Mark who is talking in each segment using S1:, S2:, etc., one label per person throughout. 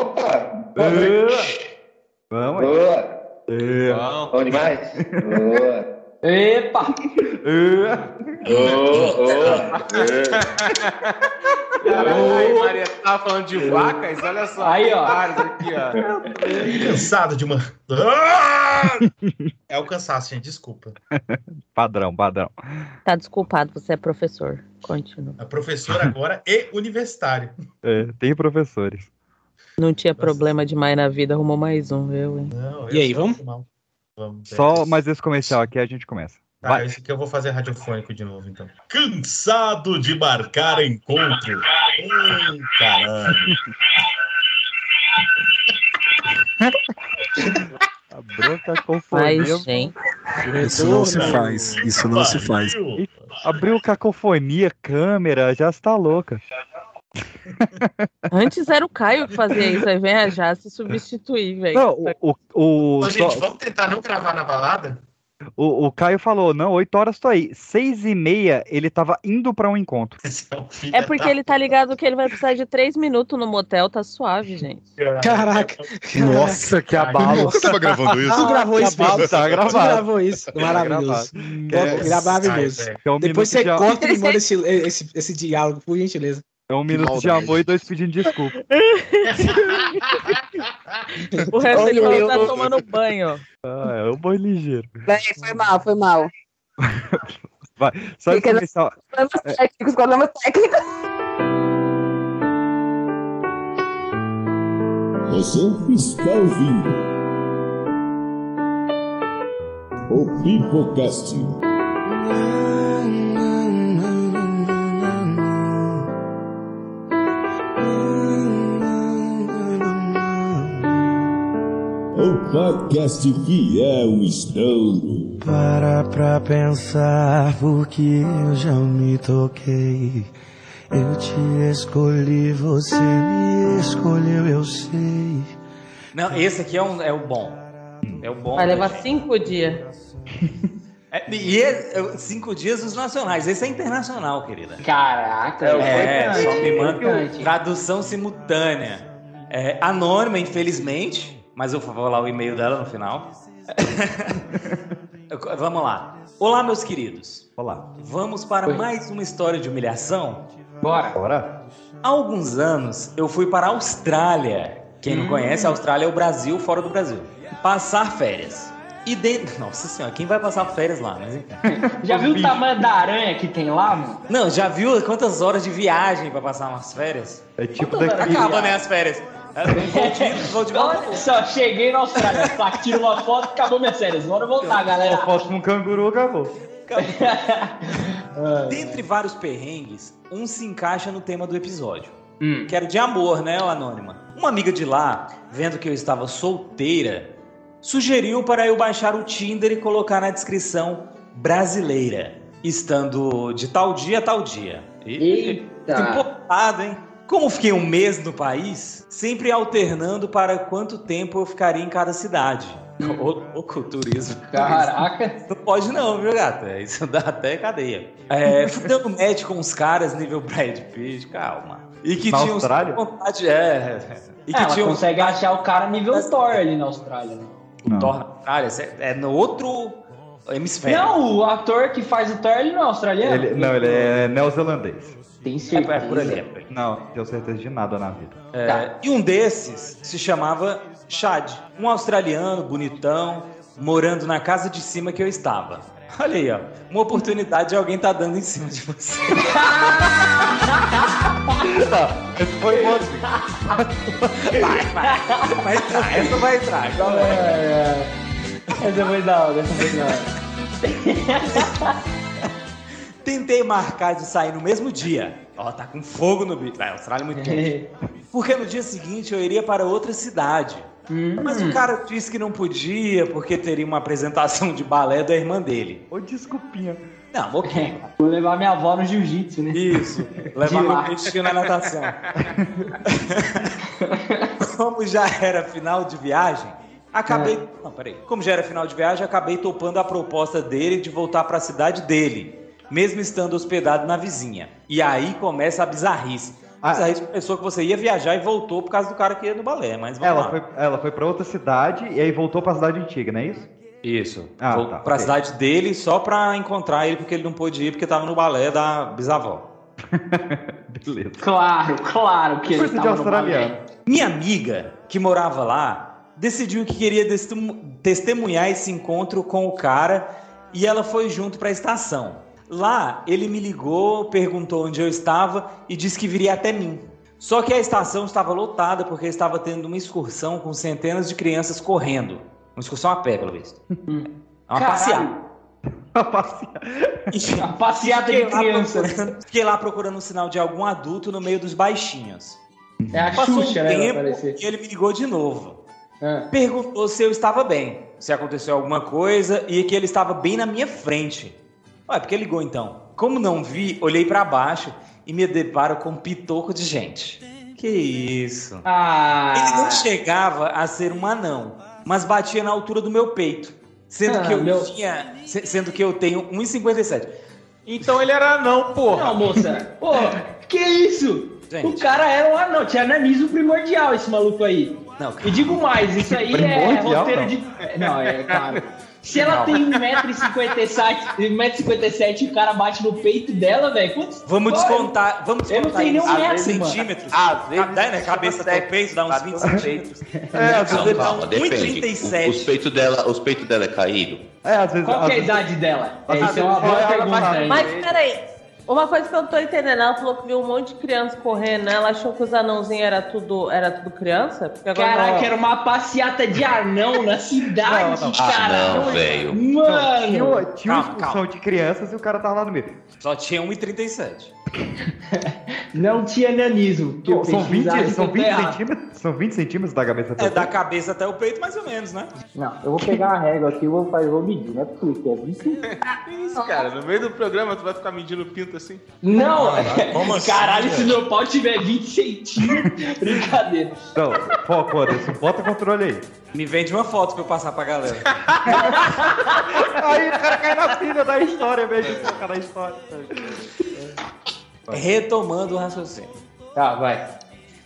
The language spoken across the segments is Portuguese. S1: Opa! Boa noite.
S2: Vamos aí.
S1: Boa!
S3: Bom,
S1: Bom demais? Boa!
S4: Epa!
S1: Ô,
S3: Aí, Maria, tava falando de vacas, olha só.
S4: Aí, ó.
S3: vários aqui, ó.
S5: Cansado de uma. Ah! É o cansaço, gente. Desculpa.
S2: Padrão, padrão.
S6: Tá desculpado, você é professor. Continua.
S5: A professora agora e universitário.
S2: É, tem professores.
S6: Não tinha problema demais na vida, arrumou mais um, viu? Hein?
S5: Não, eu
S3: E aí,
S5: sou
S3: vamos?
S5: normal. Vamos.
S2: Só
S5: é.
S2: mais esse comercial aqui a gente começa.
S5: Tá,
S2: Vai.
S5: esse aqui eu vou fazer radiofônico de novo, então. Cansado de marcar encontro. Hum, caralho.
S2: A broca
S6: Ai,
S2: confundiu.
S6: gente.
S7: Isso não se faz. Isso não se faz.
S5: Pariu.
S2: Abriu cacofonia, câmera, já está louca.
S6: Antes era o Caio que fazia isso, aí vem a Já se substituir, velho.
S2: Não, o, o,
S3: Ô,
S2: o,
S3: gente,
S2: só-
S3: vamos tentar não gravar na balada?
S2: o, o Caio falou, não, 8 horas tô aí. Seis e meia ele tava indo pra um encontro.
S5: Esse é um filho
S6: É
S5: da
S6: porque ele tá ligado que ele vai precisar de três minutos no motel, tá suave, gente.
S5: puta.
S7: Caraca.
S2: Nossa, que abalo.
S8: Você tava gravando isso?
S7: Tu gravou isso,
S2: Gravado,
S7: Pedro?
S2: tá
S7: Tu
S2: gravado.
S7: gravou isso. Maravilhoso.
S2: É,
S7: Ele é maravilhoso.
S5: Ai, velho.
S2: é um
S7: Depois você
S2: minuto de a-
S7: corta e me manda esse, esse, esse diálogo, por gentileza.
S2: É um minuto de
S8: maldade.
S2: amor e dois pedindo desculpa.
S6: O resto ele
S9: Olha,
S6: vai
S9: eu-
S6: estar tomando banho.
S2: Ah, é um boi ligeiro.
S9: Véi, foi mal, foi mal.
S2: Só esse
S9: Fica na-
S2: comercial.
S9: Problemas técnicos, problemas técnicos.
S8: Você está ouvindo o Pipocast. O podcast que é um estouro.
S10: Para pra pensar porque eu já me toquei. Eu te escolhi, você me escolheu, eu sei.
S4: Não, esse aqui é, um, é o bom. É o bom.
S6: Vai levar cinco dias.
S4: É, e é- é cinco dias os nacionais. Esse é internacional, querida.
S1: É,
S4: É,
S1: eu
S9: Caraca.
S1: importante,
S4: só me
S9: importante.
S4: manda tradução simultânea. É, anônima, infelizmente, mas eu vou falar o e-mail dela no final. Vamos lá. Olá, meus queridos.
S2: Olá.
S4: Vamos para
S9: Oi.
S4: mais uma história de humilhação?
S9: Bora.
S2: Bora?
S4: Há alguns anos eu fui para a Austrália. Quem
S9: Hum.
S4: não conhece, a Austrália é o Brasil fora do Brasil. Passar férias. E de... Nossa senhora, quem vai passar férias lá? né? Mas enfim.
S9: Já viu o tamanho da aranha que tem lá, mano?
S4: Não, já viu quantas horas de viagem para passar umas férias?
S2: É tipo
S9: Quantas
S2: daqui.
S4: Acaba, né, as férias. Vou de- Vou de volta.
S9: Olha só, cheguei na Austrália, tá, tiro uma foto, acabou minhas férias. Bora voltar,
S2: Eu
S9: galera.
S2: posto um canguru, acabou.
S4: Dentre vários perrengues, um se encaixa no tema do episódio.
S9: Hum.
S4: Que era de amor, né, o Anônima? Uma amiga de lá, vendo que eu estava solteira, sugeriu para eu baixar o Tinder e colocar na descrição brasileira, estando de tal dia a tal dia. E-
S9: Eita.
S4: Empolgado, hein? Como fiquei um mês no país, sempre alternando para quanto tempo eu ficaria em cada cidade. Ô, louco, turismo.
S9: Caraca.
S4: Não pode não, viu, gata? Isso dá até cadeia. É, fui dando match com uns caras nível Brad Pitt, calma. E que
S2: Na
S4: tinham
S2: Austrália?
S4: vontade, é. E que
S9: Ela
S4: tinham
S9: consegue achar o cara nível Thor ali na Austrália. Né?
S2: Não.
S4: Thor na Austrália, isso é é no outro hemisfério.
S9: Não, o ator que faz o Thor, ele não é australiano?
S2: Ele, não, ele é neozelandês.
S9: Tem
S4: É,
S9: certeza.
S4: é por ali. é por ali.
S2: Não, tenho certeza de nada na vida.
S4: É, e um desses se chamava Chad, um australiano bonitão, morando na casa de cima que eu estava. Olha aí, ó. Uma oportunidade de alguém tá dando em cima de você.
S2: Esse foi bom assim.
S4: Vai, vai. Vai entrar, essa vai entrar.
S9: É, Essa foi da hora, essa foi da hora.
S4: Tentei marcar de sair no mesmo dia. Ó, tá com fogo no bico. Vai, Austrália é muito quente. Porque no dia seguinte eu iria para outra cidade.
S9: Hum.
S4: Mas o cara disse que não podia porque teria uma apresentação de balé da irmã dele.
S2: Ô, desculpinha.
S4: Não, um ok.
S9: Vou levar minha avó no jiu-jitsu, né?
S4: Isso. Levar
S9: De
S4: meu
S9: lá.
S4: peixe na natação. Como já era final de viagem, acabei.
S9: É.
S4: Não, peraí. Como já era final de viagem, acabei topando a proposta dele de voltar para a cidade dele, mesmo estando hospedado na vizinha. E aí começa a bizarrice.
S9: Ah.
S4: Mas aí pensou que você ia viajar e voltou por causa do cara que ia no balé,
S9: É,
S4: mas vamos
S2: Ela
S4: lá.
S2: foi, ela foi pra outra cidade e aí voltou pra cidade antiga, não é isso?
S4: Isso.
S2: Ah,
S4: Vou
S2: tá,
S4: pra
S2: ok.
S4: cidade dele só pra encontrar ele, porque ele não pôde ir, porque tava no balé da bisavó.
S2: Beleza.
S9: É, Claro, claro que ele
S2: Coisa de
S9: tava no
S2: australiano.
S9: balé.
S4: Minha amiga, que morava lá, decidiu que queria destemu- testemunhar esse encontro com o cara e ela foi junto pra estação. Lá, ele me ligou, perguntou onde eu estava e disse que viria até mim. Só que a estação estava lotada porque estava tendo uma excursão com centenas de crianças correndo. Uma excursão a pé, pelo visto. É uma
S9: Caralho.
S4: passeada.
S9: A passeada de
S4: Fiquei lá
S9: criança.
S4: procurando- Fiquei lá procurando um sinal de algum adulto no meio dos baixinhos.
S9: É a
S4: Passou
S9: Xuxa,
S4: um
S9: né? vai
S4: tempo
S9: aparecer.
S4: e ele me ligou de novo.
S9: Ah.
S4: Perguntou se eu estava bem, se aconteceu alguma coisa e que ele estava bem na minha frente. Ué, porque ligou então? Como não vi, olhei pra baixo e me deparo com um pitoco de gente. Que isso.
S9: Ah.
S4: Ele não chegava a ser um anão, mas batia na altura do meu peito. Sendo
S9: Ah,
S4: que eu
S9: meu-
S4: tinha. se- Sendo que eu tenho 1,57.
S3: Então ele era não, porra.
S9: Não, moça. Pô, que isso?
S4: Gente.
S9: O cara era um anão, tinha ananismo primordial esse maluco aí.
S4: Não,
S9: E digo mais, isso aí é
S2: Primordial,
S9: roteiro
S2: não.
S9: de. é, Não, é claro. Se ela tem 1,57m e o cara bate no peito dela, velho, quantos. é?
S4: Vamos
S9: Olha,
S4: descontar, vamos
S9: eu não
S4: descontar
S9: tenho nem um
S4: isso.
S9: metro,
S4: 20
S9: mano.
S4: centímetros.
S3: Às vezes
S4: Dá, né? Cabeça até o peito, dá uns 20 centímetros.
S2: É, às vezes,
S3: tá
S2: um ele-
S11: Calma, depende. O- Os
S4: 1,37.
S11: peitos dela, os peitos dela é caído?
S2: é, às vezes.
S9: Qual
S2: às
S9: que é a
S2: vezes-
S9: idade dela? É,
S2: às
S9: isso é uma
S2: vezes "Ah, ela-
S9: boa
S2: ela
S9: pergunta
S2: bate-
S9: aí.
S6: Mas peraí, uma coisa que eu não tô entendendo, ela falou que viu um monte de criança correndo, né? ela achou que os anãozinhos era tudo, era tudo criança? Porque agora
S9: Caraca,
S6: não-
S9: era uma passeata de anão na cidade,
S2: Não, não.
S11: Ah,
S9: cara.
S11: não, velho.
S2: Não, tinha,
S9: Mano,
S2: uma- tinha
S4: Calma,
S2: uma excursão
S4: calma.
S2: de crianças e o cara tava lá no meio.
S4: Só tinha 1,37.
S9: não tinha nanismo.
S2: São, são 20, são 20 centímetros, são 20 centímetros da cabeça
S4: É
S2: dele.
S4: da cabeça até o peito, mais ou menos, né?
S9: Não, eu vou pegar uma régua aqui e vou, fazer- vou medir, não é possível, é 20
S3: Que isso, cara? No meio do programa tu vai ficar medindo pinto assim?
S9: Não,
S11: Ah,
S9: é.
S5: como assim,
S9: caralho,
S3: né?
S9: se
S5: velho?
S9: meu pau tiver 20 centímetros, brincadeira.
S2: Então, foco, Anderson, bota o controle aí.
S4: Me vende uma foto pra eu passar pra galera.
S2: Aí o cara cai na pilha da história mesmo, cara da história. tá
S4: Retomando o raciocínio.
S9: Tá, vai.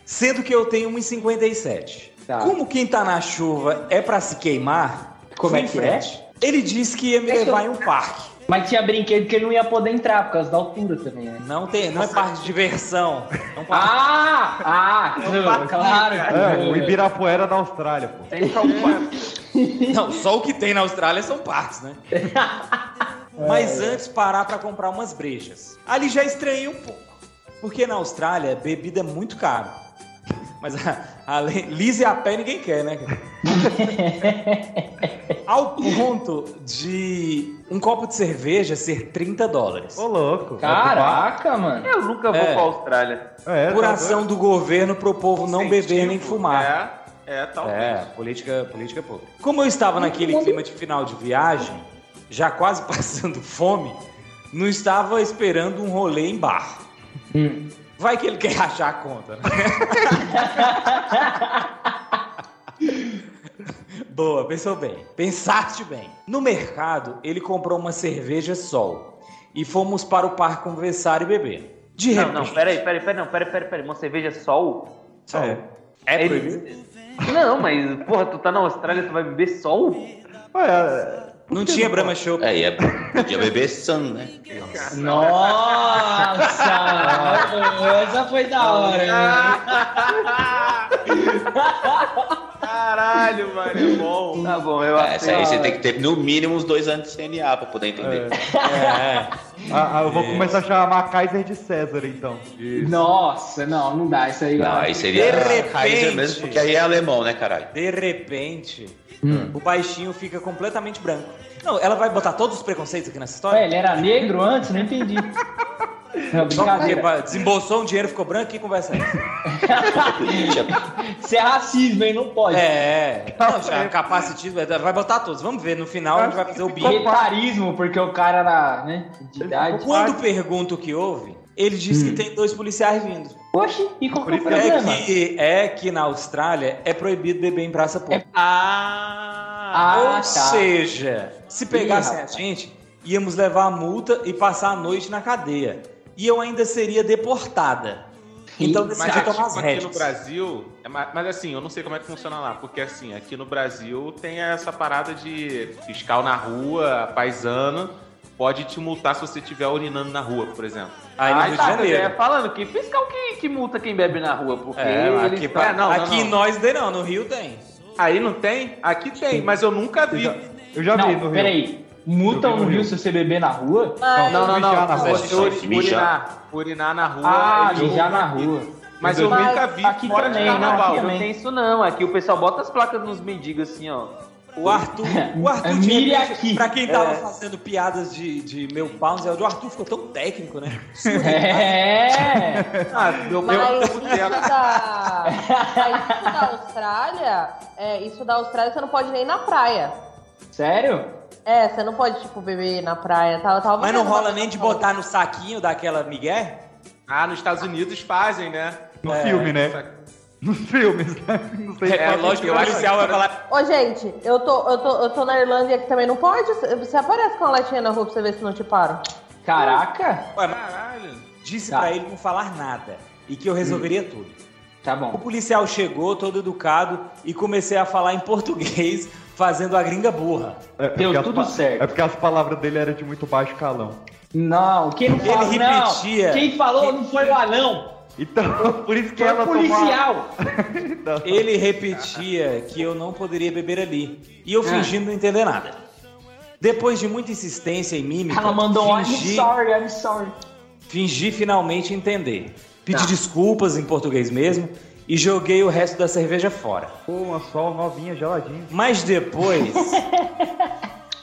S4: Sendo que eu tenho 1,57.
S9: Tá.
S4: Como quem tá na chuva é pra se queimar,
S9: Como
S4: fui
S9: é
S4: em
S9: que
S4: frente. Ele disse que ia me
S9: É que eu-
S4: levar em um parque.
S9: Mas tinha brinquedo que ele não ia poder entrar por causa da altura também, né?
S4: Não, tem, não é parque de diversão. É um parque
S9: Ah! Ah! Claro, claro. É
S2: É, o Ibirapuera da Austrália, pô.
S3: Tem que calcular.
S4: Não, só o que tem na Austrália são parques, né? Mas antes parar pra comprar umas brejas. Ali já estranhei um pouco. Porque na Austrália, bebida é muito caro. Mas a, além, lise a pé ninguém quer, né? cara? Ao ponto de um copo de cerveja ser 30 dólares.
S2: Ô, louco.
S9: Caraca, mano.
S3: Eu nunca vou
S4: É.
S3: pra Austrália.
S2: É, tá
S4: Por
S2: doido.
S4: ação do governo pro povo não beber nem
S3: Incentivo.
S4: fumar.
S3: É, é, talvez.
S4: É, política, política pública. Como eu estava naquele clima de final de viagem, já quase passando fome, não estava esperando um rolê em bar.
S9: Hum.
S4: Vai que ele quer rachar a conta, né? né? Boa, pensou bem. Pensaste bem. No mercado, ele comprou uma cerveja sol e fomos para o parque conversar e beber. De
S12: Não,
S4: repente.
S12: não, peraí, peraí, peraí, não, peraí, peraí, peraí. Uma cerveja sol?
S4: Sol.
S2: É.
S4: É
S12: Ele-
S4: proibido?
S12: Não, mas, porra, tu tá na Austrália, tu vai beber um? sol?
S2: Ué,
S4: é, Não tinha Brahma Show.
S11: É, e é, podia beber sun, né?
S9: Nossa! Essa foi da hora, né?
S3: Caralho, mano, é bom.
S12: Tá bom, eu
S11: Ah, Essa aí você
S12: aceito.
S11: tem que ter no mínimo uns dois anos de CNA pra poder entender.
S2: É, ah, ah, eu vou começar a chamar Kaiser de César, então.
S9: Nossa, não, não dá isso aí.
S11: É. Não,
S9: galera.
S11: aí seria
S4: De repente.
S11: Kaiser mesmo, porque aí é alemão, né, caralho?
S4: De repente,
S9: Hum.
S4: o baixinho fica completamente branco. Não, ela vai botar todos os preconceitos aqui nessa
S9: Ué,
S4: história?
S9: ele era negro antes? Não entendi. Não,
S4: Só porque
S9: brincadeira.
S4: ba- desembolsou um dinheiro, ficou branco, que conversa é essa?
S9: Isso é racismo, hein? Não pode.
S4: É, não, já capacitismo, vai botar todos. Vamos ver, no final a gente vai fazer o bico.
S9: Militarismo, porque o cara era, né, de idade.
S4: Quando pergunta o que houve, ele diz que tem dois policiais vindo.
S9: Oxe, e qual que é o
S4: É
S9: problema?
S4: que, é que na Austrália é proibido beber em praça pública.
S3: Ah!
S9: Ah,
S4: Ou
S9: tá.
S4: seja, se pegassem a
S9: rapaz.
S4: gente, íamos levar a multa e passar a noite na cadeia. E eu ainda seria deportada. Então
S3: Mas
S4: decidi
S3: aqui,
S4: tomar as
S3: aqui no
S4: rédeas.
S3: Brasil, é ma- mas assim, eu não sei como é que funciona lá, porque assim, aqui no Brasil tem essa parada de fiscal na rua, paisano, pode te multar se você estiver urinando na rua, por exemplo. Ah, tá,
S4: Aí no Rio de Janeiro.
S12: É, falando que fiscal que, que multa quem bebe na rua, porque
S3: É,
S12: eles
S3: aqui,
S12: tão-
S3: pra-
S4: Aqui em nós tem não, no Rio tem.
S3: Aí não tem? Aqui tem, mas eu nunca vi.
S2: Eu já
S9: Não, vi no Rio. peraí. Multam no Rio se você beber na rua?
S3: Não, não, não. não,
S9: Mijar na rua.
S3: Você uri- urinar, urinar na rua.
S12: Ah,
S3: eu
S12: mijar
S3: nunca
S12: na
S3: vi.
S12: rua.
S3: Mas eu
S12: Mas
S3: nunca vi
S12: aqui
S3: fora
S12: também,
S3: de carnaval.
S12: Não, aqui não tem isso não. Aqui o pessoal bota as placas nos mendigos assim, ó.
S4: O Arthur, o Arthur de
S12: Mire
S4: repente,
S12: aqui.
S4: pra quem tava
S12: É.
S4: fazendo piadas de, de meu pau, Zé, o Arthur ficou tão técnico, né?
S9: É.
S3: ah, meu
S4: pau
S6: Mas
S4: é um
S6: isso tá- da... mas isso da Austrália, é, isso da Austrália você não pode nem ir na praia.
S9: Sério?
S6: É, você não pode, tipo, beber na praia. tá? Tava, tava
S4: Mas não
S6: vendo uma
S4: rola nem de botar no saquinho daquela Miguel? É.
S3: Ah, nos Estados Unidos fazem, né?
S2: No filme, né? Nos filmes, né? Não sei
S3: É, lógico, eu acho que
S4: policial vai falar.
S6: Ô, gente, eu tô, eu, tô, eu tô na Irlanda e aqui também não pode. Você aparece com uma latinha na rua pra você ver se não te param.
S9: Caraca!
S4: Ué, mas Disse pra ele não falar nada e que eu resolveria tudo.
S9: Tá bom.
S4: O policial chegou, todo educado, e comecei a falar em português, fazendo a gringa burra.
S2: É porque
S4: Deu
S2: as
S4: tudo
S2: pa-
S4: certo.
S2: É porque as palavras dele eram de muito baixo calão.
S9: Não, quem não
S2: Ele
S9: falou,
S2: repetia.
S9: Não, quem falou não foi o anão.
S2: Então, por isso que
S9: Foi
S2: ela
S9: o
S2: tomou a-
S9: policial.
S4: Ele repetia que eu não poderia beber ali.
S9: É.
S4: E eu fingindo não entender nada. Depois de muita insistência e mímica,
S9: Ela mandou um I'm
S4: fingi,
S9: sorry, I'm sorry. Tá.
S4: fingi finalmente entender. Pedi desculpas em português mesmo e joguei o resto da cerveja fora.
S2: Uma só, novinha, geladinha.
S4: Mas depois.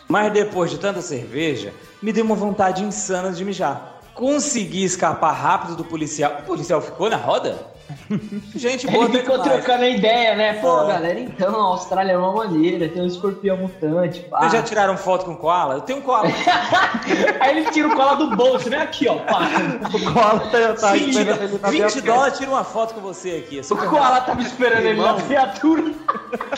S4: mas depois de tanta cerveja, me deu uma vontade insana de mijar. Consegui escapar rápido do policial. O policial ficou na roda? Gente, boa
S9: Ele ficou
S4: demais.
S9: trocando a ideia, né? Pô,
S4: É.
S9: galera, então, a Austrália é uma maneira, tem um escorpião mutante, pá.
S4: Vocês já tiraram foto com koala? Eu tenho um koala.
S9: Aí ele tira o cola do bolso, né? Aqui, ó, pá.
S2: O koala tá, tá
S4: 20,
S2: esperando ele na
S4: 20
S2: minha
S4: dólares, tira uma foto com você aqui. É
S9: O
S4: super
S9: Koala tava esperando ele na viatura.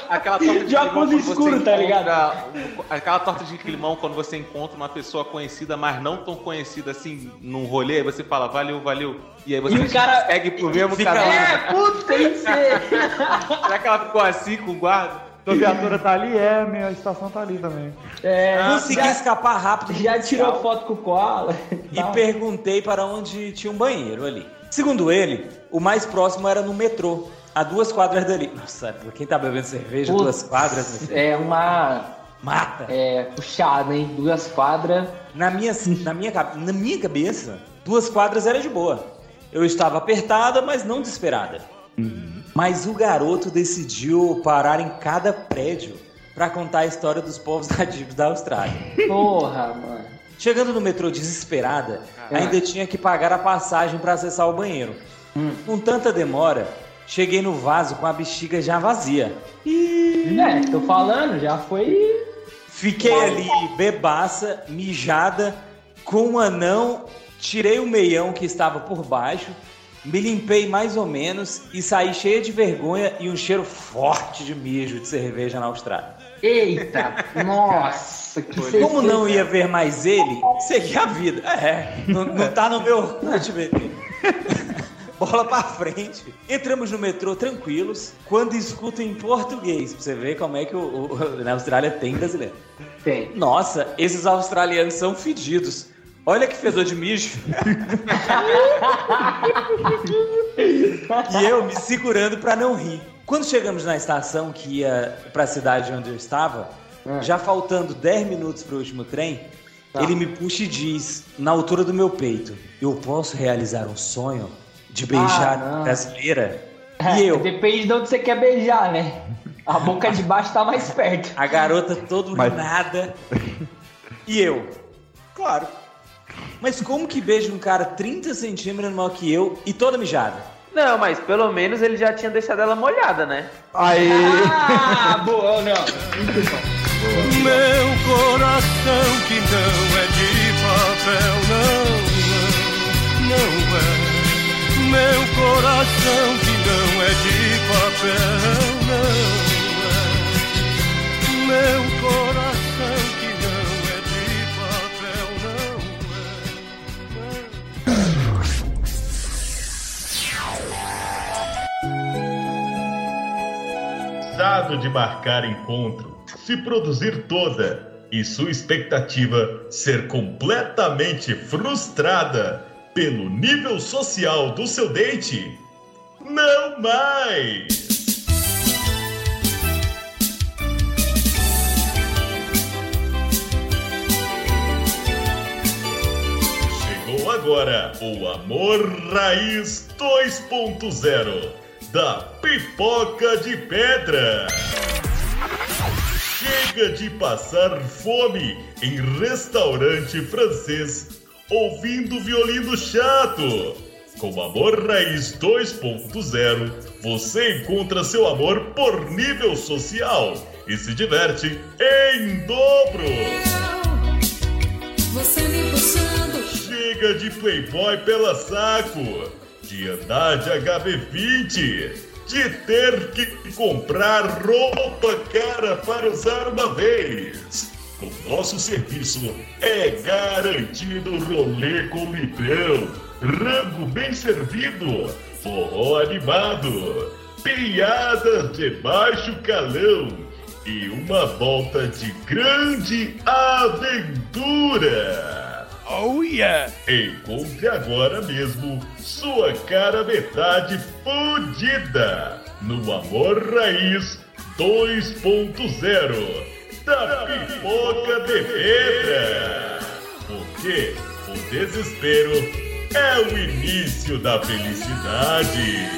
S3: Aquela torta de
S9: Já
S3: climão
S9: pôs
S3: quando você
S9: escuro, tá
S3: encontra- um- Aquela torta de climão quando você encontra uma pessoa conhecida, mas não tão conhecida assim, num rolê, aí você fala, valeu, valeu. E aí você
S9: E o cara-
S3: segue pro mesmo
S4: Fica
S3: caminho.
S4: lá.
S9: puta, tem que ser.
S3: Será que ela ficou assim com o guarda?
S2: Sua viatura tá ali? É, minha estação tá ali também.
S9: É,
S10: Ah,
S4: Consegui
S9: já,
S4: escapar rápido. do
S9: já
S4: policial.
S9: tirou foto com o Koala.
S4: e perguntei para onde tinha um banheiro ali. Segundo ele, o mais próximo era no metrô, a duas quadras dali. Nossa, pra quem tá bebendo cerveja,
S9: Putz,
S4: duas quadras, meu filho,
S9: É uma
S4: mata.
S9: é, puxada, hein? Duas quadras.
S4: Na, minha, na, minha, cabe- na minha cabeça, duas quadras era de boa. Eu estava apertada, mas não desesperada. Mas o garoto decidiu parar em cada prédio para contar a história dos povos nativos da Austrália.
S9: Porra, mano.
S4: Chegando no metrô desesperada,
S9: Ah.
S4: ainda tinha que pagar a passagem para acessar o banheiro.
S9: Hum.
S4: Com tanta demora, cheguei no vaso com a bexiga já vazia.
S9: É, tô falando, já foi.
S4: Fiquei ali bebaça, mijada, com um anão, tirei o meião que estava por baixo, me limpei mais ou menos e saí cheia de vergonha e um cheiro forte de mijo de cerveja na Austrália.
S9: Eita, nossa, que
S4: Como
S9: certeza.
S4: não ia ver mais ele, segui a vida. É, não, não tá no meu orkut, bebê. Bola pra frente. Entramos no metrô tranquilos, quando escuto em português, pra você ver como é que o, o- na Austrália tem brasileiro.
S9: Tem.
S4: Nossa, esses australianos são fedidos. Olha que fedor de mijo. e eu me segurando pra não rir. Quando chegamos na estação que ia pra cidade onde eu estava,
S12: É.
S4: já faltando 10 minutos pro último trem,
S9: Tá.
S4: ele me puxa e diz, na altura do meu peito, eu posso realizar um sonho de
S9: Ah,
S4: beijar
S9: não.
S4: uma brasileira?
S9: É,
S4: E eu,
S9: Depende de onde você quer beijar, né? A boca de baixo tá mais perto.
S4: a garota toda
S2: Mas-
S4: nada. E eu, claro. Mas como que beija um cara 30 centímetros maior que eu e toda mijada?
S12: Não, mas pelo menos ele já tinha deixado ela molhada, né?
S2: Aí,
S9: Ah, boa, não.
S10: Meu um coração que não é de papel, não, não, não é. Meu coração que não é de papel, não é. Meu coração que não é de papel, não é. é.
S5: cansado de marcar encontro, se produzir toda e sua expectativa ser completamente frustrada pelo nível social do seu date? Não mais! Chegou agora o Amor Raiz 2.0 da Pipoca de Pedra. Chega de passar fome em restaurante francês ouvindo violino chato. Com Amor Raiz 2.0, você encontra seu amor por nível social e se diverte em dobro.
S13: Você me puxando.
S5: Chega de Playboy pela saco, de andar de HB20, de ter que comprar roupa cara para usar uma vez. O nosso serviço é garantido rolê com litrão, rango bem servido, forró animado, piadas de baixo calão e uma volta de grande aventura. Oh yeah! Encontre agora mesmo sua cara metade fodida no Amor Raiz 2.0 da Pipoca de Pedra. Porque o desespero é o início da felicidade.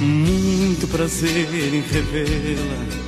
S10: Muito prazer em revê-la.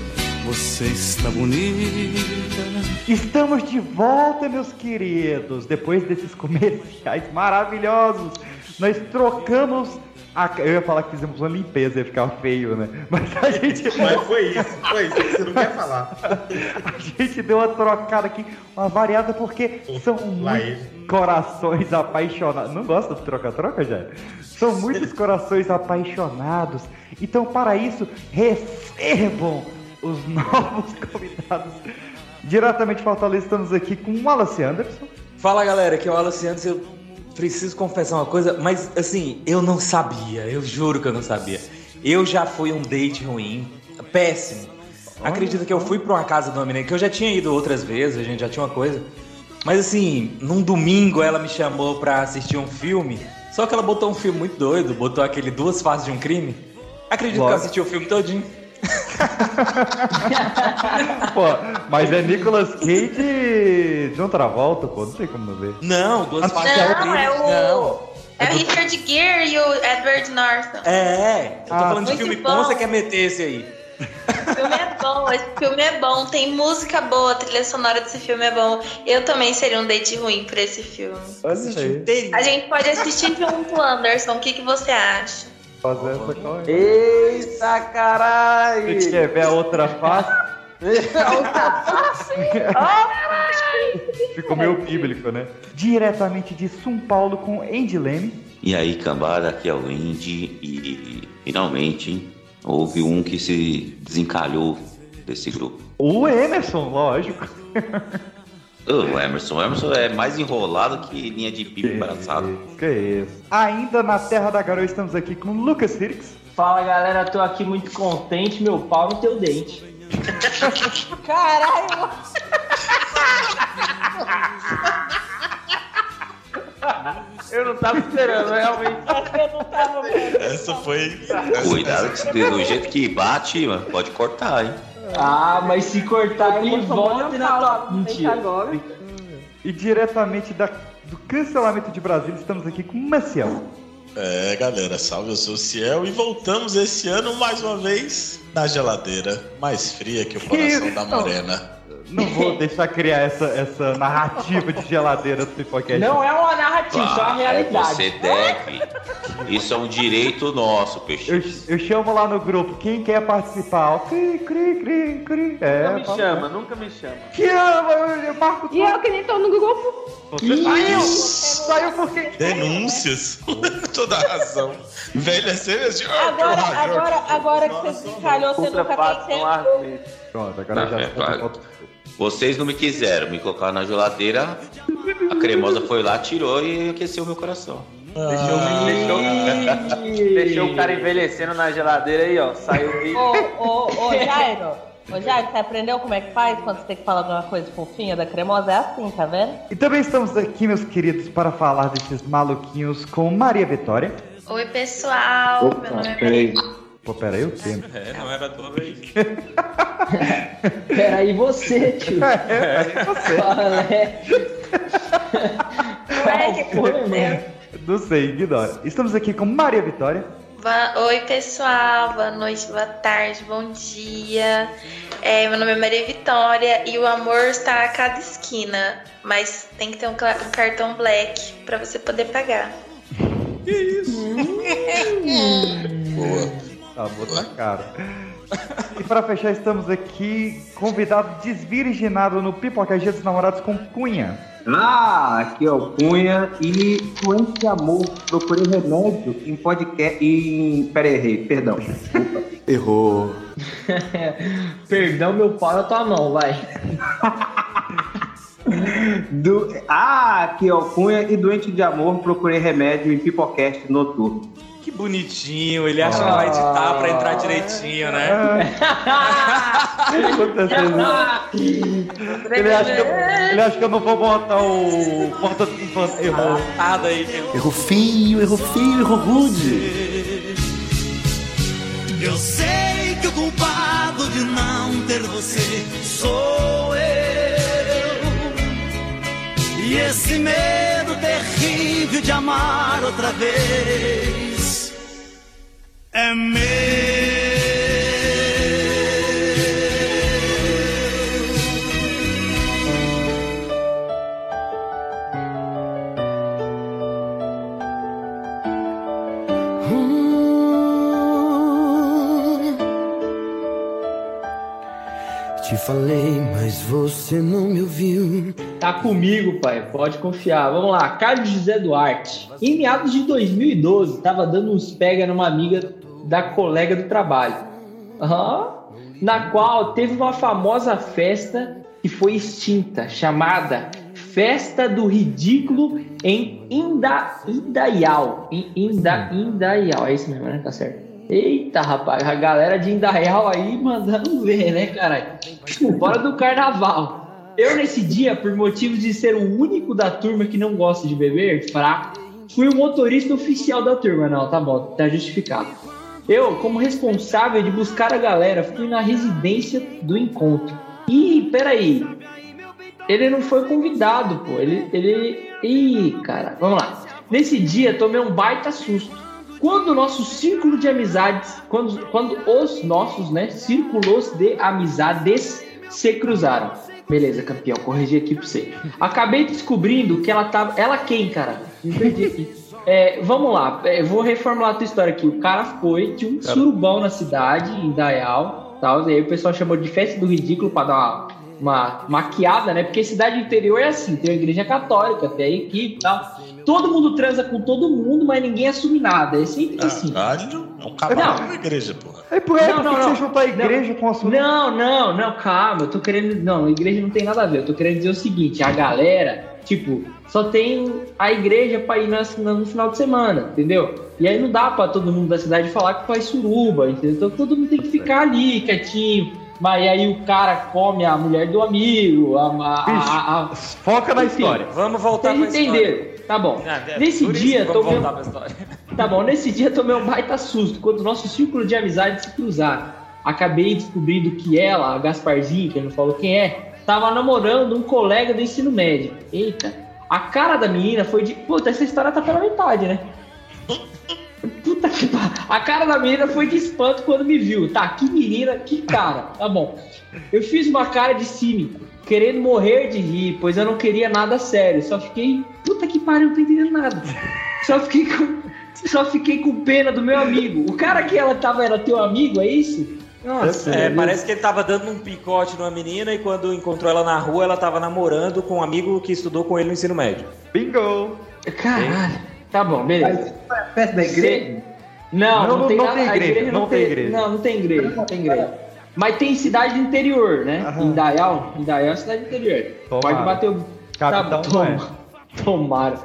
S10: Você está bonita.
S2: Estamos de volta, meus queridos. Depois desses comerciais maravilhosos, nós trocamos a. Eu ia falar que fizemos uma limpeza, ia ficar feio, né? Mas a gente.
S5: Mas foi isso, foi isso que você não quer falar.
S2: A gente deu uma trocada aqui, uma variada, porque são muitos corações apaixonados. Não gosta de troca-troca, já? São muitos corações apaixonados. Então, para isso, recebam os novos convidados. Diretamente de Fortaleza, estamos aqui com o Wallace Anderson.
S4: Fala galera, aqui é o Wallace Anderson. Eu preciso confessar uma coisa, mas assim, eu não sabia, eu juro que eu não sabia. Eu já fui a um date ruim, péssimo. Acredito que eu fui pra uma casa de uma menina, que eu já tinha ido outras vezes, a gente já tinha uma coisa. Mas assim, num domingo ela me chamou pra assistir um filme, só que ela botou um filme muito doido, botou aquele Duas Faces de um Crime. Acredito que eu
S2: Lógico.
S4: assisti o filme todinho.
S2: Pô, mas é Nicolas Cage e John Travolta, pô, não sei como não ver.
S4: Não, duas
S14: Não, é o. É o Richard Gere e o Edward Norton.
S4: É, eu tô
S14: Ah,
S4: falando de
S14: muito
S4: filme
S14: bom.
S4: bom, você quer meter esse aí.
S14: Esse filme é bom, esse filme é bom. Tem música boa, a trilha sonora desse filme é bom. Eu também seria um date ruim pra esse filme. A gente pode assistir junto, Anderson. O que, que você acha?
S12: Eita caralho!
S2: Se tiver outra face, ficou meio bíblico, né? Diretamente de São Paulo com Andy Leme.
S11: E aí, cambada, aqui é o Indy e finalmente houve um que se desencalhou desse grupo.
S2: O Emerson, lógico.
S11: Ô, O Emerson, o Emerson é mais enrolado que linha de pipa embaraçada.
S2: Que isso? Ainda na Terra da Garoa, estamos aqui com o Lucas Sirix.
S9: Fala galera, tô aqui muito contente, meu pau no teu dente.
S13: Caralho!
S12: Eu não tava esperando, realmente. É Eu não tava
S11: Essa foi. Cuidado que do jeito que bate, mano, pode cortar, hein?
S9: Ah, mas se cortar ele volta na tua. Mentira.
S2: E diretamente da- do cancelamento de Brasília, estamos aqui com o Maciel.
S15: É, galera, salve, eu sou o Ciel e voltamos esse ano mais uma vez na geladeira mais fria que o coração
S2: isso?
S15: da morena.
S2: Não vou deixar criar essa, essa narrativa de geladeira do pipoquete.
S9: Não é uma narrativa, isso é uma
S11: Claro,
S9: realidade.
S11: Ah, Você deve. Isso é um direito nosso, peixe.
S2: Eu, eu chamo lá no grupo, quem quer participar? Ó, Cri, cri, cri, cri. É,
S12: nunca me
S2: fala.
S12: chama, nunca me chama.
S2: Que ama, eu, eu marco
S16: E eu que nem tô no grupo.
S2: Você saiu! Saiu porque.
S15: Denúncias. Toda razão. Velha cenas de. Ah,
S6: Agora, agora, agora que você se calhou, você nunca tem tempo.
S2: Pronto,
S15: Tá,
S11: agora
S15: é,
S11: já. Vocês não me quiseram, me colocaram na geladeira, a cremosa foi lá, tirou e aqueceu meu coração.
S12: Deixou, deixou o cara envelhecendo na geladeira aí, ó. Saiu aí.
S6: Ô, ô, ô, Jairo. Ô, Jairo, você aprendeu como é que faz quando você tem que falar alguma coisa fofinha da cremosa? É assim, tá vendo?
S2: E também estamos aqui, meus queridos, para falar desses maluquinhos com Maria Vitória.
S14: Oi, pessoal. Meu nome é
S2: Pô, peraí, o tempo.
S15: É, não era toda vez.
S9: Peraí, você, tio.
S2: É, você. Não sei, ignora. Estamos aqui com Maria Vitória.
S14: Ba- Oi, pessoal. Boa noite, boa tarde, bom dia. É, meu nome é Maria Vitória e o amor está a cada esquina, mas tem que ter um, cla- um cartão black para você poder pagar.
S15: Que isso?
S9: Hum.
S2: Boa. Tá, boa na cara. E para fechar, estamos aqui convidado desvirginado no Pipoca Dia dos Namorados com Cunha.
S17: Ah, aqui é o Cunha e doente amor, procurei remédio em podcast em pera errei, perdão.
S18: Errou.
S9: Perdão, meu pau na tua mão, vai.
S17: Do... Ah, aqui é o Cunha e doente de amor, procurei remédio em pipocast noturno.
S4: Que bonitinho, ele acha
S9: Ah.
S14: Ah.
S4: que vai editar pra entrar direitinho, né?
S2: Ele acha, que eu, ele acha que eu não vou botar o porta de infância.
S15: Tá,
S2: Errou.
S18: Errou feio, errou feio, errou rude.
S10: Eu sei que o culpado de não ter você sou eu. E esse medo terrível de amar outra vez é meu.
S9: Te falei, mas você não me ouviu. Tá comigo, pai, pode confiar. Vamos lá, Carlos José Duarte. Em meados de 2012, tava dando uns pega numa amiga da colega do trabalho. Aham. Na qual teve uma famosa festa que foi extinta, chamada Festa do Ridículo em Inda, Indaial. Em Inda, Indaial, é isso mesmo, né? Tá certo. Eita, rapaz, a galera de Indaial aí mandando ver, né, caralho? Tipo, Fora do carnaval. Eu, nesse dia, por motivo de ser o único da turma que não gosta de beber, fraco, fui o motorista oficial da turma. Não, tá bom, tá justificado. Eu, como responsável de buscar a galera, fui na residência do encontro. Ih, peraí. Ele não foi convidado, pô. Ele. ele... Ih, cara, vamos lá. Nesse dia, tomei um baita susto. Quando o nosso círculo de amizades, quando, quando os nossos, né, círculos de amizades se cruzaram. Beleza, campeão, corrigi aqui pra você. Acabei descobrindo que ela tava. Ela quem, cara? Me perdi aqui. É, vamos lá, é, vou reformular a tua história aqui. O cara foi, tinha um surubão na cidade, em Dayal, tal, e aí o pessoal chamou de festa do ridículo pra dar uma, uma maquiada, né? Porque cidade do interior é assim, tem a igreja católica, tem a equipe e tal. Todo mundo transa com todo mundo, mas ninguém assume nada. É sempre assim.
S15: Caralho, é um cavalo
S9: Não.
S15: na igreja, porra.
S2: É por aí, por que que você juntou a igreja com a sua.
S9: Não, não, não, calma, eu tô querendo. Não, igreja não tem nada a ver. Eu tô querendo dizer o seguinte: a galera, tipo, só tem a igreja pra ir nas- na- no final de semana, entendeu? E aí não dá pra todo mundo da cidade falar que faz suruba, entendeu? Então todo mundo tem que ficar ali, quietinho. Mas aí o cara come a mulher do amigo, a. a- a- a-
S2: Foca na
S9: Enfim,
S2: história.
S4: Vamos voltar
S9: Vocês
S4: pra história.
S9: entenderam. Tá bom.
S4: É,
S9: Nesse
S4: por isso
S9: dia,
S4: que vamos
S9: tomei um-
S4: voltar pra história.
S9: Tá bom, nesse dia tomei um baita susto quando o nosso círculo de amizade se cruzaram. Acabei descobrindo que ela, a Gasparzinha, que eu não falo quem é, tava namorando um colega do ensino médio. Eita, a cara da menina foi de. Puta, essa história tá pela metade, né? Puta que pa- A cara da menina foi de espanto quando me viu. Tá, que menina, que cara. Tá bom. Eu fiz uma cara de cínico, querendo morrer de rir, pois eu não queria nada sério. Só fiquei. Puta que pariu, não tô entendendo nada. Só fiquei com. Só fiquei com pena do meu amigo. O cara que ela tava era teu amigo, é isso? Nossa,
S4: É,
S9: meu
S4: parece que ele tava dando um picote numa menina e quando encontrou ela na rua, ela tava namorando com um amigo que estudou com ele no ensino médio.
S2: Bingo!
S9: Caralho. Tá bom, beleza.
S17: festa da igreja?
S9: Não, não,
S17: Não,
S9: tem,
S17: não
S9: nada-
S17: tem
S9: a
S17: igreja, não tem igreja.
S9: Não, não tem igreja, não tem igreja. Mas tem cidade do interior, né? Indaial, Indaial é uma cidade do interior.
S2: Tomara.
S9: Pode bater o... Tá
S2: Capitão não é.
S9: Tomara.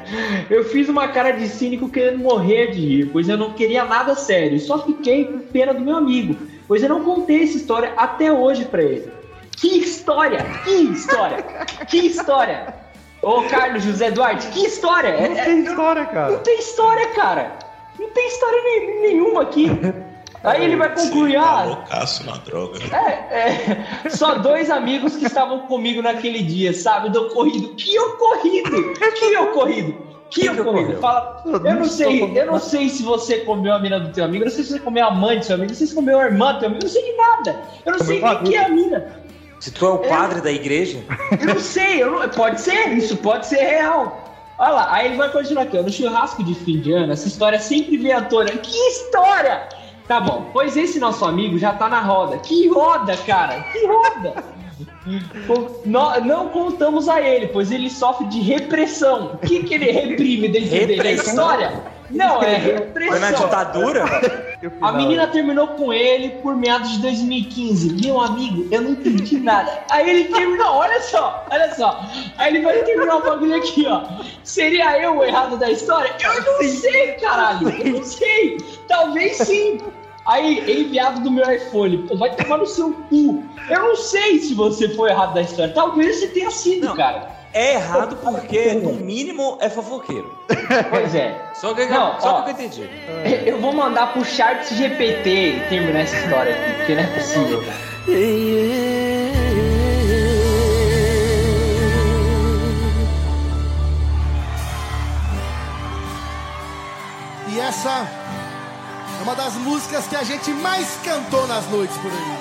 S9: Eu fiz uma cara de cínico querendo morrer de rir, pois eu não queria nada sério. Só fiquei com pena do meu amigo, pois eu não contei essa história até hoje pra ele. Que história! Que história! que história! Ô, Carlos José Duarte, que história! É,
S2: Não tem história, cara.
S9: Não tem história, cara! Não tem história nem- nenhuma aqui. Aí ele vai concluir, ah,
S15: tá Loucaço na droga.
S9: é, é, só dois amigos que estavam comigo naquele dia, sabe? Do ocorrido. Que ocorrido? Que ocorrido? Que ocorrido? Fala, eu não sei, eu não sei se você comeu a mina do teu amigo, eu não sei se você comeu a mãe do seu amigo, eu não sei se comeu a irmã do teu amigo, eu não sei de nada. Eu não sei nem que é a mina.
S4: Se tu é o padre da igreja,
S9: Eu não sei, eu não- pode ser, isso pode ser real. Olha lá, aí ele vai continuar aqui, ó, no churrasco de fim de ano, essa história é sempre vem à tona. Que história! Tá bom, pois esse nosso amigo já tá na roda. Que roda, cara, que roda! Com- nó- não contamos a ele, pois ele sofre de repressão. O que, que ele reprime dentro dele? É
S4: Repressão?
S9: história? Não, é repressão.
S4: foi na ditadura?
S9: A menina terminou com ele por meados de 2015. Meu amigo, eu não entendi nada. Aí ele terminou, olha só, olha só. Aí ele vai terminar o bagulho aqui, ó. Seria eu o errado da história? Eu não sei, caralho. Eu não sei. Talvez sim. Aí, enviado do meu iPhone, pô, vai tomar no seu cu. Eu não sei se você foi errado da história. Talvez você tenha sido, cara.
S4: É errado porque, no mínimo, é fofoqueiro.
S9: Pois é.
S4: Só que,
S9: Não,
S4: só
S9: ó.
S4: que eu entendi.
S9: Eu vou mandar pro chat GPT terminar essa história aqui, porque não é possível.
S18: E essa é uma das músicas que a gente mais cantou nas noites por aí.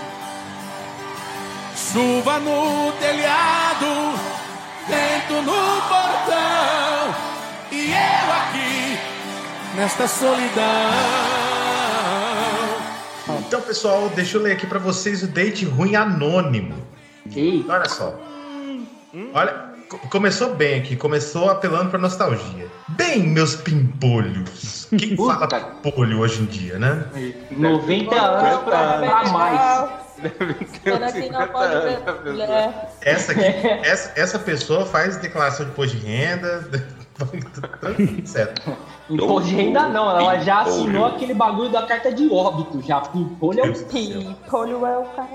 S18: Chuva no telhado, vento no portão, e eu aqui nesta solidão.
S16: Então, pessoal, deixa eu ler aqui pra vocês o date ruim anônimo. Olha só. Olha, co- começou bem aqui, começou apelando pra nostalgia. Bem, meus pimpolhos. Quem fala pimpolho hoje em dia, né?
S9: 90 anos pra, pra mais.
S6: Será que
S9: tá
S6: não pode ver É. mulher?
S16: Essa aqui, essa, essa pessoa faz declaração de imposto de renda. tudo certo.
S9: Imposto de renda não, ela já assinou aquele bagulho da carta de óbito, já. Pimpolho é o
S6: Pimpolho é o cara.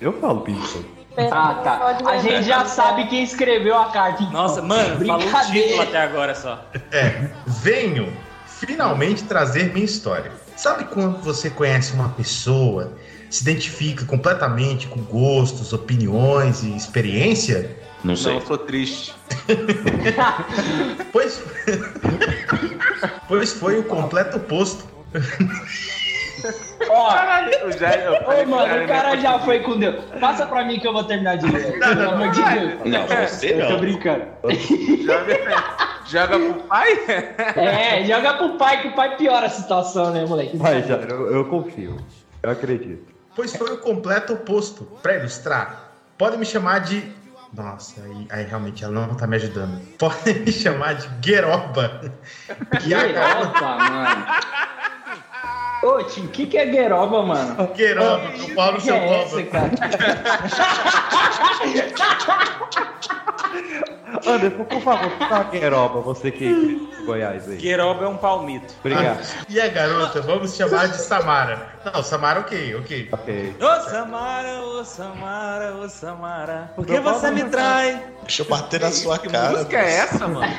S2: Eu falo pinto.
S9: Ah, tá. A gente já sabe quem escreveu a carta. então.
S4: Nossa, mano, falou o título
S9: Brincadeira.
S4: até agora só.
S16: É, venho finalmente trazer minha história. Sabe quando você conhece uma pessoa, se identifica completamente com gostos, opiniões e experiência?
S11: Não sei.
S16: eu sou triste. pois... pois foi o completo oposto.
S9: Ó,
S3: o Jair- eu falei
S9: Ô,
S3: que o
S9: mano,
S3: Jair
S9: o cara
S3: não
S9: já foi com Deus. Passa pra mim que eu vou terminar de ler.
S3: Não, não,
S9: Pelo amor de
S3: vai.
S9: Deus.
S3: Não, você
S9: É, Eu tô
S3: não.
S9: brincando.
S3: Joga pro pai?
S9: É, joga pro pai, que o pai piora a situação, né, moleque?
S2: Vai, já, eu, eu confio. Eu acredito.
S16: Pois foi o completo oposto. Pra ilustrar, podem me chamar de. Nossa, aí, aí realmente ela não tá me ajudando. Podem me chamar de Gueroba. Que
S9: Gueroba, mano. Ô, Tim, o que, que é gueroba, mano?
S16: Gueroba, eu falo
S9: que
S16: seu
S9: é
S16: boba.
S9: essa, cara?
S2: Anderson, por favor, fala Gueroba, você que é de Goiás aí.
S4: Gueroba é um palmito.
S2: Obrigado.
S16: Ah, E a garota, vamos chamar de Samara. Não, Samara, ok, ok.
S2: Ok.
S4: Ô Samara, ô Samara, ô Samara, por que
S15: Então
S4: você
S15: vamos
S4: me trai?
S15: Deixa eu bater na sua cara.
S9: é
S4: essa, mano?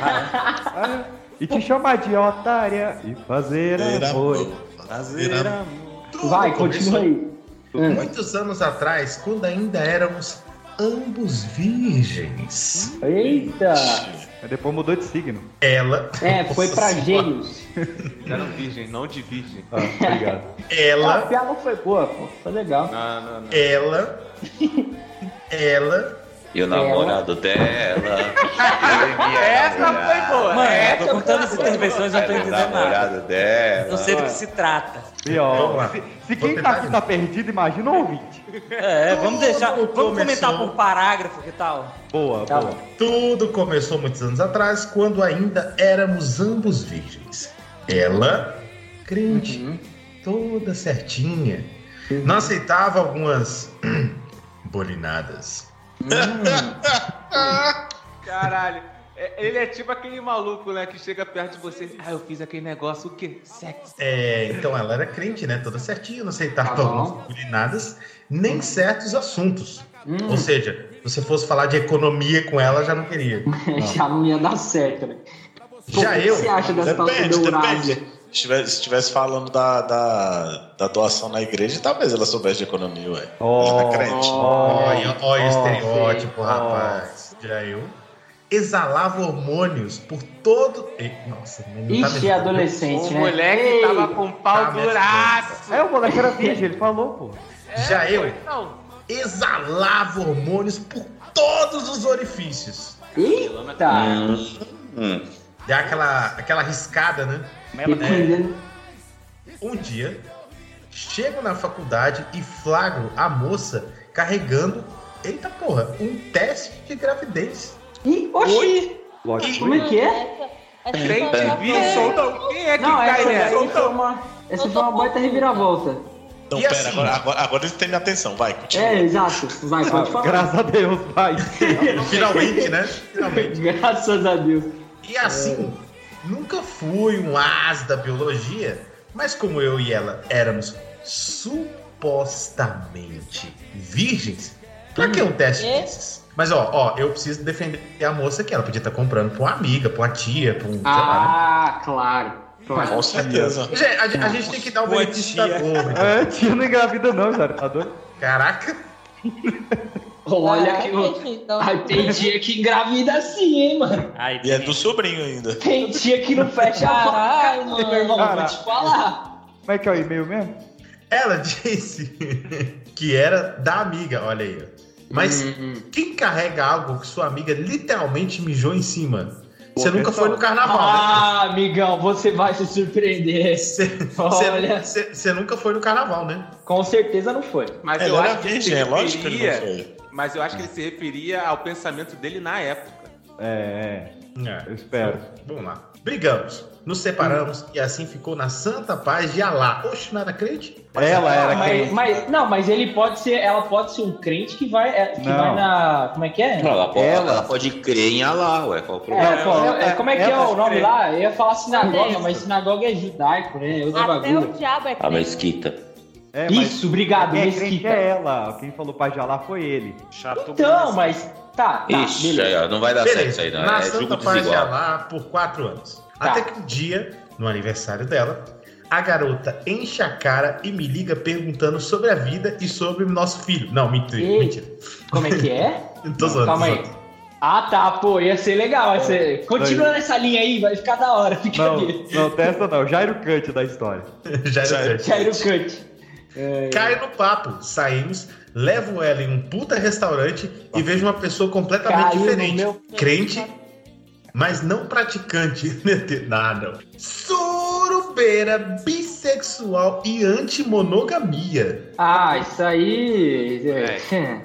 S2: E te chamar de otária e fazer
S16: Fazer
S2: amor.
S16: Fazer amor.
S9: Vai, continua aí.
S2: Hum.
S9: Hum.
S16: Muitos anos atrás, quando ainda éramos ambos virgens.
S9: Eita!
S2: Mas depois mudou de signo.
S16: Ela.
S9: É, foi pra gêmeos.
S3: Era virgem, não de virgem.
S2: obrigado.
S9: A
S16: Ela.
S9: piada foi boa, pô. Foi legal.
S3: Não, não, não.
S16: Ela. Ela.
S9: É,
S11: E o namorado dela.
S2: Tá,
S12: Essa foi boa.
S4: Mano,
S2: É,
S4: eu
S12: Essa
S4: tô contando as
S12: foi
S4: intervenções, não tô
S11: O
S4: entendendo nada.
S11: namorado dela.
S4: Não sei do que se trata.
S9: assim,
S2: Vamos lá. Se, É. se quem tá aqui tá perdido, imagina o ouvinte.
S4: É, vamos deixar. Vamos comentar
S16: começou.
S4: por parágrafo, que tal?
S2: Boa,
S4: Tá
S2: boa.
S4: bom.
S16: Tudo começou muitos anos atrás, quando ainda éramos ambos virgens. Ela, crente,
S9: Uhum.
S16: toda certinha, não aceitava algumas bolinadas.
S9: Hum.
S3: Caralho. É, Ele é tipo aquele maluco, né? Que chega perto de você. Ah, eu fiz aquele negócio, o quê? Sexo.
S16: É, então ela era crente, né? Toda certinha, não aceitava
S3: Tá bom.
S16: algumas bolinadas, nem
S9: Hum.
S16: certos assuntos. Ou seja, se você fosse falar de economia com ela, já não queria.
S9: Já não ia dar certo, né? Pô,
S16: Já
S9: o que
S16: eu.
S9: você acha dessa tal
S15: Depende,
S9: da
S15: depende.
S9: Eurásia?
S15: Se estivesse, se estivesse falando da, da, da doação na igreja, talvez ela soubesse de economia, ué. ela tá crente.
S16: Olha, olha o estereótipo,
S15: sim.
S16: rapaz. Já eu. Exalava hormônios por todo. Ei, Nossa, não tá
S9: Ixi,
S16: vendo?
S9: adolescente, né?
S3: moleque tava com pau
S16: Tá, minha
S3: duraço.
S2: É, o moleque era virgem, ele falou, pô.
S16: Já
S3: É,
S16: eu
S3: então.
S16: exalava hormônios por todos os orifícios.
S9: Eita!
S11: Hum,
S16: Dá aquela, aquela riscada, né? Um dia, chego na faculdade e flagro a moça carregando, eita porra, um teste de gravidez. um
S9: Ih, oxi!
S2: Lógico.
S9: Como é que é?
S3: Crente virgem, soltão. Quem é que
S9: Não,
S3: cai
S9: essa
S3: nessa?
S9: daí foi
S3: Soltão.
S9: uma, essa foi uma baita reviravolta.
S15: Então,
S16: E
S15: pera,
S16: assim?
S15: agora, agora, agora ele tem minha atenção, vai, continua.
S9: É, exato. Vai, pode
S2: Ah,
S9: falar.
S2: graças a Deus, vai.
S16: Finalmente, né? Finalmente.
S9: Graças a Deus.
S16: E
S15: É.
S16: assim, nunca fui um as da biologia, mas como eu e ela éramos supostamente virgens, pra que um teste
S9: É.
S16: desses? Mas ó, ó, eu preciso defender a moça que ela podia estar comprando pra uma amiga, pra uma tia, pra um. sei lá,
S9: Ah, claro. claro.
S15: Com certeza.
S16: né? Gente, a, a gente tem que dar o
S4: Boa
S16: benefício da
S4: tia.
S16: dúvida.
S2: É, tia não engravida não, cara. Tá doido?
S16: Caraca,
S9: Olha,
S6: Ah,
S9: que
S6: não
S9: eu...
S6: entendi, então.
S9: Ai, tem dia que engravida assim, hein, mano.
S4: Aí,
S15: E é do sobrinho ainda.
S9: Tem dia que não fecha a
S6: Caralho,
S9: boca, meu irmão. Vou
S2: Caralho.
S9: te falar.
S2: Como é que é o e-mail mesmo?
S16: ela disse que era da amiga, olha aí. ó. Mas
S9: Hum,
S16: quem carrega algo que sua amiga literalmente mijou em cima?
S2: Boa
S16: Você nunca
S2: questão.
S16: foi no carnaval, né?
S9: Ah, amigão, você vai se surpreender. Ah, Olha.
S16: Você nunca foi no carnaval, né?
S9: Com certeza não foi.
S3: Mas eu
S15: Ela era
S3: acho que assim, ele
S15: virgem,
S3: se
S15: é lógico que ele não
S3: referia.
S15: foi.
S3: Mas eu acho que ele se referia ao pensamento dele na época.
S2: É, é,
S16: É.
S2: eu espero.
S16: Vamos lá. Brigamos, nos separamos e assim ficou na santa paz de Alá. Oxe, não era crente?
S2: Ela era
S9: mas,
S2: crente.
S9: mas- não, mas ele pode ser, ela pode ser um crente que vai, é, que
S2: Não.
S9: vai na, como é que é?
S11: Ela pode,
S2: Ela-
S11: ela... pode crer em Allah, Ah, ué. Qual o
S9: É,
S11: problema?
S9: pô,
S2: ela-
S9: é, como é que é
S2: ela-
S9: o nome lá? Eu ia falar
S6: Até
S9: sinagoga, mas sinagoga é judaico, né? Eu
S6: Até o
S9: bagulho.
S6: diabo é
S15: Ah,
S11: A
S6: crente.
S11: mesquita.
S2: É, mas
S9: Isso, obrigado,
S2: quem é crente
S9: Mesquita.
S2: é ela. Quem falou pra Jalá foi ele.
S3: Chato.
S9: Então, mas tá, tá,
S11: Ixi,
S9: beleza.
S11: aí, ó, não vai dar certo isso
S16: Beleza,
S11: aí, não.
S16: na
S11: é jogo
S16: santa paz de
S11: desigual. Tá.
S16: Alá por quatro anos. Até que um dia, no aniversário dela, a garota enche a cara e me liga perguntando sobre a vida e sobre o nosso filho. Não, mentira.
S9: Ei.
S16: mentira.
S9: Como é que é?
S16: Tô zoando,
S9: Calma
S16: tô
S9: aí. Ah, tá, pô, ia ser legal. Vai ser... Continua nessa linha aí, vai ficar da hora. Fica
S2: É, Não,
S9: ali.
S2: não, testa não. Jairo Cante da história.
S16: zoando. Já era crente.
S9: Jairo Cut. É,
S16: Cai no papo, saímos, levo ela em um puta restaurante e vejo uma pessoa completamente
S9: Caiu no
S16: diferente.
S9: meu-
S16: Crente, mas não praticante. né, Nada. Surubeira, bissexual e anti-monogamia.
S9: Ah, isso aí.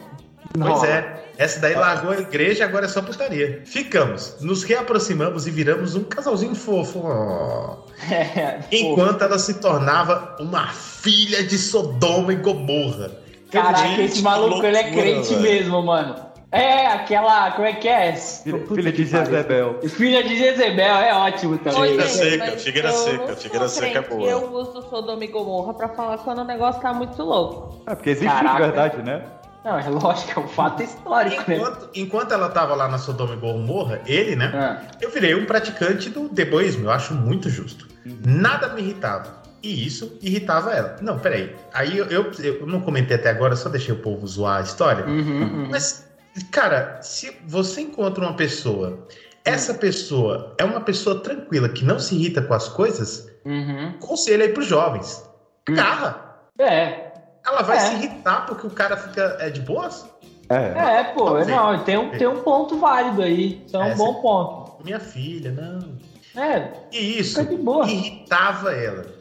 S9: É.
S16: Pois é. Essa daí largou a igreja, agora é só putaria. Ficamos, nos reaproximamos e viramos um casalzinho fofo. Oh.
S9: É, pô,
S16: Enquanto ela se tornava uma filha de Sodoma e Gomorra.
S9: Caraca,
S15: Gente,
S9: esse maluco
S15: que
S9: ele é
S15: loucura,
S9: crente
S15: velho.
S9: mesmo, mano. É, aquela. Como é que é?
S2: Filha,
S9: Puta
S2: filha
S9: que
S2: de
S9: pariu.
S2: Jezebel.
S9: Filha de Jezebel, é ótimo também.
S15: Oi,
S6: Olha,
S15: seca,
S6: mas
S15: figueira
S6: eu
S15: seca,
S6: não sou
S15: figueira seca é
S6: crente,
S15: boa.
S6: Eu uso Sodoma e Gomorra pra falar quando o negócio tá muito louco.
S2: É, porque existe
S9: Caraca.
S2: de verdade, né?
S9: Não, é lógico, é um fato histórico, né?
S16: Enquanto, enquanto ela tava lá na Sodoma e Gomorra, ele, né?
S9: Ah,
S16: Eu virei um praticante do deboísmo, eu acho muito justo. Nada me irritava. E isso irritava ela. Não, peraí. Aí eu, eu, eu não comentei até agora, só deixei o povo zoar a história.
S9: uhum, uhum.
S16: Mas Cara, se você encontra uma pessoa, essa pessoa é uma pessoa tranquila que não se irrita com as coisas,
S9: Uhum.
S16: conselho aí pros jovens. Garra.
S9: Hum. É.
S16: Ela vai
S9: É.
S16: se irritar porque o cara fica. É de boas?
S9: É, pô, é, não, tem um, tem um ponto válido aí. Isso é um
S16: É,
S9: bom
S16: sim.
S9: ponto.
S16: Minha filha, não.
S9: É.
S16: E isso irritava ela.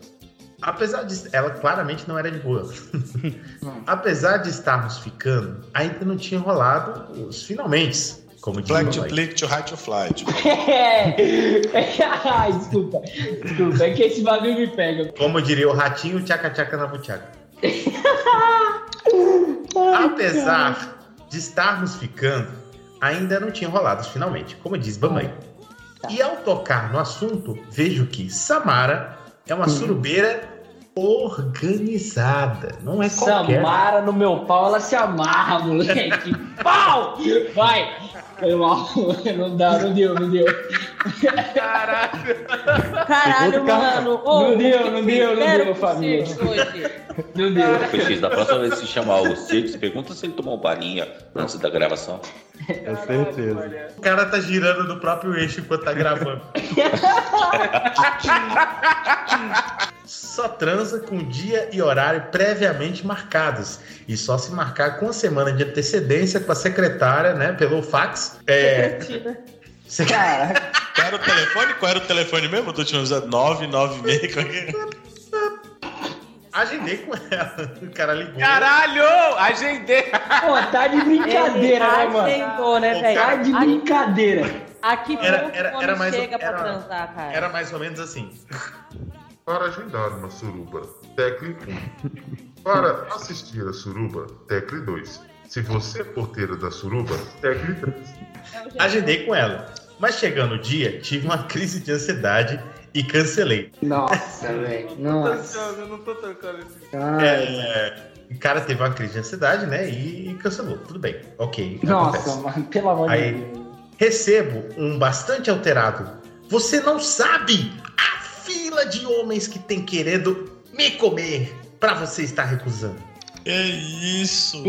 S16: Apesar de ela claramente não era de boa. Apesar de estarmos ficando, ainda não tinha rolado os finalmente. Como diz
S15: Flight
S16: o
S15: to
S16: Mike.
S15: Flick to Hide to Flight.
S9: É. Ai, desculpa. Desculpa, é que esse bagulho me pega.
S16: Como diria o ratinho, tchaca-tchaca na butiaca. Apesar de estarmos ficando, ainda não tinha rolado os finalmente, como diz Bamãe. E ao tocar no assunto, vejo que Samara é uma surubeira organizada. Não é qualquer.
S9: Samara no meu pau, ela se amarra, moleque. pau! Vai! Foi mal. Não dá, não deu, não deu.
S6: Caralho,
S9: Pegou do carro.
S6: mano.
S9: Não deu, não deu, não deu, família. Não deu.
S11: PX, da próxima vez que chamar o Six, pergunta se ele tomou balinha antes da gravação.
S2: É certeza.
S16: O cara tá girando no próprio eixo enquanto tá gravando. só transa com dia e horário previamente marcados. E só se marcar com a semana de antecedência com a secretária, né? Pelo fax. É. Caraca.
S15: Qual era o telefone? Qual era o telefone mesmo? Do último episódio? 996. qual que é?
S16: Agendei com ela. O cara ligou.
S3: Caralho! Agendei!
S9: Pô, tá de brincadeira, né, mano?
S6: Agendou, né, velho?
S9: Tá de
S6: Aqui-
S9: brincadeira.
S6: Aqui
S16: Era-
S6: pouco
S16: era-
S6: homem
S16: era mais-
S6: um chega
S15: um,
S6: pra
S16: era-
S6: transar, cara.
S16: Era mais ou menos assim.
S19: Para agendar uma suruba, tecle 1. Para assistir a suruba, tecle 2. Se você é porteira da suruba, tecle 3.
S16: Agendei com ela. Mas chegando o dia, tive uma crise de ansiedade e cancelei.
S9: Nossa, é
S16: velho.
S3: Eu não tô tocando esse
S9: Ah,
S16: É, o cara teve uma crise de ansiedade, né? E cancelou. Tudo bem. Ok.
S9: Nossa,
S16: acontece.
S9: mano, pelo amor de Deus.
S16: Aí recebo um bastante alterado. Você não sabe a fila de homens que tem querendo me comer pra você estar recusando.
S15: É isso.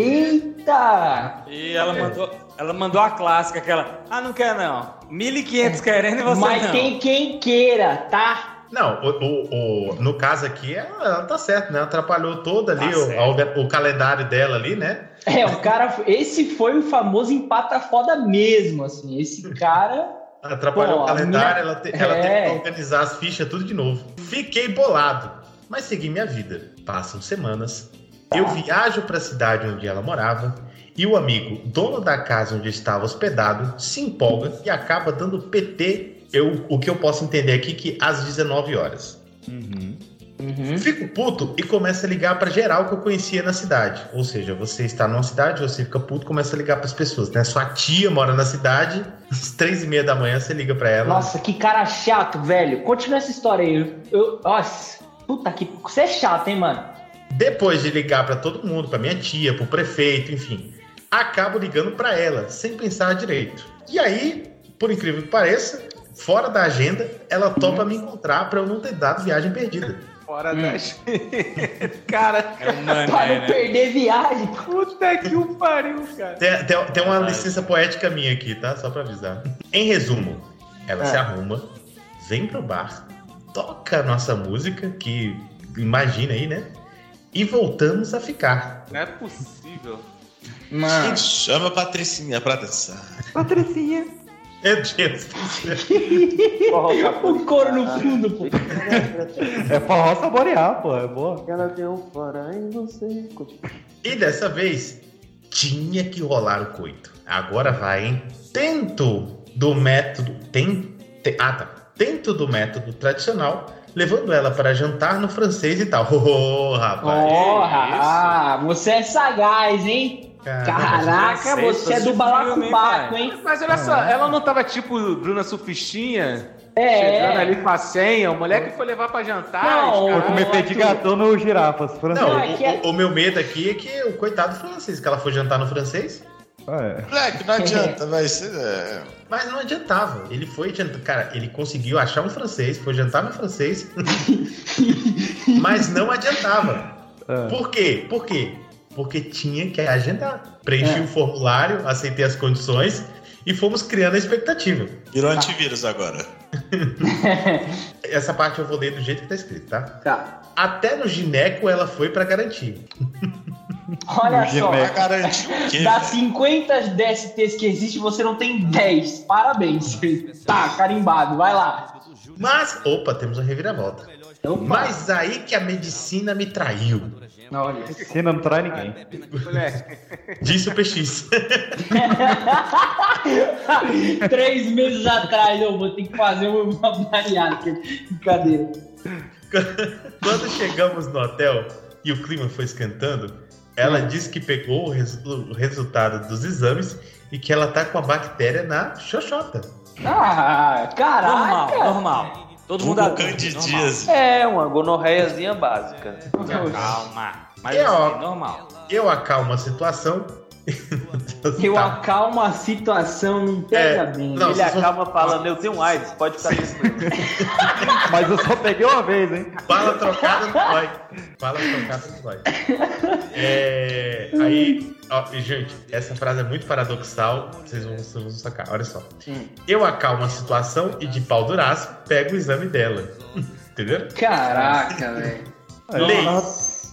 S9: Eita!
S4: E ela mandou, ela mandou a clássica, aquela. Ah, não quer não. 1.500 querendo e você
S9: Mas
S4: não.
S9: tem quem queira, tá?
S16: Não, o, o- o- no caso aqui, ela, ela tá certo, né? Atrapalhou todo ali
S9: Tá
S16: o-
S9: certo.
S16: a orga- o calendário dela ali, né?
S9: É, o cara. Esse foi o famoso empata foda mesmo, assim. Esse cara.
S16: Atrapalhou
S9: Pô,
S16: o
S9: a
S16: calendário,
S9: minha-
S16: ela, te- ela
S9: É.
S16: teve que organizar as fichas tudo de novo. Fiquei bolado, mas segui minha vida. Passam semanas,
S9: Tá.
S16: eu viajo para a cidade onde ela morava e o amigo, dono da casa onde estava hospedado, se empolga e acaba dando PT, eu, o que eu posso entender aqui que às 19 horas.
S2: Uhum.
S9: Uhum.
S16: Fico puto e começo a ligar pra geral que eu conhecia na cidade. Ou seja, você está numa cidade, você fica puto, começa a ligar pras pessoas, né? Sua tia mora na cidade, às três e meia da manhã você liga pra ela.
S9: Nossa, que cara chato, velho. Continua essa história aí. Eu, nossa, puta que. Você é chato, hein, mano?
S16: Depois de ligar pra todo mundo, pra minha tia, pro prefeito, enfim, acabo ligando pra ela sem pensar direito. E aí, por incrível que pareça, fora da agenda, ela topa me encontrar pra eu não ter dado viagem perdida.
S3: Fora da Cara,
S16: É um mané,
S9: Hum. pra não
S16: né?
S9: perder viagem.
S3: Puta que o pariu, cara.
S16: Tem, tem- tem uma licença poética minha aqui, tá? Só pra avisar. Em resumo, ela
S9: Ah.
S16: se arruma, vem pro bar, toca a nossa música, que imagina aí, né? E voltamos a ficar.
S3: Não é possível.
S15: Gente, Chama a Patricinha pra dançar.
S2: Patricinha.
S16: Meu Deus
S9: o couro no fundo, pô.
S2: É forró saborear, pô. É boa.
S12: Ela deu um fora em você.
S16: E dessa vez, tinha que rolar o coito. Agora vai, hein? Tento do método. Tem, te- ah, tá. Tento do método tradicional, levando ela para jantar no francês e tal. Ô, rapaz.
S9: Porra! Você é sagaz, hein? Caraca,
S3: Francês,
S9: você é do
S3: francês,
S9: balacobaco,
S3: né,
S9: hein?
S3: cara? Mas olha só, ela não tava tipo Bruna Sufistinha?
S9: É.
S3: Chegando ali com a senha, o moleque foi levar pra jantar.
S9: Não,
S2: Eu
S3: caralho.
S2: comecei de gatão no girafas. Francês.
S16: Não, o, o- o meu medo aqui é que o coitado francês, que ela foi jantar no francês.
S2: Ah, é.
S15: Moleque, não adianta, vai ser. é.
S16: Mas não adiantava. Ele foi jantar. Cara, ele conseguiu achar um francês, foi jantar no
S2: Ah.
S16: francês. mas não adiantava. Por quê? Por quê? porque tinha que agendar. Preenchi o formulário, aceitei as condições e fomos criando a expectativa.
S15: Virou antivírus agora.
S16: Essa parte eu vou ler do jeito que tá escrito, tá? Tá. Até no gineco ela foi pra garantir.
S9: Olha
S16: Ninguém
S9: só.
S16: vai garantir o quê,
S9: Das
S16: velho?
S9: 50 DSTs que existe, você não tem 10. Parabéns. Tá, carimbado, vai lá.
S16: Mas, opa, temos uma reviravolta. Mas aí que a medicina me traiu.
S9: Olha.
S2: Medicina não trai ninguém.
S16: Disse o PX.
S9: Três meses atrás eu vou ter que fazer uma baleada. que- Brincadeira.
S16: Quando chegamos no hotel e o clima foi esquentando, ela
S9: Hum.
S16: disse que pegou o, resu- o resultado dos exames e que ela tá com a bactéria na xoxota.
S9: Ah, caraca.
S4: Normal, normal. Todo mundo
S9: Vulgo
S4: Candidias.
S12: É, uma gonorreiazinha básica.
S4: Calma.
S16: Mas eu, assim,
S4: normal.
S16: Eu acalmo a situação.
S9: Eu acalmo a situação, não pega bem.
S12: Não,
S9: Ele
S12: Ele
S9: acalma.
S12: acaba falando, eu tenho AIDS, pode ficar isso.
S2: Mas eu só peguei uma vez, hein?
S16: Bala
S15: é?
S16: trocada não dói. Bala trocada não dói. É, aí, ó, e, gente, essa frase é muito paradoxal, vocês vão, vocês vão sacar, olha só. Eu acalmo a situação e de pau duraço pego o exame dela. Entendeu?
S9: Caraca, velho.
S16: Leio,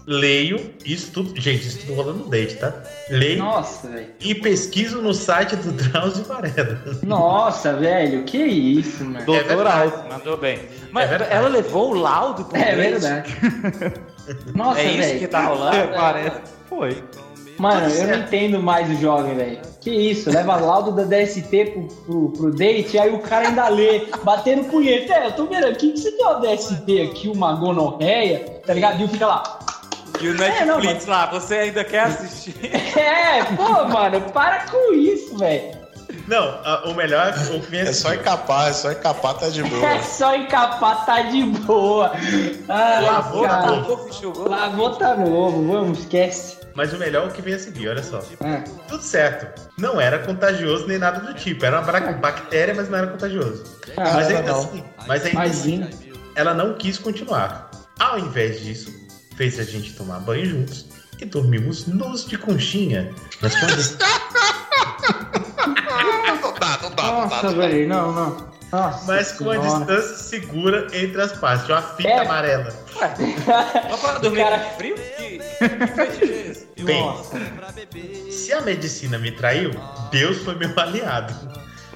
S16: leio estudo. Gente, isso tudo rolando no date, tá? Leio
S9: Nossa, velho.
S16: e pesquiso no site do Drauzio Varela.
S9: Nossa, velho, que isso, mano.
S16: Doutor
S4: Alto. Mandou bem.
S16: É
S4: Mas É ela levou o laudo pro
S9: É
S4: date?
S9: verdade. Nossa,
S4: É isso
S9: velho.
S4: que tá rolando? É, parece.
S2: Foi.
S9: Mano,
S4: Tudo
S9: eu não
S4: certo.
S9: entendo mais o jovem, velho. Que isso, leva laudo da DST pro, pro, pro date, aí o cara ainda lê, batendo punheta. É, eu tô vendo aqui que você tem uma DST aqui, uma gonorreia, tá ligado? E o fica lá.
S4: E o Netflix lá, é, você ainda quer assistir?
S9: É, pô, mano, para com isso, velho.
S16: Não, o melhor é o
S15: É só encapar, é só encapar, tá de
S9: É
S15: boa.
S9: só encapar, tá de boa. Ai,
S16: Lavou,
S9: cara.
S16: lavou,
S9: Lavou, tá novo, vamos, esquece.
S16: Mas o melhor é o que vem a seguir, olha só.
S9: É.
S16: Tudo certo. Não era contagioso nem nada do tipo. Era uma bra- bactéria, mas não era contagioso.
S9: É. Ah,
S16: mas
S9: era
S16: ainda
S9: não.
S16: assim, mas ainda assim, ela não quis continuar. Ao invés disso, fez a gente tomar banho juntos e dormimos nus de conchinha. Mas quando...
S15: Não dá,
S5: Tá,
S15: não dá, não dá.
S9: Nossa, velho, não, não. Nossa
S16: Mas com a
S9: Senhora.
S16: distância segura entre as partes, uma fita
S9: É.
S16: amarela.
S4: Só pra dormir
S9: Cara-
S4: com frio? Que-
S16: Bem, se a medicina me traiu, Deus foi meu aliado.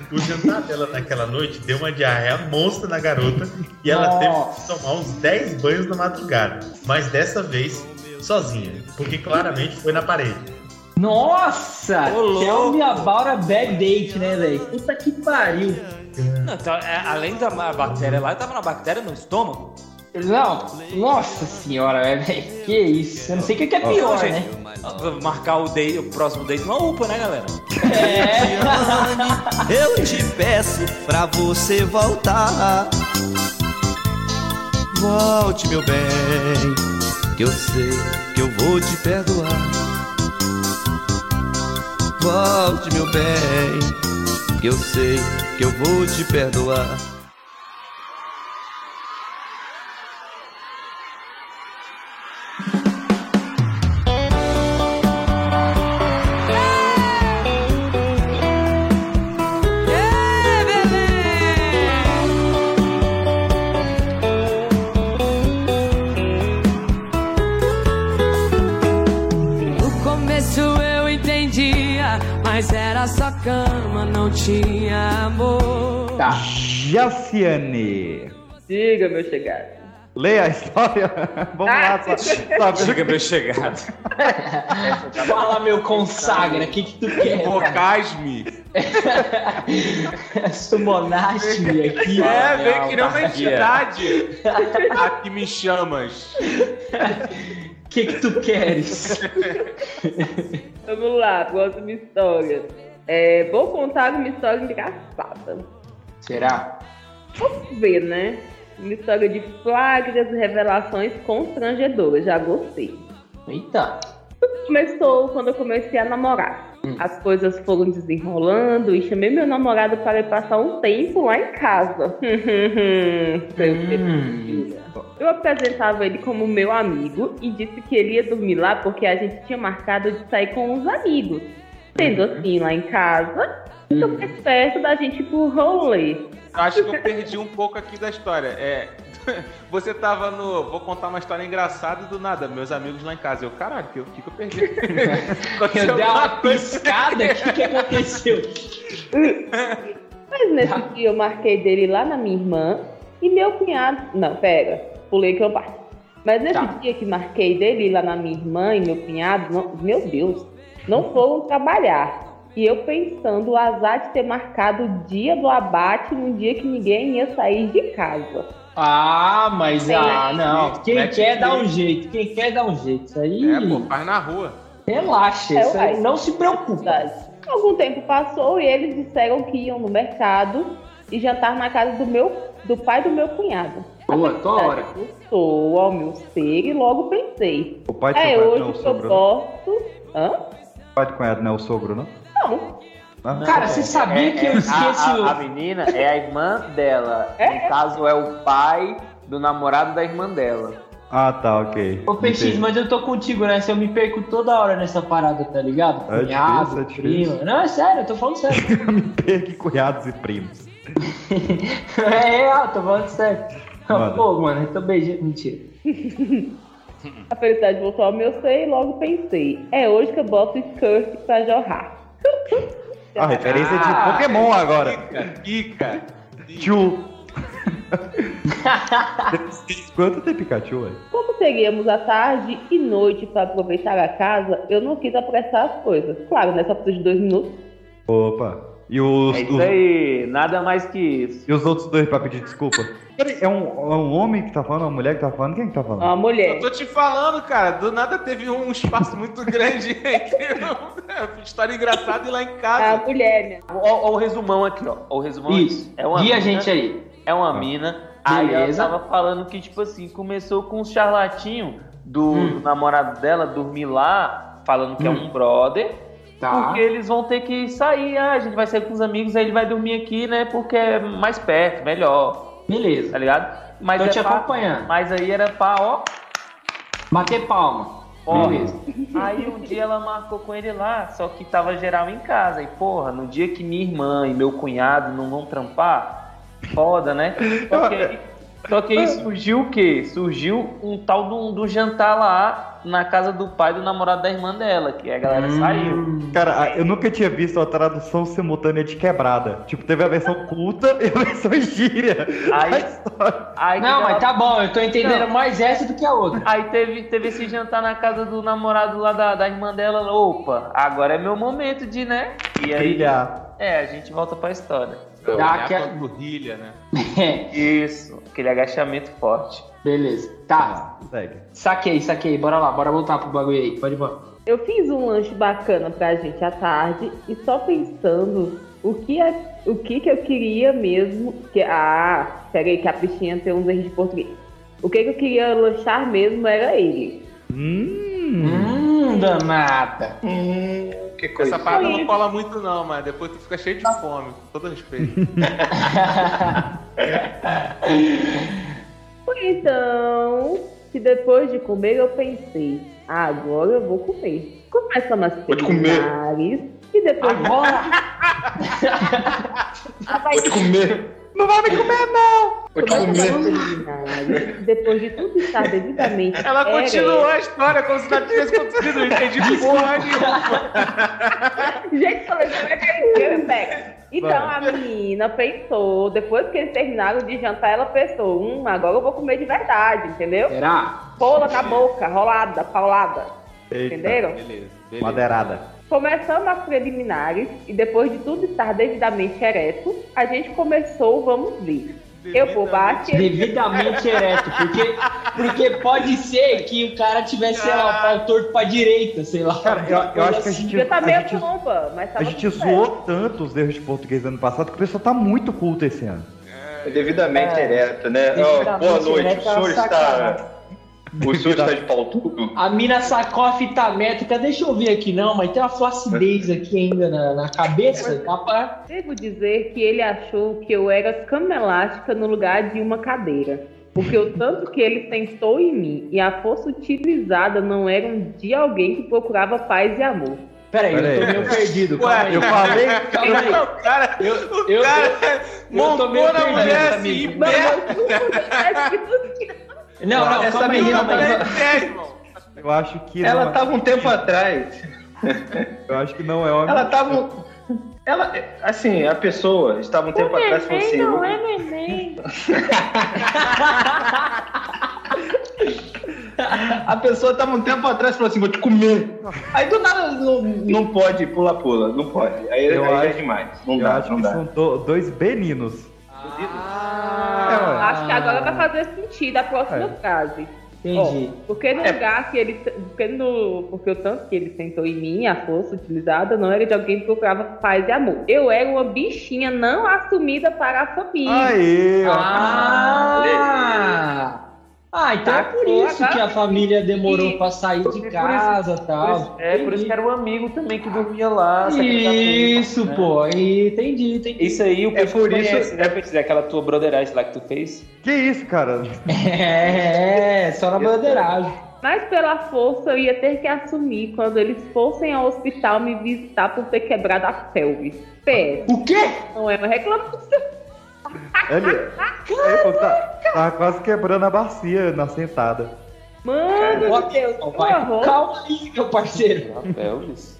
S16: O jantar dela naquela noite deu uma diarreia monstra na garota e ela teve que tomar uns 10 banhos na madrugada. Mas dessa vez, sozinha, porque claramente foi na parede.
S9: Nossa!
S4: Ô,
S9: Tell me
S4: louco.
S9: about a bad date, né, velho? Puta que pariu.
S4: Não, então, é, além da ma- bactéria lá, tava na bactéria no estômago.
S9: Não, nossa senhora, velho. é, Que isso? Eu não sei o que que é pior, né?
S4: Marcar o, date, o próximo date numa UPA, né, galera?
S10: Eu te peço pra você voltar. Volte, meu bem, que eu sei que eu vou te perdoar. Volte, meu bem, que eu sei que eu vou te perdoar.
S13: No começo eu entendia, mas era só cama, não tinha amor.
S9: Tá.
S2: Jaciane.
S6: Diga, meu chegado.
S2: Leia a história. Vamos lá. Tá, tá vendo?
S4: Chega meu chegado.
S9: Fala, meu consagra, o que que tu quer?
S3: Invocasme.
S9: Sumonaste-me aqui.
S3: É,
S9: ó,
S3: vem que nem uma
S9: rapaz.
S3: entidade. Aqui me chamas.
S9: O que que tu queres?
S6: Vamos lá, próxima história. É, vou contar uma história engraçada.
S9: Será?
S6: Vamos ver, né? Uma história de flagras revelações constrangedoras. Já gostei.
S9: Eita. Hum.
S6: começou quando eu comecei a namorar. As coisas foram desenrolando e chamei meu namorado para ir passar um tempo lá em casa. Sei
S9: Hum.
S6: o quê. Eu apresentava ele como meu amigo e disse que ele ia dormir lá porque a gente tinha marcado de sair com os amigos. Sendo
S9: Uhum.
S6: assim, lá em casa, ficou mais é perto da gente ir pro rolê.
S3: Eu acho que eu perdi um pouco aqui da história. É. Você tava no. Vou contar uma história engraçada e do nada, meus amigos lá em casa. Eu, caralho, que- o que, que eu perdi?
S12: Eu dei uma
S3: piscada,
S12: o que que
S3: aconteceu?
S6: Mas nesse dia eu marquei dele lá na minha irmã e meu cunhado. Não, pera, pulei que eu parto. Mas nesse dia que marquei dele lá na minha irmã e meu cunhado, não- meu Deus, não foram trabalhar. E eu pensando o azar de ter marcado o dia do abate num dia que ninguém ia sair de casa.
S9: Ah, mas ah, não. Quem
S6: Mete
S9: quer dá
S6: clique.
S9: um jeito, quem quer dá um jeito. Isso aí.
S3: É, pô, faz na rua.
S6: É,
S9: Relaxa, isso aí não se
S6: preocupa. Algum tempo passou e eles disseram que iam no mercado e jantar na casa do meu do pai do meu cunhado.
S2: Boa, é tua hora.
S6: Sou ao meu ser e logo pensei.
S2: O pai um do
S6: é
S2: seu pai não,
S6: hoje que eu
S2: sobrou.
S6: gosto. Hã?
S2: Pode cunhado, não é o sogro, não?
S6: Não.
S2: Ah.
S9: Cara, você sabia que eu esqueci
S12: É, a,
S9: o-
S12: a, a menina é a irmã dela.
S9: É?
S12: No caso, é o pai do namorado da irmã dela.
S2: Ah, tá, ok.
S9: Ô, Peixinho,
S2: Entendi.
S9: mas eu tô contigo nessa, eu me perco toda hora nessa parada, tá ligado?
S2: É
S9: Cunhado,
S2: difícil, é
S9: primo.
S2: difícil.
S9: Não, é sério, eu tô falando sério.
S2: Perque cunhados e primos.
S9: é real, tô falando sério.
S2: Manda.
S9: Pô, mano, eu tô beijando. Mentira.
S6: A felicidade voltou ao meu ser e logo pensei. É hoje que eu boto skirt pra jorrar.
S12: Ah,
S2: A referência é de Pokémon agora.
S3: Kika.
S2: Tchu. Quanto tem Pikachu, ué?
S6: Como teríamos a tarde e noite pra aproveitar a casa, eu não quis apressar as coisas. Claro, né? Só preciso de dois minutos.
S2: Opa. E os,
S12: É
S2: os-
S12: isso aí, nada mais que isso.
S2: e os outros dois pra pedir desculpa? Peraí, é um, é um homem que tá falando, uma mulher que tá falando? Quem que tá falando?
S6: Uma mulher.
S3: Eu tô te falando, cara, do nada teve um espaço muito grande entre é uma história engraçada e lá em casa.
S6: A mulher, né?
S12: Ó, ó o resumão aqui, ó. Ó o resumão
S9: Isso.
S12: aqui. É uma
S9: Guia a
S12: mina-
S9: gente aí.
S12: É
S3: Ah.
S12: uma mina. Aí ela
S9: Beleza.
S12: tava falando que, tipo assim, começou com um charlatinho do,
S9: Hum.
S12: do namorado dela dormir lá, falando que é um brother.
S9: Tá.
S12: Porque eles vão ter que sair, ah, a gente vai sair com os amigos, aí ele vai dormir aqui, né? Porque é mais perto, melhor.
S9: Beleza.
S12: Tá ligado? Mas
S9: Tô
S12: é
S9: te
S12: pra-
S9: acompanhando.
S12: Mas aí era pra, ó,
S9: Bater palma.
S12: Ó,
S9: Beleza.
S12: Aí um dia ela marcou com ele lá, só que tava geral em casa. E porra, no dia que minha irmã e meu cunhado não vão trampar, foda, né? Só que, aí- só que aí surgiu o quê? Surgiu um tal do, do jantar lá na casa do pai do namorado da irmã dela, que a galera
S2: Hum.
S12: saiu.
S2: Cara, a- eu nunca tinha visto a tradução simultânea de quebrada. Tipo, teve a versão culta e a versão gíria.
S12: Aí
S9: Não,
S12: ela-
S9: mas tá bom, eu tô entendendo
S12: Não.
S9: mais essa do que a outra.
S12: Aí teve, teve esse jantar na casa do namorado lá da, da irmã dela. Opa, agora é meu momento de, né? E aí,
S2: Brilhar.
S12: É, a gente volta pra história.
S9: Dá aquela-
S3: panturrilha, né?
S12: Isso, aquele agachamento forte.
S9: Beleza. Tá.
S2: Segue.
S9: Saquei, saquei. Bora lá, bora voltar pro bagulho aí. Pode bora.
S6: Eu fiz um lanche bacana pra gente à tarde e só pensando o que é, o que, que eu queria mesmo. Que, ah, peraí, que a pichinha tem uns erros de português. O que, que eu queria lanchar mesmo era ele.
S9: Hum, danada.
S3: que
S9: coisa.
S3: Essa parada
S9: Oi.
S3: não cola muito, não, mas depois tu fica cheio de fome, com todo respeito.
S6: Foi então que depois de comer eu pensei, "Ah, agora eu vou comer. Começamos a
S12: Pode comer.
S6: seminários e depois. Agora!
S12: Pode comer.
S6: Não vai me comer, não!
S12: Pode comer.
S6: Depois de tudo estar devidamente.
S3: Ela
S6: ereta,
S3: continuou a história como se nada tivesse acontecido, não entendi porra nenhuma.
S6: Gente, falei como é que é isso? Eu me pego. Então
S3: Vai.
S6: a menina pensou, depois que eles terminaram de jantar, ela pensou, hum, agora eu vou comer de verdade, entendeu?
S9: Será?
S6: Rola na boca, rolada, paulada.
S2: Eita.
S6: Entenderam?
S2: Madeirada.
S6: Começando as preliminares e depois de tudo estar devidamente ereto, a gente começou, o vamos ver. Eu vou bate.
S9: Devidamente ereto, porque, porque pode ser que o cara tivesse, sei lá, o pau torto pra direita, sei lá. Cara,
S2: eu- eu acho que a gente-
S6: Eu tá
S2: a
S6: meio
S2: gente-
S6: bomba, mas
S2: A
S6: tava
S2: gente
S6: tudo certo.
S2: zoou tanto os erros de português ano passado que o pessoal tá muito culto esse ano.
S1: Devidamente
S9: É.
S1: ereto, né? Ó,
S9: Devidamente
S1: boa noite,
S9: ereto
S1: o
S9: é uma
S1: senhor está
S9: sacanagem.
S1: O senhor está de pau duro?
S9: A mina sacou a fita métrica, deixa eu ver aqui não, mas tem uma flacidez aqui ainda na, na cabeça. Dá pra...
S6: Devo dizer que ele achou que eu era cama elástica no lugar de uma cadeira. Porque o tanto que ele tentou em mim e a força utilizada não eram de alguém que procurava paz e amor.
S9: Peraí, eu tô meio perdido. calma aí.
S6: eu falei-
S9: Calma aí.
S6: O
S3: cara,
S9: eu, eu, eu, eu tô meio perdido,
S6: assim,
S9: amigo.
S3: assim,
S6: né?
S9: Não, não,
S2: essa
S9: calma aí,
S2: menina
S9: calma aí.
S2: Eu acho que.
S9: Ela
S2: não é-
S9: tava um tempo atrás.
S2: Eu acho que não é homem.
S20: Ela
S6: Tá
S20: tava. um- Ela, assim, a pessoa estava um tempo atrás e falou assim: eu-
S6: é neném.
S20: A pessoa tava um tempo atrás e falou assim: vou te comer. Aí do nada não, não pode pula-pula, não pode. Aí,
S2: Eu
S20: aí já é
S2: acho-
S20: demais. Não
S2: eu
S20: dá,
S2: acho
S20: não
S2: que
S20: dá.
S2: são do- dois beninos.
S6: Acho que agora vai fazer sentido a próxima
S2: Ah. É.
S6: frase.
S2: Entendi. É.
S6: Ó, porque no lugar que ele. Porque, no, porque o tanto que ele sentou em mim, a força utilizada não era de alguém que procurava paz e amor. Eu era uma bichinha não assumida para a família.
S2: Aí, ó.
S9: Ah! Ah, então é por isso
S12: tá?
S9: que a família demorou pra sair de casa e tal.
S12: É, por isso que era um amigo também que tá né? dormia lá.
S9: Isso, pô. Aí, entendi, entendi.
S12: Isso aí, o
S9: É por isso-
S12: conhece, né, Pedro? Aquela tua broderagem lá que tu fez.
S2: Que isso, cara?
S9: É, só na bandeiragem.
S6: Mas pela força eu ia ter que assumir quando eles fossem ao hospital me visitar por ter quebrado a pelvis. PS.
S9: O quê?
S6: Não é uma reclamação.
S2: Ele, ele tá, tá quase quebrando a bacia na sentada.
S6: Mano
S9: Cara,
S6: de Deus, que horror.
S9: Calma aí, meu parceiro.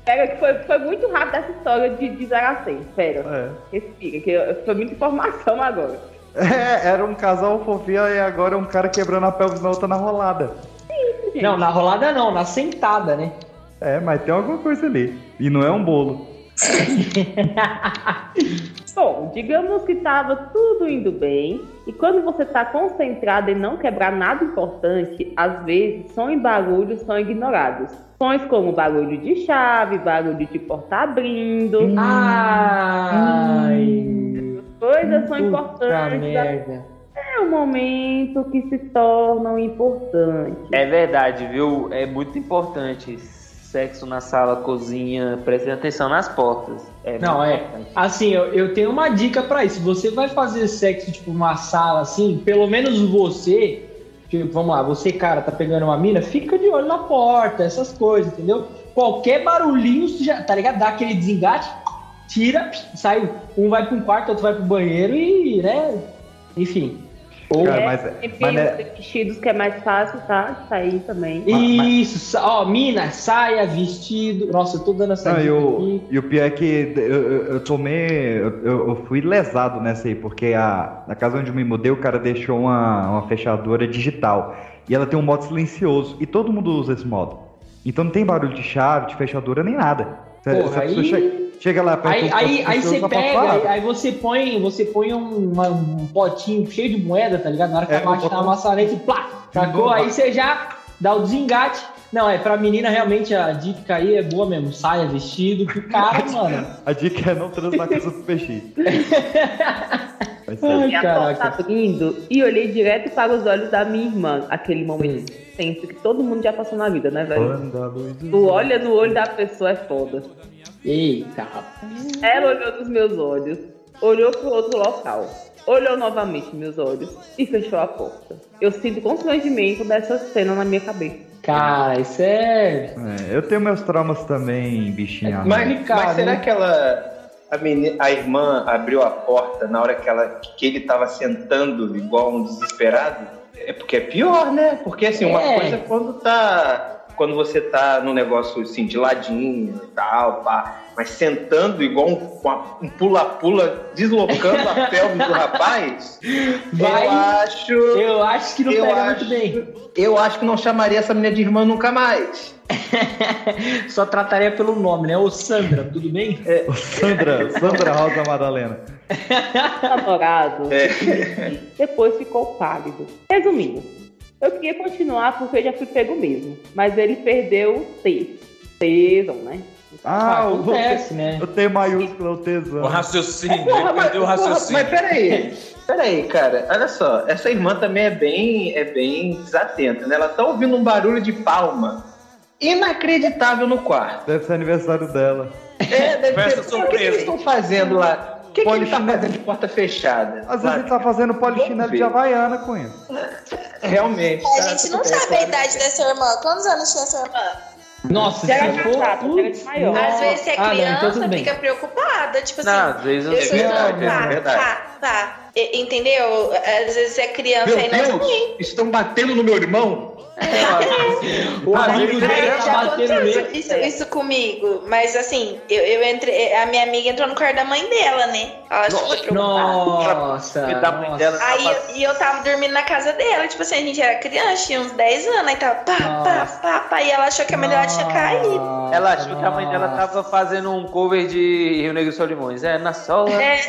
S6: Pera, que foi, foi muito rápido essa história de, de 0 a 100. Pera, respira, que eu- foi muita informação agora.
S2: É, era um casal fofinho e agora é um cara quebrando a pelvis na outra na rolada.
S9: Não, na rolada não, na sentada, né?
S2: É, mas tem alguma coisa ali. E não é um bolo.
S6: Bom, digamos que estava tudo indo bem, e quando você está concentrado em não quebrar nada importante, às vezes som e barulho são ignorados. Sons como barulho de chave, barulho de porta abrindo. Coisas são importantes. É um momento que se tornam importantes.
S12: É verdade, viu? É muito importante. Sexo na sala, cozinha, prestem atenção nas portas.
S9: Não,
S12: muito
S9: é.
S12: importante.
S9: Assim, eu, eu tenho uma dica pra isso. Você vai fazer sexo, tipo, numa sala assim, pelo menos você, tipo, vamos lá, você, cara, tá pegando uma mina, fica de olho na porta, essas coisas, entendeu? Qualquer barulhinho, você já, tá ligado? Dá aquele desengate, tira, sai. Um vai pra um quarto, outro vai pro banheiro e, né? Enfim. Ou-
S6: é, enfim, os vestidos que é mais fácil, tá? De Sair também.
S9: Isso, sa- ó, mina, saia, vestido. Nossa, eu tô dando essa
S2: Não, e,
S9: dica
S2: o,
S9: aqui.
S2: e o pior é que eu, eu, eu tomei. Eu, eu fui lesado nessa aí, porque a, na casa onde eu me mudei, o cara deixou uma, uma fechadura digital. E ela tem um modo silencioso. E todo mundo usa esse modo. Então não tem barulho de chave, de fechadura, nem nada. Se-
S9: Porra,
S2: se a pessoa
S9: aí-
S2: chega, chega lá aperta
S9: Aí,
S2: um
S9: aí,
S2: pouco,
S9: aí
S2: usa
S9: você
S2: pra
S9: pega,
S2: falar.
S9: aí, aí você põe, você põe um, uma- um potinho cheio de moeda, tá ligado? Na hora que
S2: É,
S9: a bate na
S2: um pouco-
S9: maçaneta, plá, sacou?
S2: Boa.
S9: Aí você já dá o desengate. Não, é pra menina realmente a dica aí é boa mesmo. Saia, vestido, que o cara, mano.
S2: A dica é não transar com essa peixinhos.
S6: Ai, caraca. abrindo e olhei direto para os olhos da minha irmã. Aquele momento tenso que todo mundo já passou na vida, né, velho? Tu olha no olho da pessoa, é foda.
S9: Eita, rapaz.
S6: Ela olhou nos meus olhos, olhou para outro local, olhou novamente meus olhos e fechou a porta. Eu sinto constrangimento dessa cena na minha cabeça.
S9: Cara, isso é.
S2: É, eu tenho meus traumas também, bichinha.
S20: Mas, mas será
S9: né?
S20: que ela. A, meni- a irmã abriu a porta na hora que, ela, que ele tava sentando igual um desesperado? É porque é pior, né? Porque assim, uma
S9: É.
S20: coisa é quando tá. Quando você tá num negócio assim, de ladinho e tal, pá, mas sentando igual um com a- um pula-pula, deslocando a pelvis do rapaz,
S9: Vai-
S20: eu acho.
S9: eu acho que não
S20: eu
S9: pega
S20: acho-
S9: muito bem.
S20: Eu acho que não chamaria essa menina de irmã nunca mais.
S9: Só trataria pelo nome, né? Ô Sandra, tudo bem?
S2: Sandra, Sandra Rosa Madalena.
S6: namorado
S9: É.
S6: depois ficou pálido. Resumindo, eu queria continuar porque eu já fui pego mesmo, mas ele perdeu o T. tesão, né?
S2: Ah, o-
S6: Acontece,
S2: o,
S6: né?
S2: o T maiúsculo é o tesão.
S4: O raciocínio,
S17: Porra, mas, porra, mas peraí, peraí, cara, olha só, essa irmã também é bem, é bem desatenta, né? Ela tá ouvindo um barulho de palma inacreditável no quarto.
S2: Deve ser aniversário dela.
S17: É, deve
S2: Festa
S17: ser, o que, que eles estão fazendo lá? O que, que ele tá fazendo de porta fechada?
S2: Às vezes ele tá fazendo polichinelo de
S17: ver.
S2: Havaiana, Cunha.
S17: Realmente.
S9: É,
S19: A gente não sabe a idade dessa irmã. Quantos anos tinha essa irmã?
S9: Nossa,
S19: Se ela
S9: se
S19: é
S9: for-
S19: putz, Às vezes você é
S9: Ah, não, então
S19: criança,
S9: tudo bem.
S19: fica preocupada. Tipo assim,
S9: Não, às vezes eu-
S19: deixa
S9: é
S19: eu-
S9: verdade,
S14: tá,
S9: é verdade.
S19: Pá, pá. E- Entendeu? Às vezes você é criança
S17: Meu
S19: e não
S17: Deus,
S19: tem.
S17: estão batendo no meu irmão?
S9: O
S19: Ah,
S9: amigo dele
S19: já
S9: tá batendo
S19: aconteceu
S9: nele.
S19: isso, isso comigo, mas assim, eu, eu entrei, a minha amiga entrou no quarto da mãe dela, né? Ela ficou preocupada.
S9: Nossa. nossa.
S4: Ah,
S19: Aí eu- e eu tava dormindo na casa dela, tipo assim, a gente era criança, tinha uns 10 anos, aí tava pá, pá, pá, pá, e ela achou que a mãe dela tinha caído.
S21: Ela achou que a mãe dela tava fazendo um cover de Rio Negro e Sol de Mons. É, na sola.
S19: É.
S21: É.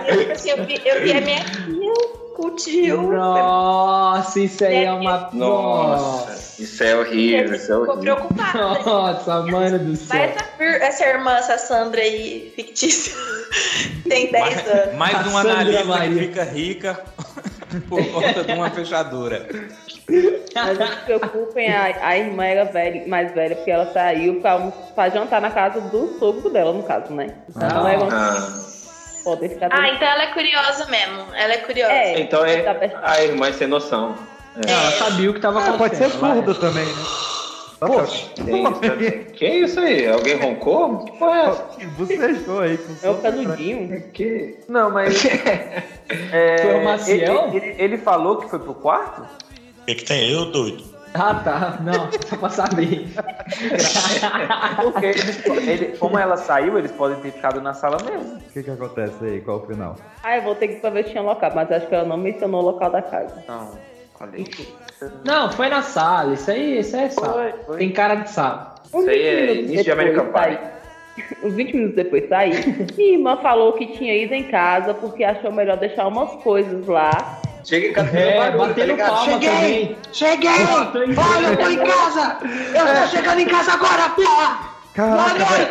S19: Aí eu, tipo assim, eu vi, eu vi a minha tia com o tio.
S9: Nossa, isso aí é uma.
S17: Nossa, isso é horrível, isso é
S19: Ficou
S17: horrível.
S19: preocupada.
S9: Nossa, mano do
S19: Mas
S9: céu.
S19: essa, fir- essa irmã, essa Sandra aí, fictícia, tem 10 anos.
S4: Mais um
S9: A Sandra
S4: analista que
S9: Maria.
S4: fica rica por conta de uma fechadura.
S6: Mas não se preocupem, a, a irmã era velha, mais velha, porque ela saiu pra, almo- pra jantar na casa do sogro dela, no caso, né? Então ela era uma...
S17: Ah,
S6: Podem ficar
S19: Ah, então ela é curiosa mesmo. Ela é curiosa.
S17: Então é a irmã sem noção.
S9: Ela sabia o que tava
S21: Ah,
S9: acontecendo.
S2: Pode ser surda também, né? Poxa,
S17: tá
S2: assim?
S17: Que isso aí? Alguém roncou? Que porra é essa?
S2: Bocejou aí com
S6: É o canudinho.
S17: Que...
S21: né? Não, mas. É,
S9: Foi o Maciel?
S21: Ele, ele- ele falou que foi pro quarto?
S15: O que, que tem eu, doido?
S9: Ah, tá. Não, só pra saber.
S21: Porque eles- ele- como ela saiu, eles podem ter ficado na sala mesmo.
S2: O que que acontece aí? Qual o final?
S6: Ah, eu vou ter que saber se tinha local, mas acho que ela não mencionou o local da casa.
S21: Não, falei.
S9: Não, foi na sala. Isso aí, isso aí é sapo. Tem cara de sapo.
S6: Isso aí é início de American Uns 20 minutos depois saí. Minha irmã falou que tinha ido em casa porque achou melhor deixar umas coisas lá.
S17: Chega em casa tá
S9: É, batendo palma também. tá
S6: Cheguei!
S9: Olha, eu tô em
S6: casa!
S9: Eu tô chegando em casa agora, porra!
S2: Caraca, velho.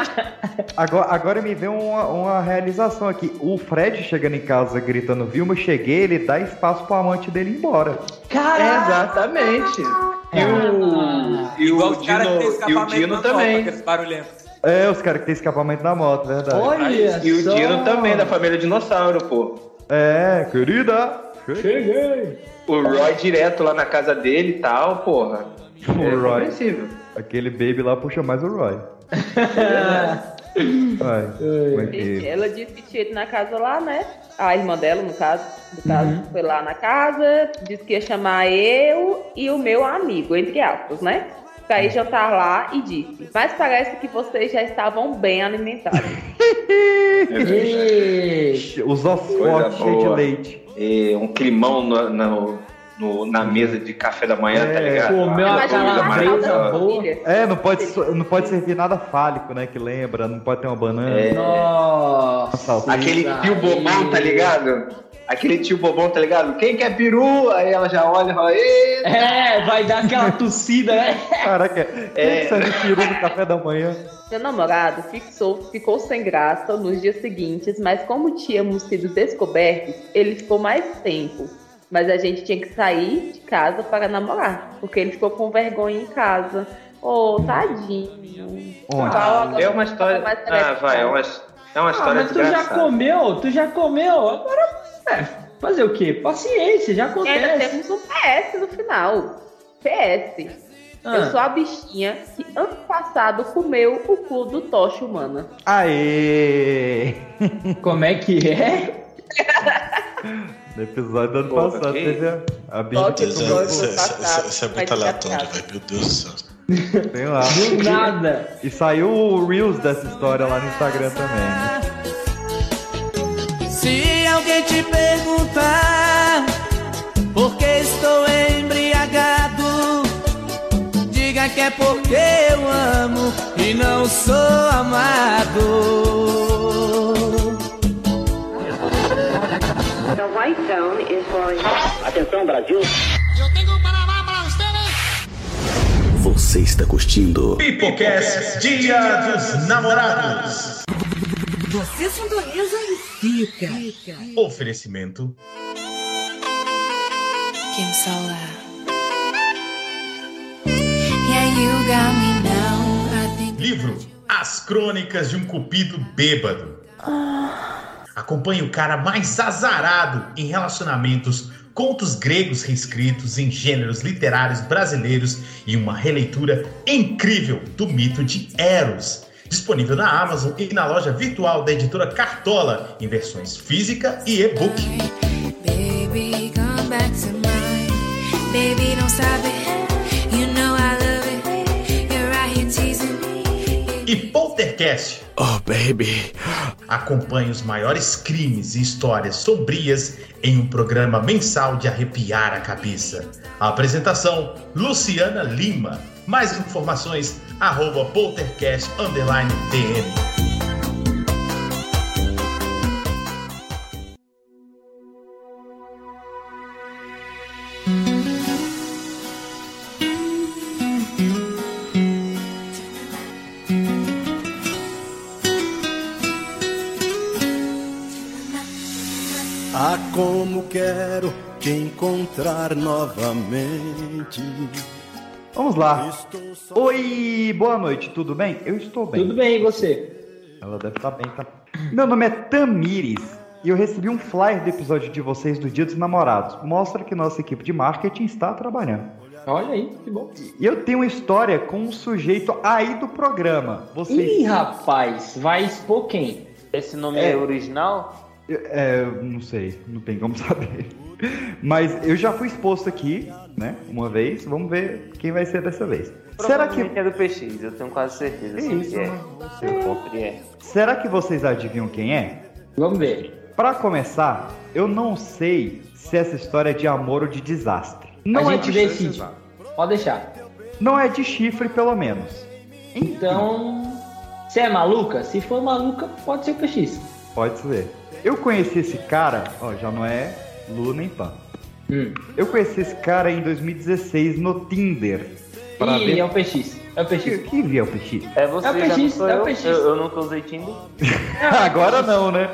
S2: agora, agora me veio uma, uma realização aqui. O Fred chegando em casa gritando, Vilma, cheguei, ele dá espaço pro amante dele ir embora.
S17: Exatamente. E o, e
S4: Igual
S17: o
S4: o cara que
S17: Dino, e
S4: tem
S17: o
S4: escapamento na
S17: Dino
S4: Copa,
S17: também.
S4: aqueles barulhentos.
S2: É, os caras que tem escapamento na moto, verdade.
S17: e o Dino também, né? da família Dinossauro, pô.
S2: É, querida.
S17: O Roy direto lá na casa dele e tal, porra.
S9: É
S2: O Roy.
S17: compreensível.
S2: Aquele baby lá puxa mais o Roy. Ai, como é que-
S6: Ela disse que tinha ido na casa lá, né? A irmã dela, no caso. No caso,
S9: Uhum.
S6: foi lá na casa, disse que ia chamar eu e o meu amigo, entre aspas, né? Pra
S9: Uhum.
S6: ir jantar lá e disse. Mas parece que vocês já estavam bem alimentados.
S2: Os oscotes cheios de leite.
S17: E um climão no- no- no- na mesa de café da manhã, tá ligado?
S9: comeu uma
S17: coisa
S9: calabresa
S17: maravilhosa.
S9: boa.
S2: É, não pode, so- não pode servir nada fálico, né? Que lembra, não pode ter uma banana.
S17: É.
S9: Nossa.
S2: Salsicha.
S17: Aquele tio bobão, tá ligado? Aquele tio bobão, tá ligado? Quem quer peru? Aí ela já olha e fala, eita! É,
S9: É, vai dar aquela tossida, né?
S2: Caraca, quem serve é peru no café da manhã?
S6: Meu namorado fixou, ficou sem graça nos dias seguintes, mas como tínhamos sido descobertos, ele ficou mais tempo. Mas a gente tinha que sair de casa para namorar, porque ele ficou com vergonha em casa. Ô, tadinho. Fala agora
S17: é uma
S6: que
S17: história.
S6: tá mais
S17: Ah,
S6: telefone.
S17: vai, é uma, é uma
S9: Ah,
S17: história
S9: mas tu já
S17: desgraçada.
S9: comeu, tu já comeu. Agora, é, fazer o quê? Paciência, já
S6: E ainda
S9: acontece.
S6: temos um PS no final. PS.
S9: Ah.
S6: Eu sou a bichinha que ano passado comeu o cu do Tocha Humana.
S2: Aê!
S9: Como é que é?
S2: No episódio do ano
S9: Porra,
S2: passado,
S9: que-
S2: teve a, a um
S6: Só
S2: bicha
S6: que
S2: que
S6: tu gosta
S2: comeu-
S6: do passado,
S15: Isso é
S6: vai
S15: muito
S6: te
S15: aleatório,
S6: catar.
S15: velho. Meu Deus do céu.
S2: Sei lá.
S9: Do nada.
S2: E saiu o Reels dessa história lá no Instagram também. né?
S12: Se alguém te perguntar por que estou embriagado, diga que é porque eu amo e não sou amado.
S22: The white zone is flowing.
S16: Atenção, Brasil.
S22: Você
S10: Você está curtindo.
S16: Pipocast, Dia dos Namorados.
S13: Você sintoniza e fica.
S16: Oferecimento.
S13: Kim Sola. Yeah, you got me now. I think.
S16: Livro As Crônicas de um Cupido Bêbado. Acompanhe o cara mais azarado em relacionamentos, contos gregos reescritos em gêneros literários brasileiros e uma releitura incrível do mito de Eros. Disponível na Amazon e na loja virtual da editora Cartola, em versões física e e-book.
S13: Baby, come back to mine. Baby, don't stop it. You know I love it. You're right here teasing me.
S16: e Poltercast. Oh, baby. Acompanhe os maiores crimes e histórias sombrias em um programa mensal de arrepiar a cabeça. A apresentação: Luciana Lima. Mais informações: arroba poltercast underline DM.
S10: Ah, como quero te encontrar novamente.
S2: Vamos lá. Oi, boa noite, tudo bem? Eu estou bem. Tudo
S9: bem, e você?
S2: Ela deve estar bem, tá? Meu nome é Tamires e eu recebi um flyer do episódio de vocês do Dia dos Namorados. Mostra que nossa equipe de marketing está trabalhando.
S9: Olha aí, que bom.
S2: E eu tenho uma história com um sujeito aí do programa. Vocês...
S9: Ih, rapaz, vai expor quem?
S12: Esse nome
S2: É.
S12: é original?
S2: É, eu não sei, não tem como saber. Mas eu já fui exposto aqui, né? Uma vez, vamos ver quem vai ser dessa vez. Será que
S12: Provavelmente é do PX? Eu tenho quase certeza.
S2: Que
S12: assim,
S2: isso,
S12: que é.
S2: mano, Hum.
S12: Sempre é.
S2: Será que vocês adivinham quem é?
S9: Vamos ver.
S2: Pra começar, eu não sei se essa história é de amor ou de desastre. Não
S9: A gente
S2: é de
S9: decide. Pode deixar.
S2: Não é de chifre, pelo menos.
S9: Então, você é maluca? Se for maluca, pode ser o PX.
S2: Pode ser. Eu conheci esse cara, ó, já não é Lu nem Pan.
S9: Hum.
S2: Eu conheci esse cara em 2016 no Tinder.
S9: Ih, é o PX. É o PX.
S2: Quem viu o PX?
S12: É você,
S2: É o
S12: já não
S2: PX,
S12: sou
S2: é o
S12: eu.
S2: PX.
S12: Eu, eu nunca usei Tinder.
S2: Agora não, né?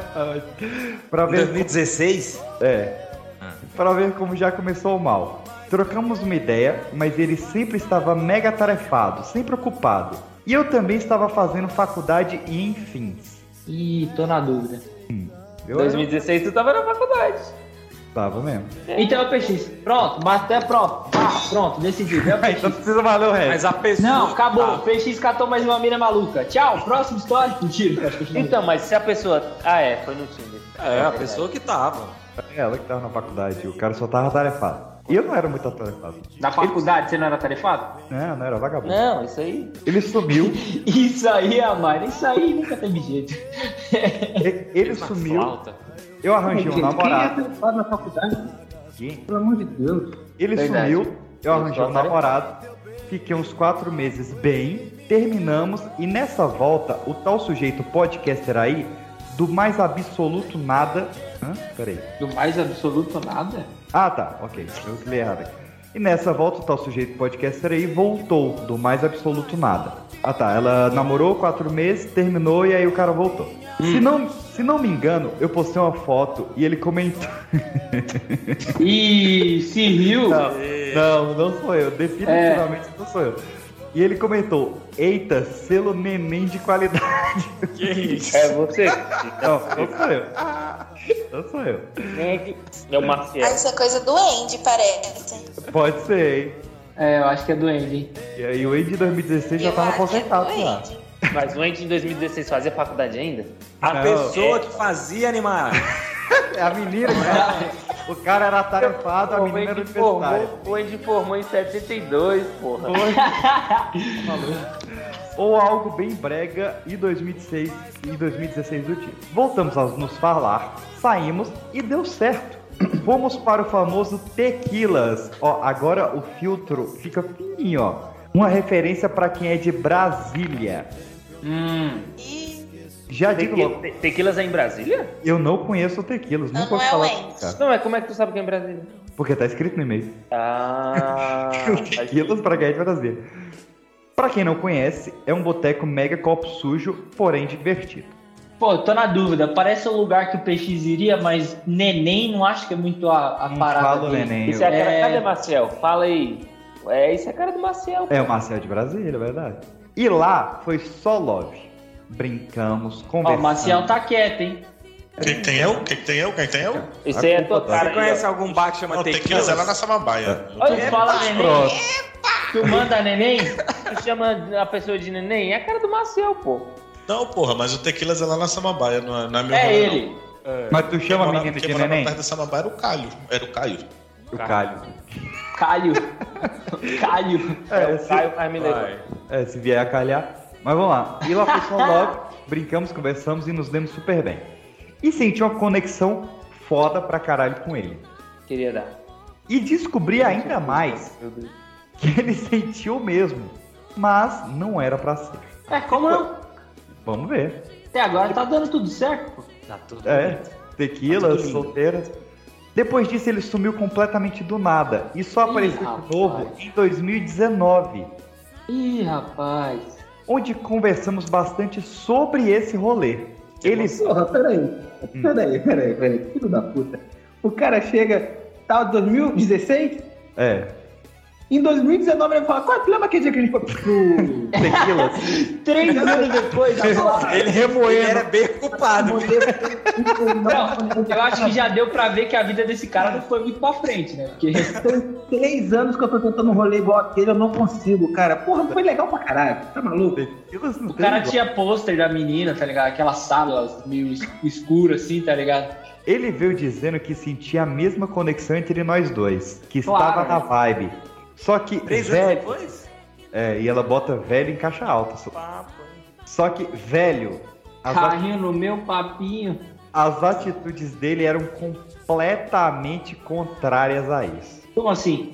S2: Pra ver 2016? É.
S12: Ah.
S2: Pra ver como já começou o mal. Trocamos uma ideia, mas ele sempre estava mega tarefado, sempre ocupado. E eu também estava fazendo faculdade e enfim.
S9: Ih, tô na dúvida.
S2: Eu
S12: 2016 tu tava na faculdade.
S2: estava mesmo.
S9: Então é o PX. Pronto, bateu a prova. Pá, pronto, decidido. É o PX. Então
S2: precisa valer o resto.
S4: Mas a pessoa. tá.
S9: Não, acabou. PX catou mais uma mina maluca. Tchau, próximo história. Mentira.
S12: Então, mas se a pessoa. Ah, é, foi no Tinder.
S4: É, a pessoa que tava.
S2: É ela que tava na faculdade, o cara só tava tarefado. E eu não era muito atarefado.
S9: Na faculdade você não era tarefado?
S2: É, Não, não era vagabundo.
S9: Não, isso aí.
S2: Ele sumiu.
S9: Isso aí, Amara, isso aí nunca teve jeito.
S2: Ele sumiu. Eu arranjei um
S17: Quem é
S2: namorado.
S17: atrapalhado na faculdade?
S2: Pelo amor de Deus. Ele
S17: Verdade.
S2: sumiu, eu arranjei um
S17: Verdade.
S2: namorado, fiquei uns quatro meses bem, terminamos e nessa volta o tal sujeito podcaster aí, do mais absoluto nada. Hã? Peraí.
S9: Do mais absoluto nada?
S2: Ah tá, ok, eu que li errado aqui. E nessa volta o tal sujeito podcaster aí voltou, do mais absoluto nada. Ah tá, ela namorou quatro meses, terminou e aí o cara voltou.
S12: Hum.
S2: Se, não, se não me engano, eu postei uma foto e ele comentou.
S9: E se riu?
S2: Não, não, não sou eu. Definitivamente
S12: É.
S2: não sou eu. E ele comentou: Eita, selo neném de qualidade.
S12: Que isso? É você. assim.
S2: Não, não sou eu. tá Não sou eu.
S12: É o Marcelo.
S14: Ah, isso é coisa do Andy, parece.
S2: Pode ser, hein?
S9: É, eu acho que é do Andy. é
S2: E aí o Andy 2016 já tava aposentado, lá.
S12: Mas o Andy em 2016 fazia faculdade ainda?
S4: A
S2: Não.
S4: pessoa
S2: É.
S4: que fazia animar.
S12: É
S2: A menina que tava- O cara era atarefado, a menina era universitária.
S12: Formou, o Andy formou em 72, porra.
S2: Ou algo bem brega e 2016 e 2016 do tipo. Voltamos a nos falar, saímos e deu certo. Fomos para o famoso Tequilas. Ó, agora o filtro fica fininho, ó. Uma referência para quem é de Brasília.
S12: Hum.
S2: Já digo
S12: Tequi-
S2: logo,
S12: te- Tequilas é em Brasília?
S2: eu não conheço o Tequilas, nunca ouvi falar desse cara.
S12: Não, mas como é que tu sabe que é em Brasília?
S2: Porque tá escrito no e-mail.
S12: Ah.
S2: o Tequilas pra quem é de Brasília. Pra quem não conhece, é um boteco mega copo sujo, porém divertido.
S9: Pô, eu tô na dúvida. Parece um lugar que o PX iria, mas neném não acho que é muito a, a parada.
S2: fala o
S9: dele.
S2: neném,
S9: Isso é a
S2: eu-
S9: cara-
S2: É.
S9: cadê,
S12: Marcel? Fala aí. É, isso é a cara do Marcel.
S2: É o Marcel de Brasília, é verdade. E lá foi só love. Brincamos,
S9: Ó, o
S2: conversamos.
S9: Marcel tá quieto, hein?
S15: Quem tem eu? Quem tem eu? Quem tem eu?
S2: Isso aí é tua cara, Você conhece
S15: ó.
S4: algum bar que chama
S15: Não, Tequilas é lá na Samambaia.
S9: Olha,
S2: É
S9: tu
S12: Tá
S9: fala neném.
S15: Pronto.
S9: Tu manda neném, tu chama a pessoa de neném, é a cara do Marcel, pô.
S15: Não, porra, mas o Tequilas é lá na Samambaia, não é, não é meu
S9: É
S15: rolê, não.
S9: ele.
S2: Mas tu chama a
S15: morava-
S2: menina
S15: quem
S2: de
S15: morava
S2: neném?
S15: perto da Samambaia era o Caio. Era o Caio.
S2: O Calho.
S9: Calho. Calho.
S2: É, o
S12: Caio faz me lembrar.
S2: É, se vier a calhar. Mas vamos lá. E lá foi só love, brincamos, conversamos e nos demos super bem. E senti uma conexão foda pra caralho com ele.
S12: Queria dar.
S2: E descobri ainda mais que ele sentiu mesmo, mas não era pra ser.
S9: É, como não?
S2: Vamos ver.
S9: Até agora tá dando tudo certo, pô.
S4: Tá tudo
S2: É,
S9: Tá
S2: tequilas,
S9: tudo lindo.
S2: solteiras. Depois disso, ele sumiu completamente do nada e só apareceu de novo em 2019.
S9: Ih, rapaz.
S2: Onde conversamos bastante sobre esse rolê. Ele.
S17: Porra, peraí. Peraí, peraí, peraí. Filho da puta. O cara chega. Tá 2016?
S2: É.
S17: Em 2019 ele fala, qual é, lembra aquele dia que a gente foi pro...
S2: Tequila?
S9: Três anos depois, tá lá.
S17: Ele
S4: remoendo. Ele era bem ocupado.
S9: Não, eu acho que já deu pra ver que a vida desse cara não foi muito pra frente, né? Porque
S17: Tem Então, três anos que eu tô tentando um rolê igual aquele, eu não consigo, cara. Porra, foi legal pra caralho. Tá maluco?
S9: o cara tinha pôster da menina, tá ligado? Aquela sala meio es- escura assim, tá ligado?
S2: Ele veio dizendo que sentia a mesma conexão entre nós dois, que
S9: Claro.
S2: estava na vibe. Só que.
S4: Três anos
S2: velho,
S4: depois?
S2: É, e ela bota velho em caixa alta. Só, só que, velho, as,
S9: Carrinho no meu papinho.
S2: as atitudes dele eram completamente contrárias a isso.
S9: Como assim?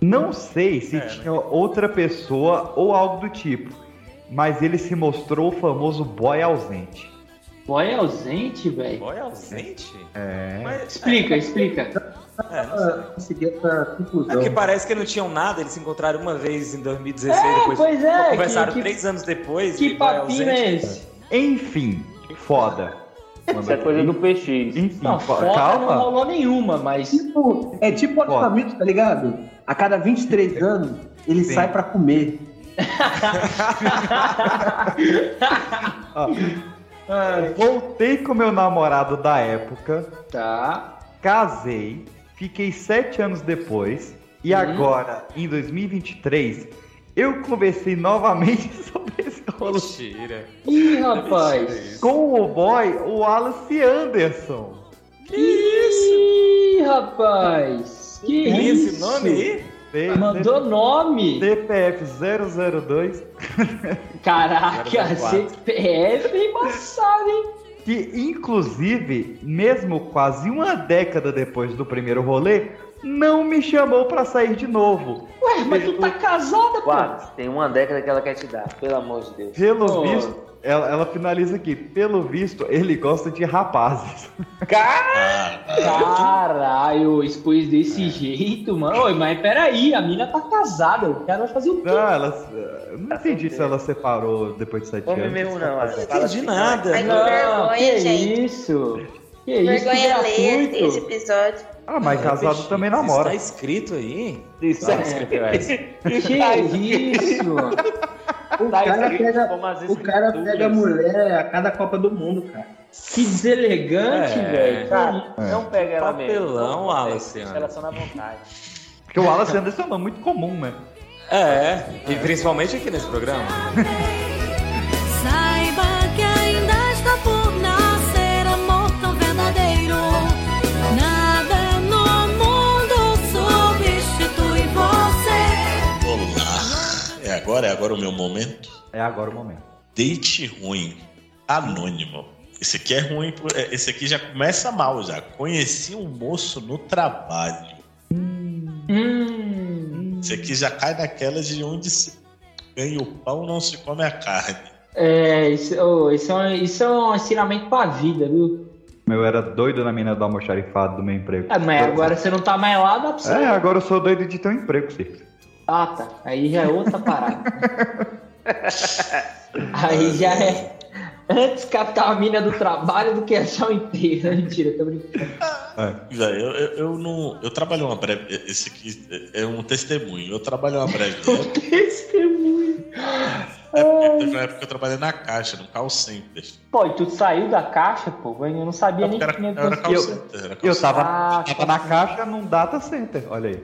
S2: Não sei
S4: É,
S2: se
S4: né?
S2: tinha outra pessoa ou algo do tipo, mas ele se mostrou o famoso boy ausente.
S9: Boy ausente, velho.
S4: Boy ausente?
S2: É.
S9: Explica, explica.
S4: É, não sei.
S17: Consegui essa
S4: É
S17: conclusão.
S4: porque parece que não tinham nada, eles se encontraram uma vez em 2016,
S9: É,
S4: depois
S9: pois é,
S4: conversaram
S9: que- que-
S4: três anos depois.
S9: que
S4: e vai
S9: papinho
S4: ausente.
S9: é esse?
S2: Enfim, foda.
S12: Isso é coisa do PX.
S2: Enfim,
S9: Não,
S2: fo-
S9: foda não
S2: calma.
S9: rolou nenhuma, mas.
S17: Tipo, é tipo o orçamento, tá ligado? A cada 23 anos, ele
S2: Sim.
S17: sai pra comer.
S2: Ó, é, Voltei com meu namorado da época.
S9: Tá.
S2: Casei. Fiquei sete anos depois. E
S9: Hum.
S2: agora, em 2023, eu conversei novamente sobre esse rolo.
S4: Mentira.
S9: Ih, rapaz.
S2: Com o boy, o Wallace Anderson.
S9: Que isso? Ih, rapaz. Que
S4: Tem
S9: isso?
S4: esse nome aí?
S2: Tem-
S9: Mandou nome.
S2: CPF 002.
S9: Caraca,
S2: 004.
S9: CPF é embaçado, hein?
S2: Que, inclusive, mesmo quase uma década depois do primeiro rolê, não me chamou pra sair de novo.
S9: Ué, mas tu tá casada, pô.
S12: Quatro, tem uma década que ela quer te dar, pelo amor de Deus.
S2: Pelo
S12: Pô.
S2: visto, ela, ela finaliza aqui. Pelo visto, ele gosta de rapazes.
S9: Caralho, expôs desse jeito, mano. Oi, mas peraí, a mina tá casada. O cara vai fazer o quê?
S2: Não, ela, eu não entendi se ela separou depois de sete
S12: Homem
S2: anos.
S12: mesmo não,
S2: Ela-
S12: olha.
S4: Não entendi nada.
S14: Ai, que
S9: Não,
S14: vergonha,
S9: que
S14: gente.
S9: isso? Que é isso, que
S14: Vergonha é ler
S9: gratuito.
S14: esse episódio.
S2: Ah,
S4: É,
S2: mas casado também namora.
S4: Tá escrito aí?
S12: Isso
S4: Tá
S12: é-
S4: escrito aí.
S9: Que isso?
S17: O
S12: Tá
S17: cara
S12: escrito
S17: pega,
S12: como as
S17: o cara
S12: escrituras.
S17: pega mulher a cada Copa do Mundo, cara.
S9: Que deselegante,
S4: É.
S9: velho.
S12: Cara, não pega ela mesmo.
S4: Papelão,
S12: Não consegue,
S4: Wallace,
S12: Deixa
S4: mano.
S12: ela só na vontade.
S2: Porque o Wallace Anderson é um nome muito comum, né?
S4: É, e principalmente aqui nesse programa.
S23: Saiba que ainda está por nascer amor tão verdadeiro. Nada no mundo substitui você.
S15: Olá. É agora? É agora o meu momento?
S2: É agora o momento.
S15: Date ruim. Anônimo. Esse aqui é ruim. por- é, Esse aqui já começa mal já. Conheci um moço no trabalho.
S9: Hum,
S15: Esse aqui já cai naquela de onde se ganha o pão, não se come a carne.
S9: é, isso, ô, isso, é um, isso é um ensinamento pra vida, viu? É,
S2: Eu era doido na mina do almoxarifado do meu emprego.
S9: Ah, mas agora você não tá mais lá, dá pra você.
S2: É, agora eu sou doido de ter um emprego, sim.
S9: Ah, tá. Aí já é outra parada. né? Aí já é antes catar a mina do trabalho do que achar o inteiro. Mentira, tô brincando. É.
S15: Já, eu, eu, eu não. Eu trabalhei uma breve. Esse aqui é um testemunho. Eu trabalhei uma breve.
S9: Um
S15: né? É
S9: Testemunho.
S15: Teve uma época que eu trabalhei na caixa, no call center.
S9: Pô, e tu saiu da caixa, pô? Eu não sabia
S15: Tá
S9: nem que tinha
S15: era call
S9: acontecido.
S15: center, era call
S2: Eu tava,
S9: Ah,
S2: tava na caixa num data center, olha aí.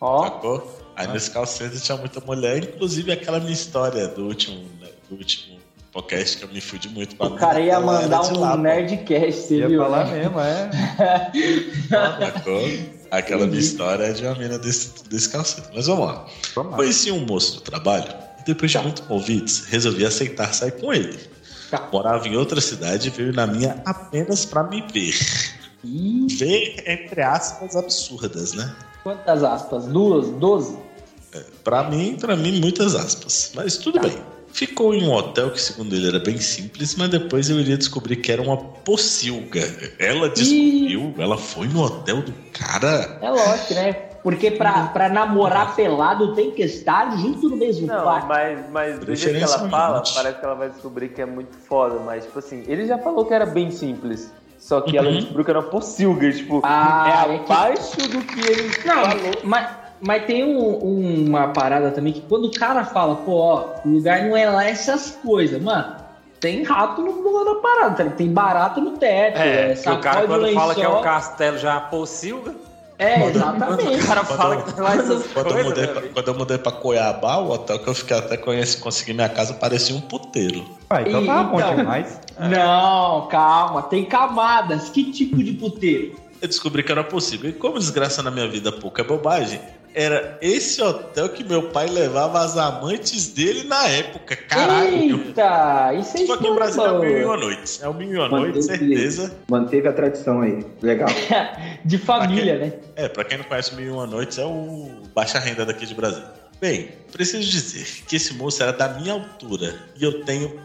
S15: Sacou?
S9: Ah.
S15: Aí nesse call center tinha muita mulher, inclusive aquela minha história do último, né, do último podcast que eu me fudi muito com a
S9: O cara ia
S15: ela era
S9: mandar
S15: de
S9: um
S15: lá,
S9: nerdcast, você
S15: Ia
S9: viu? né?
S15: falar
S2: mesmo, é.
S15: sacou? Aquela minha história é de uma mina desse, desse call center. Mas vamos lá. Conheci um moço do trabalho e depois de muito convites, resolvi aceitar sair com ele. Morava em outra cidade e veio na minha apenas pra me ver. Ver entre aspas absurdas, né? É,
S9: Quantas aspas? Duas? Doze?
S15: Pra mim, para mim, muitas aspas. Mas tudo
S4: Tá.
S15: bem. Ficou em um hotel que, segundo ele, era bem simples, mas depois eu iria descobrir que era uma pocilga. Ela descobriu, ela foi no hotel do cara.
S9: É lógico, né? Porque pra, pra namorar pelado tem que estar junto no mesmo
S12: Não,
S9: quarto.
S12: mas, mas do jeito que
S9: Preferência
S12: ela fala,
S9: gigante.
S12: parece que ela vai descobrir que é muito foda, mas, tipo assim, ele já falou que era bem simples. Só que ela
S9: Uhum.
S12: descobriu que era pocilga, tipo,
S9: Ah,
S12: é
S9: é que-
S12: abaixo do que ele
S9: Não,
S12: falou.
S9: mas, mas tem um- uma parada também que quando o cara fala, pô, ó, o lugar não é lá essas coisas, mano. Tem rato no bolo da parada, tá ligado? tem barato no teto, é,
S4: É, que o
S9: sacode
S4: cara quando
S9: lençol.
S4: fala que é o castelo já pocilga. um
S9: É, exatamente.
S4: O cara fala que lá essas
S15: Quando eu,
S4: coisas.
S15: mudei pra, quando eu mudei pra Cuiabá, o hotel que eu fiquei até conheci, consegui minha casa parecia um puteiro.
S2: Ah,
S9: então tá bom Então. demais. Não, calma, tem camadas. Que tipo de puteiro?
S15: Eu descobri que era possível. E como desgraça na minha vida pouca é bobagem, era esse hotel que meu pai levava as amantes dele na época. Caralho!
S9: Eita, isso é
S15: Só que o Brasil é o mil e uma noites. É o mil e uma
S20: Manteve-
S15: noites, certeza.
S20: Manteve a tradição aí. Legal.
S9: De família, né?
S15: É, pra quem não conhece o Mil e Uma Noites, é o baixa renda daqui de Brasília. Bem, preciso dizer que esse moço era da minha altura e eu tenho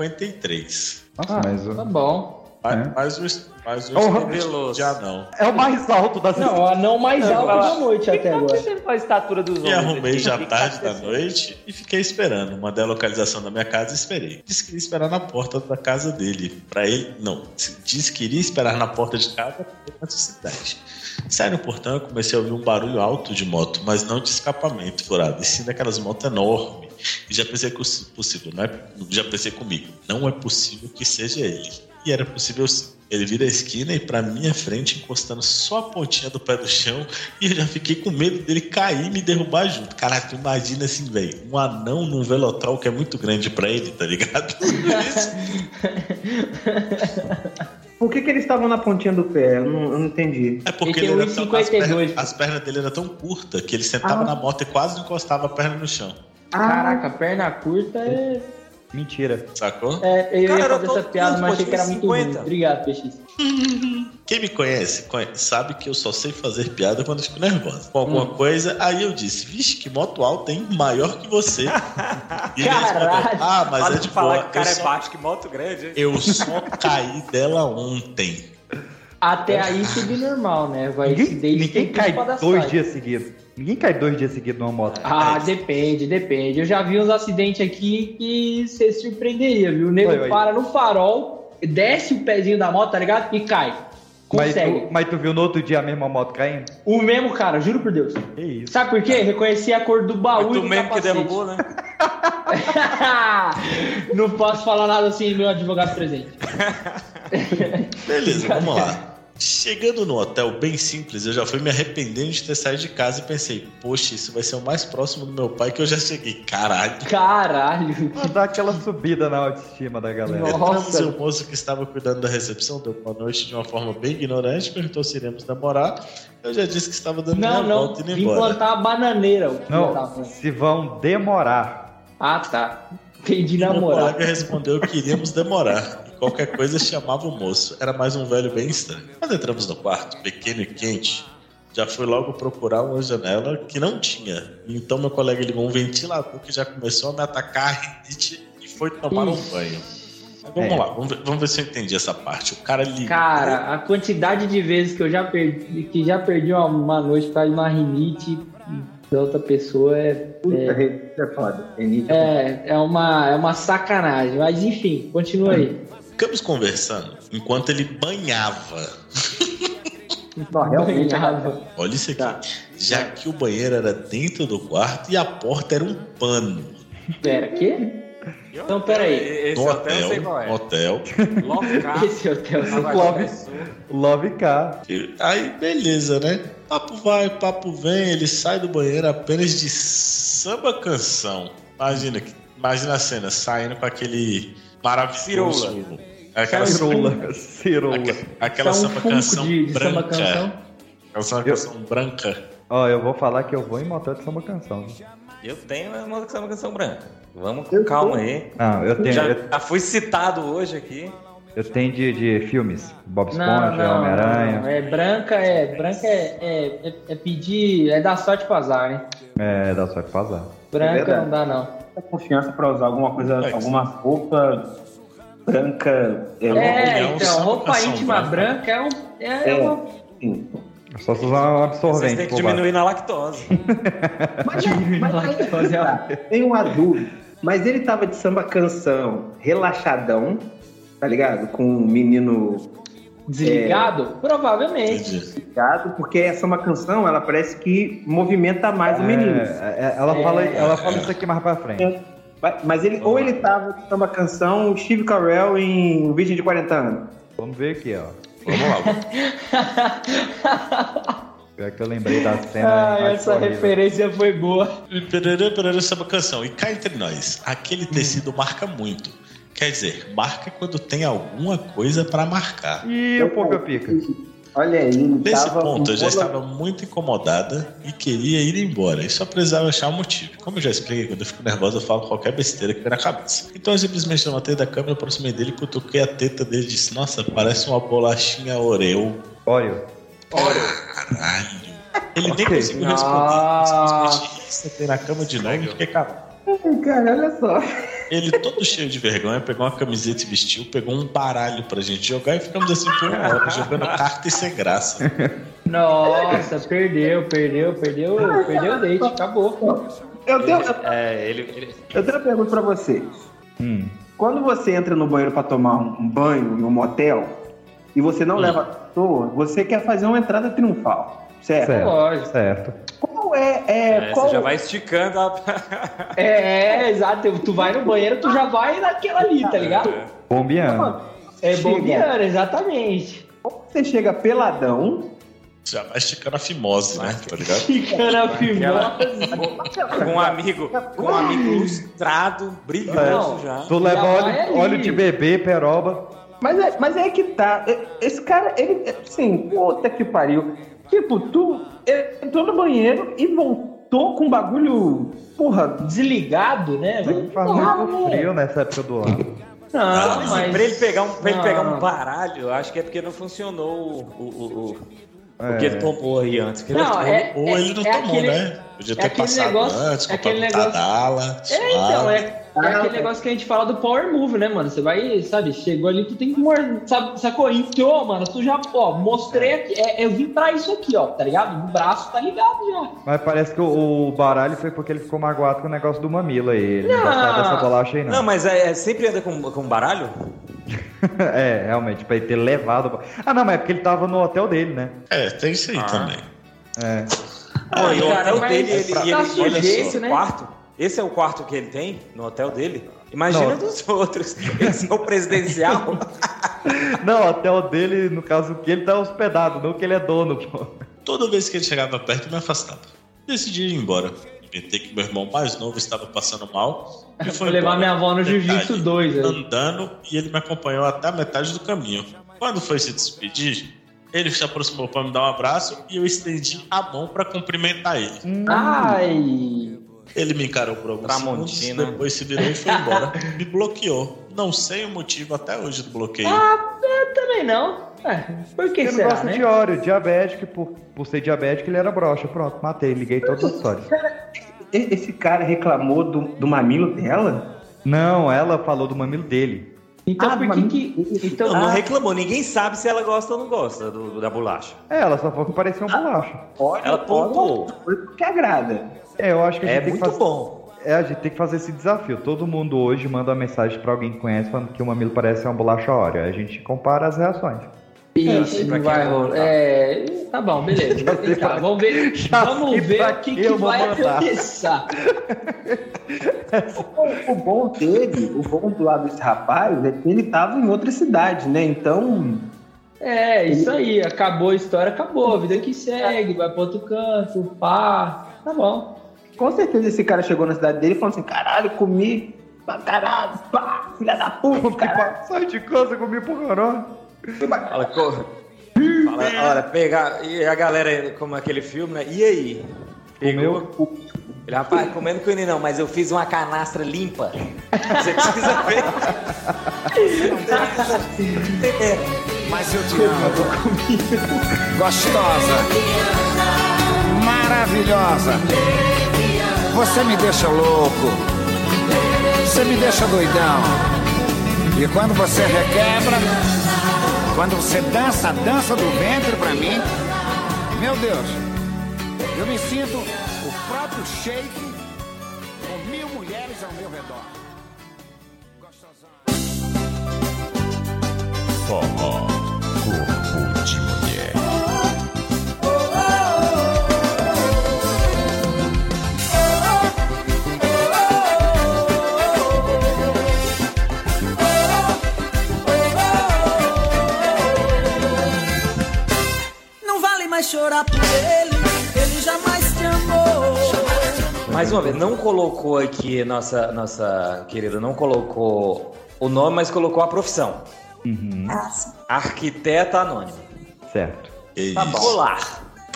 S15: 1,53.
S2: Nossa, mas o- É.
S9: Tá bom.
S15: Mais, mais um, mais um
S2: Oh,
S15: oh, de anão.
S2: É o mais alto da
S9: Não, o anão mais alto da noite até agora.
S12: Qual tá a estatura dos
S15: Me
S12: homens?
S15: arrumei
S12: aqui?
S15: já tarde da noite e fiquei esperando. Mandei a localização da minha casa e esperei. Disse que iria esperar na porta da casa dele. Pra ele, não. Disse que iria esperar na porta de casa na cidade. Saí no portão eu comecei a ouvir um barulho alto de moto, mas não de escapamento furado, e sim daquelas motos enormes. E já pensei que os- possível, não é, já pensei comigo, não é possível que seja ele. E era possível sim. Ele vira a esquina e pra minha frente, encostando só a pontinha do pé do chão, e eu já fiquei com medo dele cair e me derrubar junto. Caraca, tu imagina assim, velho, um anão num velotrol que é muito grande pra ele, tá ligado?
S20: Por que, que eles estavam na pontinha do pé? Eu não, eu não entendi.
S15: É porque ele era
S9: um
S15: tão, as, pernas, as pernas dele eram tão curtas que ele sentava
S20: Ah.
S15: na moto e quase encostava a perna no chão.
S9: Caraca, perna curta é.
S2: Mentira.
S15: Sacou?
S9: é eu
S15: Cara,
S9: ia
S15: eu
S9: fazer
S15: tô
S9: essa piada,
S15: curto,
S9: mas
S15: pô,
S9: achei que era
S15: tipo
S9: muito ruim.
S15: 50.
S9: Obrigado, PX.
S15: Quem me conhece, conhe- sabe que eu só sei fazer piada quando eu fico nervosa com
S4: Hum.
S15: alguma coisa. Aí eu disse, vixe, que moto alta, hein? Maior que você. E ele respondeu,
S4: Caralho.
S15: ah, mas
S4: Olha
S15: é de
S4: tu falar
S15: boa.
S4: que o cara
S15: eu,
S4: é
S15: só,
S4: baixo, que moto grande, hein?
S15: eu só caí dela ontem.
S2: É.
S9: Até aí tudo normal, né? Vai ninguém,
S2: Ninguém cai dois dias seguidos. Ninguém cai dois dias seguidos numa moto.
S9: Ah, depende, depende. Eu já vi uns acidentes aqui que você se surpreenderia, viu? O nego
S2: Oi, oi.
S9: para no farol, desce o pezinho da moto, tá ligado? E cai.
S2: mas,
S9: Consegue.
S2: tu, mas tu viu no outro dia a mesma moto caindo?
S9: O mesmo cara, juro por Deus.
S2: Que isso.
S9: Sabe por quê? Reconheci a cor do
S15: É
S9: baú e do capacete.
S4: né?
S9: Não posso falar nada assim, meu advogado presente.
S15: Beleza, vamos lá. Chegando no hotel, bem simples, eu já fui me arrependendo de ter saído de casa e pensei, poxa, isso vai ser o mais próximo do meu pai que eu já cheguei. Caralho.
S9: Caralho.
S2: Dá aquela subida na autoestima da galera.
S15: Nossa. o moço um que estava cuidando da recepção deu boa noite de uma forma bem ignorante, perguntou se iremos namorar. Eu já disse que estava dando minha
S9: Não, não.
S15: volta e indo
S9: Vim
S15: embora.
S9: plantar a bananeira. o filho da
S2: Não,
S9: mãe.
S2: se vão demorar.
S9: Ah, tá. Entendi
S15: Meu
S9: namorar.
S15: colega respondeu que iríamos demorar. E qualquer coisa chamava o moço. Era mais um velho bem estranho. Quando entramos no quarto, pequeno e quente, já fui logo procurar uma janela que não tinha. Então meu colega ligou um ventilador que já começou a me atacar a rinite e foi tomar um
S9: Ixi.
S15: banho. Mas Vamos
S9: É.
S15: lá, vamos ver, vamos ver se eu entendi essa parte. O cara ligou.
S9: Cara, a quantidade de vezes que eu já perdi, que já perdi uma, uma noite por causa de uma rinite, da outra pessoa é. É,
S17: É foda. É nítido.
S9: é, é uma, é uma sacanagem. Mas enfim, continua aí.
S15: Ficamos conversando enquanto ele banhava.
S17: é
S9: realmente,
S2: né?
S15: Olha isso aqui.
S2: Tá.
S15: Já que o banheiro era dentro do quarto e a porta era um pano.
S9: Pera, quê? Então, peraí.
S15: Esse no hotel, eu sei qual é. hotel.
S9: Esse hotel
S2: Love, Love K.
S15: Aí, beleza, né? Papo vai, papo vem, ele sai do banheiro apenas de samba canção. Imagina, que- imagina a cena, saindo com aquele maravilhoso.
S2: Cirola.
S15: Aquela
S2: Cirola. Cirola.
S15: Aquela
S2: Isso é um
S15: samba
S2: funko
S15: canção
S2: de- de
S15: branca.
S2: samba canção.
S15: Aquela samba canção branca.
S2: Ó, eu vou falar que eu vou em motel de samba canção.
S4: Eu tenho uma uma canção branca. Vamos com calma aí.
S2: Não, Ah, eu tenho-
S4: Já,
S2: eu-
S4: já fui citado hoje aqui.
S2: Eu tenho de, de filmes. Bob
S9: Não,
S2: Esponja,
S9: não, não.
S2: Homem-Aranha.
S9: É branca, é branca, é, é, é- é pedir, é dar sorte pro azar, né?
S2: É, dá só que passar.
S9: Branca
S17: É verdade.
S9: não dá não.
S17: confiança pra usar alguma
S15: É,
S17: coisa, alguma roupa branca.
S9: É, então roupa íntima branca é um, é, é
S17: É.
S9: uma
S2: É Só se usar um absorvente.
S4: Vocês têm que
S2: por baixo.
S4: diminuir na lactose.
S17: Tá, Tem uma dúvida. Mas ele tava de samba canção, relaxadão, tá ligado? Com um menino.
S9: desligado? Provavelmente.
S17: é, desligado, porque essa uma canção, ela parece que movimenta mais o menino. É,
S2: É, é, ela, fala, ela fala isso aqui mais pra frente.
S17: Mas- Mas ele, ou ele tava de samba canção, Steve Carell em Virgem de 40 anos.
S2: Vamos ver aqui, ó. Pior que eu lembrei da cena.
S9: Ah,
S2: acho
S9: essa
S2: horrível.
S9: referência foi boa.
S15: Pererê, pererê, samba é canção. E cá entre nós,
S9: Hum.
S15: aquele tecido marca muito. Quer dizer, marca quando tem alguma coisa pra marcar.
S2: Ih, o Pouca Pica.
S17: Olha aí,
S15: Nesse
S17: tava
S15: ponto, eu já
S17: um-
S15: estava muito incomodada e queria ir embora. E só precisava achar um motivo. Como eu já expliquei, quando eu fico nervosa, eu falo qualquer besteira que vem na cabeça. Então eu simplesmente levantei da câmera, aproximei dele, cutuquei a teta dele e disse: Nossa, parece uma bolachinha Oreo.
S2: Oreo.
S15: Caralho. Ele nem
S2: Ok.
S15: conseguiu responder. Simplesmente sentei na cama de novo e fiquei calado.
S17: Cara, olha só.
S15: Ele todo cheio de vergonha, pegou uma camiseta e vestiu, pegou um baralho pra gente jogar e ficamos assim por uma hora, jogando carta e sem graça.
S9: Nossa, perdeu, perdeu, perdeu, perdeu o date, acabou.
S17: Eu tenho, eu
S4: É, ele. ele-
S17: Eu tenho uma pergunta pra você.
S4: Hum.
S17: Quando você entra no banheiro pra tomar um um banho em um motel e você
S4: Hum.
S17: não leva a pessoa, você quer fazer uma entrada triunfal, certo?
S2: Certo.
S9: Lógico.
S2: É, Certo.
S17: Qual é, é,
S4: é,
S17: qual
S4: você já vai esticando a.
S9: É, exato. Tu vai no banheiro, tu já vai naquela ali, tá ligado?
S2: Bombeando.
S9: É
S17: Chega.
S9: bombeando, exatamente.
S17: você chega peladão?
S15: Já vai esticando a fimose, né? Tá ligado?
S9: Ficando a
S4: Aquela-
S9: fimose.
S4: Com um amigo, com um amigo lustrado, brilhoso já.
S2: É, Tu leva óleo, óleo de bebê, peroba.
S17: Mas é, mas é que tá. E- Esse cara, ele, assim, puta que pariu. Tipo, tu é, entrou no banheiro e voltou com um bagulho, porra,
S9: desligado, né? velho?
S2: Faz
S9: Porra,
S2: muito frio
S17: né,
S2: nessa época do ano.
S15: Ah,
S9: Não,
S4: Ah, Mas
S9: mas...
S4: pra ele pegar um, pra ele
S9: Não.
S4: pegar um baralho, eu acho que é porque não funcionou o, o, o, o
S2: É.
S4: que ele tomou aí antes. que ele
S9: Não,
S4: tomou.
S9: é-
S15: Ou
S9: é-
S15: ele não
S9: é
S15: tomou,
S9: aquele-
S15: né? Podia
S9: é
S15: ter
S9: aquele
S15: passado
S9: negócio-
S15: antes,
S9: é aquele
S15: comprado
S9: negócio-
S15: Tadala,
S9: É,
S2: Ah,
S9: então,
S15: suave.
S9: é, é
S2: tá.
S9: aquele negócio que a gente fala do power move, né, mano? Você vai, sabe, chegou ali, tu tem que morrer, sabe, sacou? Entrou, mano, tu já, ó, mostrei aqui, é, eu vim pra isso aqui, ó, tá ligado? O braço tá ligado já.
S2: Mas parece que o, o baralho foi porque ele ficou magoado com o negócio do mamilo aí. Ele não,
S9: Não.
S2: gostava dessa bolacha aí,
S4: não.
S2: não.
S4: mas é, é- sempre anda com, com baralho?
S2: é, realmente, pra ele ter levado. Ah, não, mas é porque ele tava no hotel dele, né?
S15: É, tem isso aí também.
S2: É.
S4: Ah, e o
S9: cara,
S4: hotel
S9: mas
S4: dele, ele,
S9: tá
S4: ele, ele,
S9: sujeito,
S4: esse
S9: né?
S4: quarto. Esse é o quarto que ele tem no hotel dele. Imagina
S2: Não.
S4: dos outros. Esse é o presidencial.
S2: É. Não, até o dele, no caso, que ele tá hospedado, não que ele é dono, pô.
S15: Toda vez que ele chegava perto, eu me afastava. Decidi ir embora. Inventei que meu irmão mais novo estava passando mal. E
S9: Vou
S15: foi
S9: levar
S15: embora.
S9: minha avó no
S15: Detalhe,
S9: Jiu-Jitsu né? 2, aí.
S15: Andando e ele me acompanhou até a metade do caminho. Quando foi se despedir, ele se aproximou para me dar um abraço e eu estendi a mão para cumprimentar ele.
S9: Hum. Ai!
S15: Ele me encarou por alguns
S4: Tramontina.
S15: segundos, depois se virou e foi embora. me bloqueou. Não sei o motivo até hoje do bloqueio.
S9: Ah, eu também não. É, por que
S2: Ele não
S9: será,
S2: gosta
S9: né?
S2: de óleo, diabético, e por, por ser diabético, ele era broxa. Pronto, matei, liguei toda a história.
S17: E- Esse cara reclamou do, do mamilo dela?
S2: Não, ela falou do mamilo dele.
S9: Então
S4: Ah,
S9: por que
S4: mas-
S9: que... Então,
S4: Não, não
S9: Ah,
S4: reclamou. Ninguém sabe se ela gosta ou não gosta do- da bolacha.
S2: É, ela só falou que parecia um
S4: Ah,
S2: bolacho.
S4: Ela pontuou.
S2: que agrada. É, eu acho que a gente
S4: É
S2: tem que
S4: muito
S2: fazer...
S4: bom.
S2: É, a gente tem que fazer esse desafio. Todo mundo hoje manda uma mensagem pra alguém que conhece falando que o mamilo parece uma bolacha óleo. A gente compara as reações.
S9: Ixi, não vai rolar. É, tá bom, beleza. Vou tentar. Vamos ver, vamos ver o que, que
S2: eu vou
S9: vai
S2: mandar.
S9: acontecer.
S17: O, o bom dele, o bom do lado desse rapaz é que ele tava em outra cidade, né? Então.
S9: É, isso aí. Acabou a história, acabou. A vida que segue, vai pra outro canto, pá. Tá bom.
S17: Com certeza esse cara chegou na cidade dele e falou assim: caralho, comi. pra Caralho, pá, filha da puta, caralho.
S2: Sai de casa, comi por caralho.
S4: Ela corre. Fala, olha, pegar. E a galera, como aquele filme, né? E aí? Pegou? Ele, rapaz, comendo com ele não, mas eu fiz uma canastra limpa. Você precisa ver.
S13: Mas eu te amo. Gostosa. Maravilhosa. Você me deixa louco. Você me deixa doidão. E quando você requebra, quando você dança a dança do ventre pra mim, meu Deus, eu me sinto o próprio shake com mil mulheres ao meu redor.
S5: Forró Corpo de Mulher.
S13: Não vale mais chorar por ele, ele jamais te amou.
S4: Mais uma vez, não colocou aqui, nossa, nossa querida, não colocou o nome, mas colocou a profissão. Arquiteta anônimo.
S2: Uhum. Certo.
S4: Tá bom. Olá.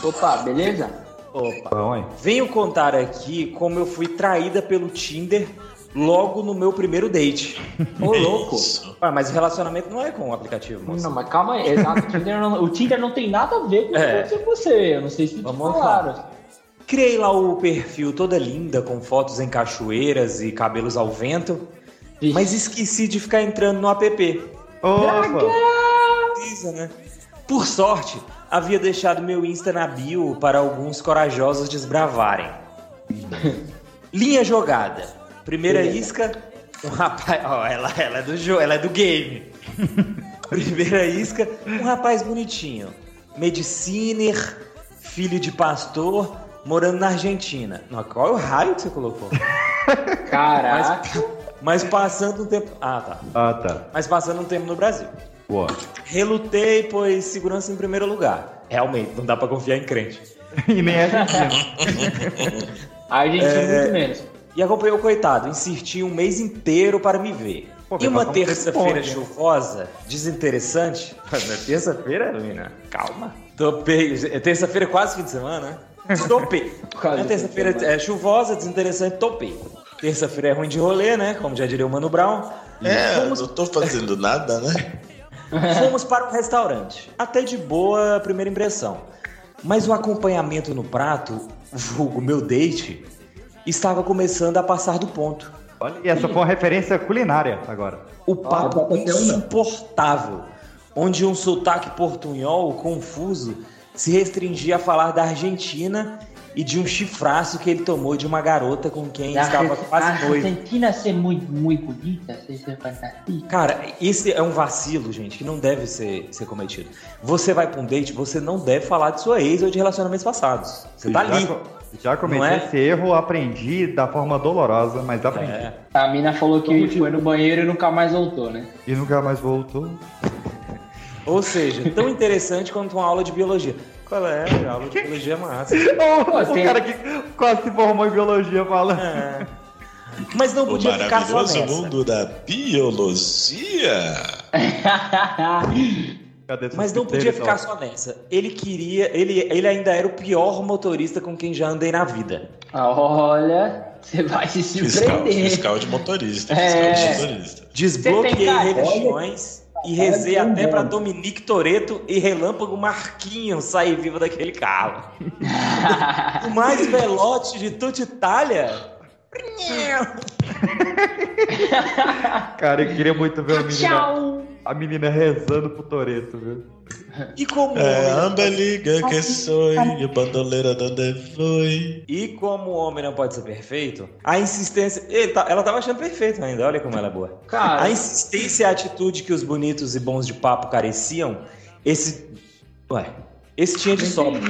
S9: Opa, beleza?
S4: Opa. Venho contar aqui como eu fui traída pelo Tinder logo no meu primeiro date. Ô, louco. Ué, mas o relacionamento não é com o aplicativo, moço.
S9: Não, mas calma aí. Exato. O Tinder não, o Tinder não tem nada a ver com o que
S4: É.
S9: aconteceu com você. Eu não sei se te falaram.
S4: Criei lá o perfil toda linda, com fotos em cachoeiras e cabelos ao vento, mas esqueci de ficar entrando no app. Precisa, né? Por sorte, havia deixado meu Insta na bio para alguns corajosos desbravarem. Linha jogada. Primeira
S9: Beleza.
S4: isca, um rapaz... Ó, ela, ela é do jogo, ela é do game. Primeira isca, um rapaz bonitinho. Mediciner, filho de pastor, morando na Argentina. Não, qual é o raio que você colocou?
S9: Caraca.
S4: Mas, mas passando um tempo... Ah, tá.
S2: Ah, tá.
S4: Mas passando um tempo no Brasil.
S2: Boa.
S4: Relutei, pois segurança em primeiro lugar. Realmente, não dá pra confiar em crente.
S2: e nem é
S9: A Argentina muito menos.
S4: É, E acompanhou o coitado, insisti um mês inteiro para me ver.
S9: Pô,
S4: e
S9: vai
S4: uma
S9: passar um tempo bom,
S4: terça-feira
S9: né?
S4: chuvosa, desinteressante. Na terça-feira, menina, calma. Topei. é Terça-feira é quase fim de semana, né? Topei.
S9: Quase
S4: Na terça-feira
S9: fim de
S4: é chuvosa, desinteressante, topei. Terça-feira é ruim de rolê, né? Como já diria o Mano Brown.
S15: É,
S4: Fomos
S15: não tô fazendo nada, né?
S4: Fomos para um restaurante. Até de boa a primeira impressão. Mas o acompanhamento no prato, vulgo meu date, estava começando a passar do ponto.
S2: E essa foi uma referência culinária agora.
S4: O
S9: Ah,
S4: papo
S9: é,
S4: insuportável, onde um sotaque portunhol confuso se restringia a falar da Argentina e de um chifraço que ele tomou de uma garota com quem estava quase
S9: a
S4: noivo.
S9: Argentina ser muito, muito bonita, ser ser fantástica.
S4: Cara, esse é um vacilo, gente, que não deve ser, ser cometido. Você vai pra um date, você não deve falar de sua ex ou de relacionamentos passados. Você tá
S2: já
S4: ali.
S2: co- Já cometi
S4: Não é?
S2: esse erro, aprendi da forma dolorosa, mas aprendi.
S4: É.
S9: A mina falou que foi no banheiro e nunca mais voltou, né?
S2: E nunca mais voltou.
S4: Ou seja, tão interessante quanto uma aula de biologia. Qual é? A aula de biologia é massa.
S2: o cara que quase se formou em biologia fala.
S4: É. Mas não
S15: O
S4: podia ficar só
S15: maravilhoso
S4: nessa.
S15: mundo da biologia.
S4: Mas não podia ficar só nessa. Ele queria, ele, ele ainda era o pior motorista com quem já andei na vida.
S9: Ah, Olha, você vai se
S15: Fiscal,
S9: surpreender.
S15: fiscal de motorista.
S9: É.
S15: Fiscal de motorista.
S9: Você tem
S4: Desbloqueei
S9: cara-
S4: religiões e
S9: Olha,
S4: rezei
S9: olha,
S4: até
S9: olha.
S4: pra Dominique Toreto e Relâmpago Marquinhos sair vivo daquele carro. o mais velote de toda Itália.
S2: Cara, eu queria muito ver a menina,
S15: Tchau.
S2: a menina rezando pro Toreto, viu?
S4: E como
S15: É,
S4: homem-
S15: amba liga que sou, e bandoleira donde foi.
S4: E como o homem não pode ser perfeito, a insistência. Ele tá- ela tava achando perfeito ainda, olha como ela é boa.
S9: Cara.
S4: A insistência e a atitude que os bonitos e bons de papo careciam, esse. Ué, esse tinha de sobra.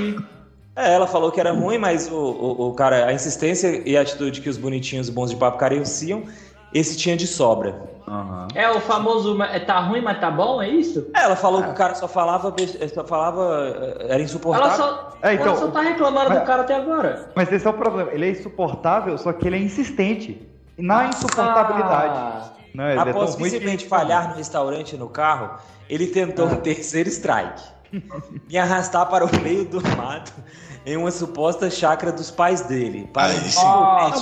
S4: É, ela falou que era ruim, mas o, o, o cara, a insistência e a atitude que os bonitinhos e bons de papo careciam, esse tinha de sobra.
S9: É o famoso "Ma- tá ruim, mas tá bom, é isso?
S4: Ela falou
S9: Ah.
S4: que o cara só falava, beste- só falava, eh, era insuportável.
S9: Ela só, ela só tá reclamando do cara até agora.
S2: Mas esse é o problema. Ele é insuportável, só que ele é insistente. Na insuportabilidade. Não, ele é
S4: Ah. Após
S2: tão ruim que-
S4: visivelmente falhar no restaurante e no carro, ele tentou
S2: Ah.
S4: um terceiro strike. Me arrastar para o meio do mato em uma suposta chácara dos pais dele. Para
S9: Nossa,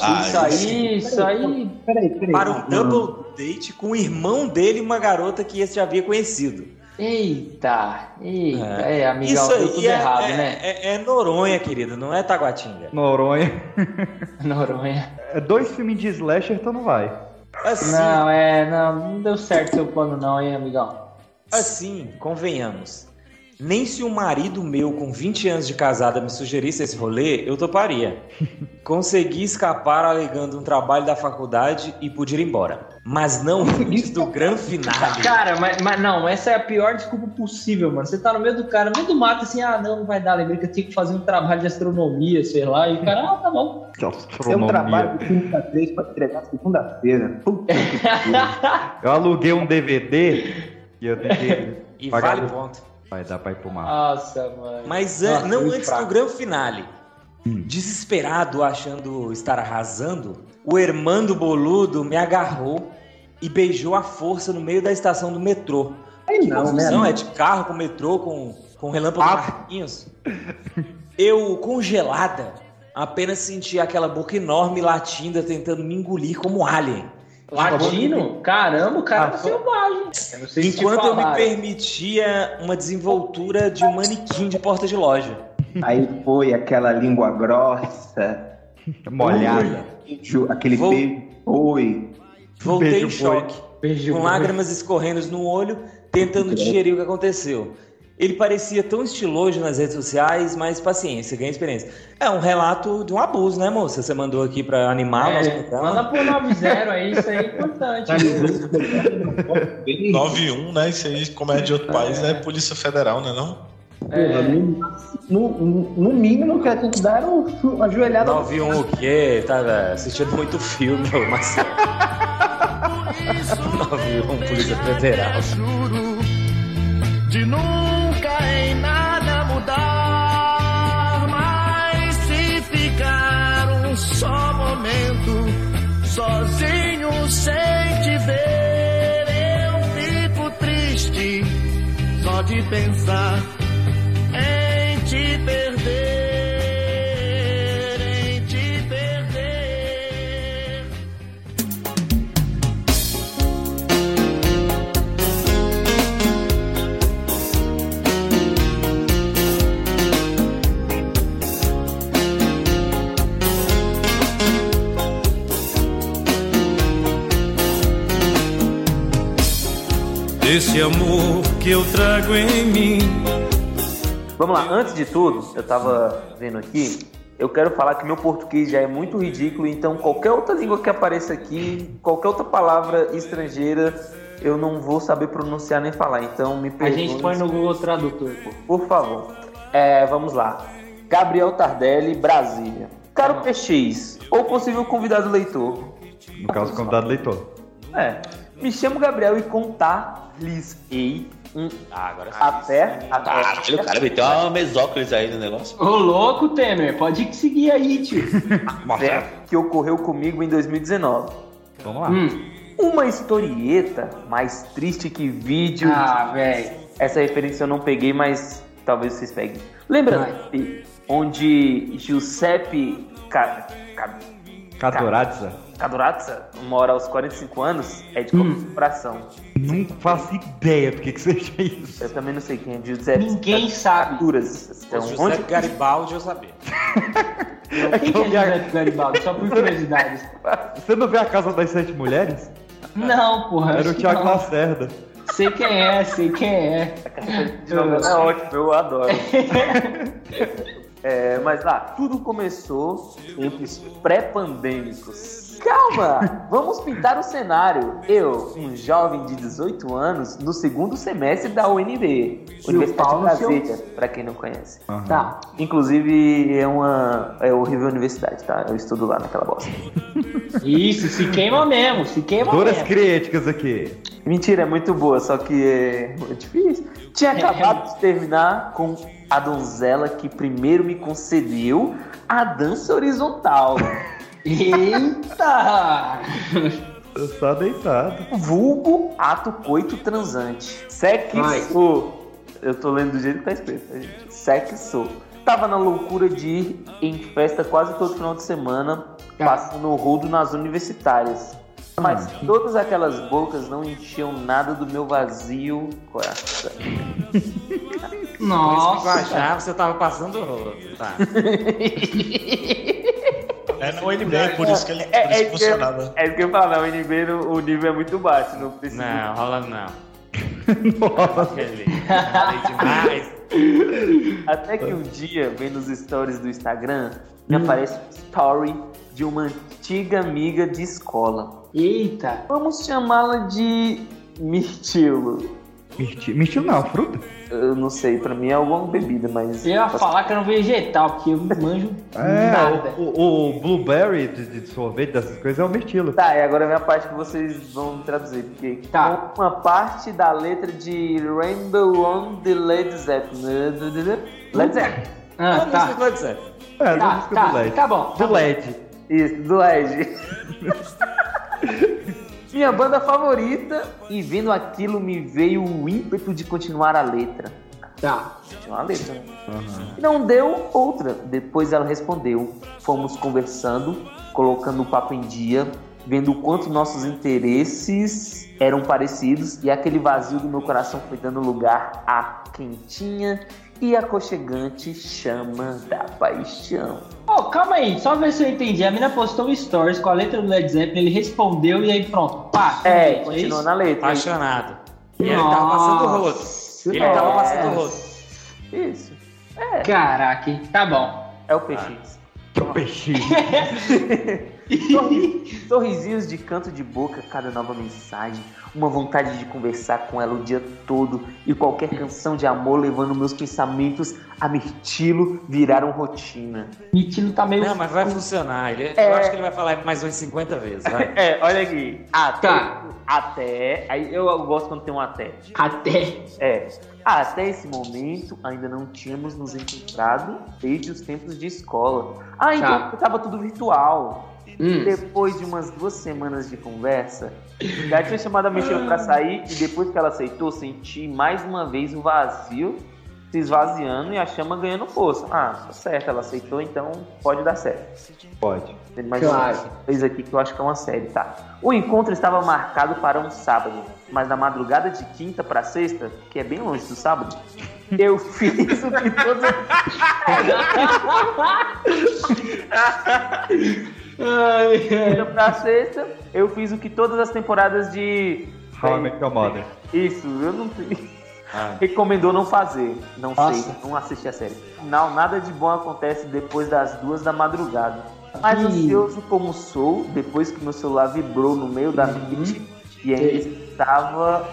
S4: Ai,
S9: Ah, isso
S4: sim.
S9: aí, isso aí. Peraí, peraí.
S4: para um double date com o irmão dele e uma garota que este havia conhecido.
S9: Eita, eita, é, amigão,
S4: Isso aí
S9: deu tudo
S4: é,
S9: errado,
S4: é-
S9: né?
S4: É, é Noronha, querido, não é Taguatinga.
S2: Noronha.
S9: Noronha.
S2: É dois filmes de slasher, então não vai.
S4: Assim.
S9: Não, é, não, não deu certo seu plano não, hein, amigão?
S4: Assim, convenhamos. Nem se um marido meu com 20 anos de casada me sugerisse esse rolê, eu toparia. Consegui escapar alegando um trabalho da faculdade e pude ir embora. Mas não antes do grande finale.
S9: Cara, mas, mas não, essa é a pior desculpa possível, mano. Você tá no meio do cara, no meio do mato, assim, ah, não, não vai dar, lembrei que eu tinha que fazer um trabalho de astronomia, sei lá, e o cara, ah, tá bom.
S2: Astronomia.
S17: É um trabalho de quinta três pra entregar segunda-feira. Puta que
S2: Eu aluguei um DVD e eu tentei.
S4: E
S2: pagar
S4: vale
S2: do-
S4: ponto.
S2: Vai dar pra ir pro mar.
S9: Nossa, mano.
S4: Mas an-
S9: Nossa,
S4: não
S9: muito
S4: antes
S9: fraco.
S4: do grande finale. Desesperado, achando estar arrasando, o Hermando Boludo me agarrou e beijou à força no meio da estação do metrô.
S17: Aí
S4: que
S17: não, né,
S4: confusão,
S17: amigo?
S4: é de carro, com metrô, com, com relâmpago Marquinhos. Eu, congelada, apenas senti aquela boca enorme latindo, tentando me engolir como um alien.
S9: Latino? Caramba, o cara
S14: é
S9: tá selvagem. Eu não sei se te
S4: Ah, Enquanto eu me
S9: falaram.
S4: permitia uma desenvoltura de um manequim de porta de loja.
S17: Aí foi aquela língua grossa,
S4: Molhada.
S17: Oi, aquele
S4: Vou-
S17: beijo. Oi.
S4: Voltei
S9: um
S17: Beijo
S4: em
S17: boi.
S4: choque,
S17: Beijo
S4: com
S17: boi.
S4: lágrimas escorrendo no olho, tentando
S17: Credo.
S4: digerir o que aconteceu. Ele parecia tão estiloso nas redes sociais, mas paciência, ganha experiência. É um relato de um abuso, né, moça? Você mandou aqui pra animar o nosso
S9: É,
S4: programa.
S9: manda por 9-0 aí, isso aí é
S15: Tá
S9: importante.
S15: 9-1, né? Isso aí, como é de outro país, é Polícia Federal, né? Não?
S13: É.
S17: Porra, no, no- no mínimo que ela tinha que dar era um chu- uma ajoelhada.
S4: 9-1 o quê? Tava assistindo muito filme, ô Marcelo. 9-1, Polícia Federal.
S7: juro de nunca em nada mudar, mas se ficar um só momento sozinho sem te ver, eu fico triste só de pensar em te perder, em te perder.
S24: Desse amor que eu trago em mim.
S12: Vamos lá, antes de tudo, eu tava vendo aqui, eu quero falar que meu português já é muito ridículo, então qualquer outra língua que apareça aqui, qualquer outra palavra estrangeira, eu não vou saber pronunciar nem falar, então me
S9: A
S12: perdoe.
S9: gente põe no Google Tradutor, pô.
S12: Por favor. É, vamos lá. Gabriel Tardelli, Brasília. Caro PX, ou possível convidado leitor,
S2: No caso, convidado leitor.
S12: é. Me chamo Gabriel e contar-lhes-ei um
S2: Ah,
S12: até até-
S11: Ah, Caralho, o cara meteu uma mesóclise aí no negócio.
S9: Ô louco, Temer, pode seguir aí, tio.
S12: até É, que ocorreu comigo em 2019.
S2: Vamos lá.
S9: Hum.
S12: Uma historieta mais triste que vídeo.
S9: Ah, velho.
S12: Essa referência eu não peguei, mas talvez vocês peguem. Lembra onde Giuseppe Ca... Ca...
S2: Cadorazza.
S12: Cadorazza mora aos 45 anos? É de
S9: Hum.
S12: coração.
S2: Não faço ideia do que, que seja isso.
S12: Eu também não sei quem é Giuseppe.
S9: Ninguém sabe.
S12: Então,
S4: José
S12: onde...
S4: Garibaldi, eu sabia.
S9: Quem que é Gilberto Garibaldi? Só por curiosidade.
S2: Você não vê a Casa das Sete Mulheres?
S9: Não, porra.
S2: Era
S9: acho
S2: o
S9: que
S2: Tiago
S9: não.
S2: Lacerda.
S9: Sei quem é, sei quem é.
S12: É ótimo, eu adoro. É, mas lá, tudo começou em tempos pré-pandêmicos. Calma! Vamos pintar o cenário. Eu, um jovem de 18 anos, no segundo semestre da UNB, Universidade de
S9: pau no seu-
S12: Brasília, pra quem não conhece.
S9: Aham. Tá.
S12: Inclusive, é uma é horrível universidade, tá? Eu estudo lá naquela bosta.
S9: Isso, se queima mesmo, se queima
S2: Duras
S9: mesmo.
S2: críticas aqui.
S12: Mentira, é muito boa, só que é muito difícil. Tinha acabado de terminar com a donzela que primeiro me concedeu a dança horizontal.
S9: Tá.
S12: Eita!
S2: Só deitado.
S12: Vulgo ato coito transante. Sexo. Eu tô lendo do jeito que tá escrito, tá, gente? Sexo. Tava na loucura de ir em festa quase todo final de semana, passando o rodo nas universitárias. Mas todas aquelas bocas não enchiam nada do meu vazio coração.
S4: Nossa. eu achava que você tava passando o rolo. Tá.
S15: É na UNB, por isso que ele por isso que
S12: isso que eu-
S15: funcionava.
S12: É isso que eu falo, na UNB no- o nível é muito baixo, não precisa.
S4: Não, rola não.
S12: Até que um dia, vendo os stories do Instagram, me aparece um story de uma antiga amiga de escola. Eita! Vamos chamá-la de Mirtilo.
S2: Mirti- Mirtilo não, fruta?
S12: Eu não sei, pra mim é alguma bebida, mas.
S9: Eu ia falar que era um vegetal, porque eu não manjo
S2: É,
S9: nada.
S2: o, o- o blueberry de, de sorvete, dessas coisas, é o mirtilo.
S12: Tá, e agora vem a parte que vocês vão traduzir, porque tá. uma parte da letra de Rainbow on the Led Zeppelin. Led Zeppelin.
S9: Ah, tá.
S12: Led Zeppelin.
S2: É,
S9: da Tá, música do tá, LED. tá bom, tá
S12: Do
S2: LED.
S12: Isso, do LED. Minha banda favorita, e vendo aquilo me veio o ímpeto de continuar a letra. Tá. Continuar a letra, né? E Não deu outra. Depois ela respondeu. Fomos conversando, colocando o papo em dia, vendo o quanto nossos interesses eram parecidos e aquele vazio do meu coração foi dando lugar à quentinha e aconchegante chama da paixão.
S9: Ô, calma aí, só ver se eu entendi. A mina postou um stories com a letra do Led Zeppelin, ele respondeu e aí pronto, pá.
S12: É,
S9: isso?
S12: continuou na letra.
S4: Apaixonado. E ele tava passando o rodo. Ele tava passando o rodo.
S12: Isso. É.
S9: Caraca, hein? tá bom.
S12: É o PX.
S2: Que É o peixe.
S12: Sorri- Sorrisinhos de canto de boca, cada nova mensagem, uma vontade de conversar com ela o dia todo e qualquer canção de amor levando meus pensamentos a mirtilo viraram rotina.
S9: Mirtilo tá meio.
S4: Não, mas vai funcionar. Ele,
S12: É.
S4: Eu acho que ele vai falar mais umas 50 vezes. Vai.
S12: É, olha aqui. Até.
S9: Tá.
S12: Até. Aí eu gosto quando tem um até.
S9: Até.
S12: É. Até esse momento ainda não tínhamos nos encontrado desde os tempos de escola. Ah, então
S9: Tá.
S12: estava tudo virtual.
S9: Hum.
S12: Depois de umas duas semanas de conversa, já tinha chamado a Michelle
S9: Ah.
S12: pra sair e depois que ela aceitou, senti mais uma vez o vazio se esvaziando e a chama ganhando força. Ah, tá certo, ela aceitou, então pode dar certo.
S2: Pode.
S12: Tem mais
S2: Claro.
S12: uma coisa aqui que eu acho que é uma série, tá? O encontro estava marcado para um sábado, mas na madrugada de quinta para sexta, que é bem longe do sábado, eu fiz o que todos. Quinta pra
S6: é
S12: sexta, eu fiz o que todas as temporadas de.
S2: How I Met Your Mother.
S12: Isso, eu não. Recomendou não fazer. Não sei, não assisti a série. Não, nada de bom acontece depois das duas da madrugada. Mas
S9: Ih.
S12: ansioso como sou, depois que meu celular vibrou no meio da
S4: Uhum.
S12: noite e ainda estava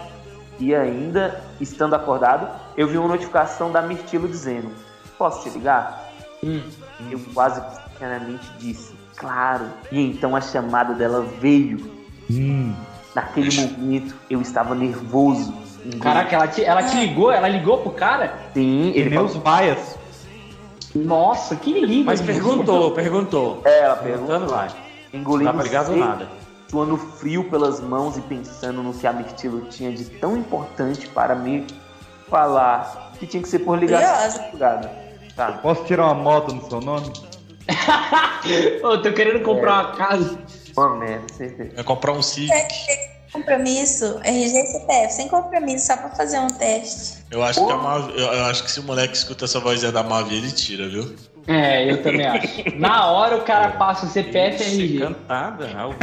S12: e ainda estando acordado, eu vi uma notificação da Mirtilo dizendo: "Posso te ligar?"
S4: Hum.
S12: Eu quase que sinceramente disse: "Claro". E então a chamada dela veio. Hum. Naquele momento eu estava nervoso.
S9: Caraca, ela te, ela te ligou? Ela ligou pro cara?
S12: Sim, ele
S9: meus
S2: falou... vaias.
S9: Nossa, que lindo.
S4: Mas
S9: gente.
S4: perguntou, perguntou.
S12: É, ela
S4: Perguntando vai.
S12: Engolindo
S4: Não dá pra ligar do
S12: seco,
S4: nada.
S12: Suando frio pelas mãos e pensando no que a Mirtilo tinha de tão importante para me falar. Que tinha que ser por ligação. Obrigado. Tá.
S2: Posso tirar uma moto no seu nome?
S9: Ô, tô querendo comprar uma casa.
S12: É. Uma merda, certeza.
S15: Vai comprar um Civic.
S14: Compromisso, é RG e CPF, sem compromisso, só pra fazer um teste.
S15: Eu acho, que a Mavi- eu, eu acho que se o moleque escuta essa voz é da Mavi, ele tira, viu?
S9: É, eu também acho. Na hora o cara passa o CPF e RG.
S4: Cantada. ao-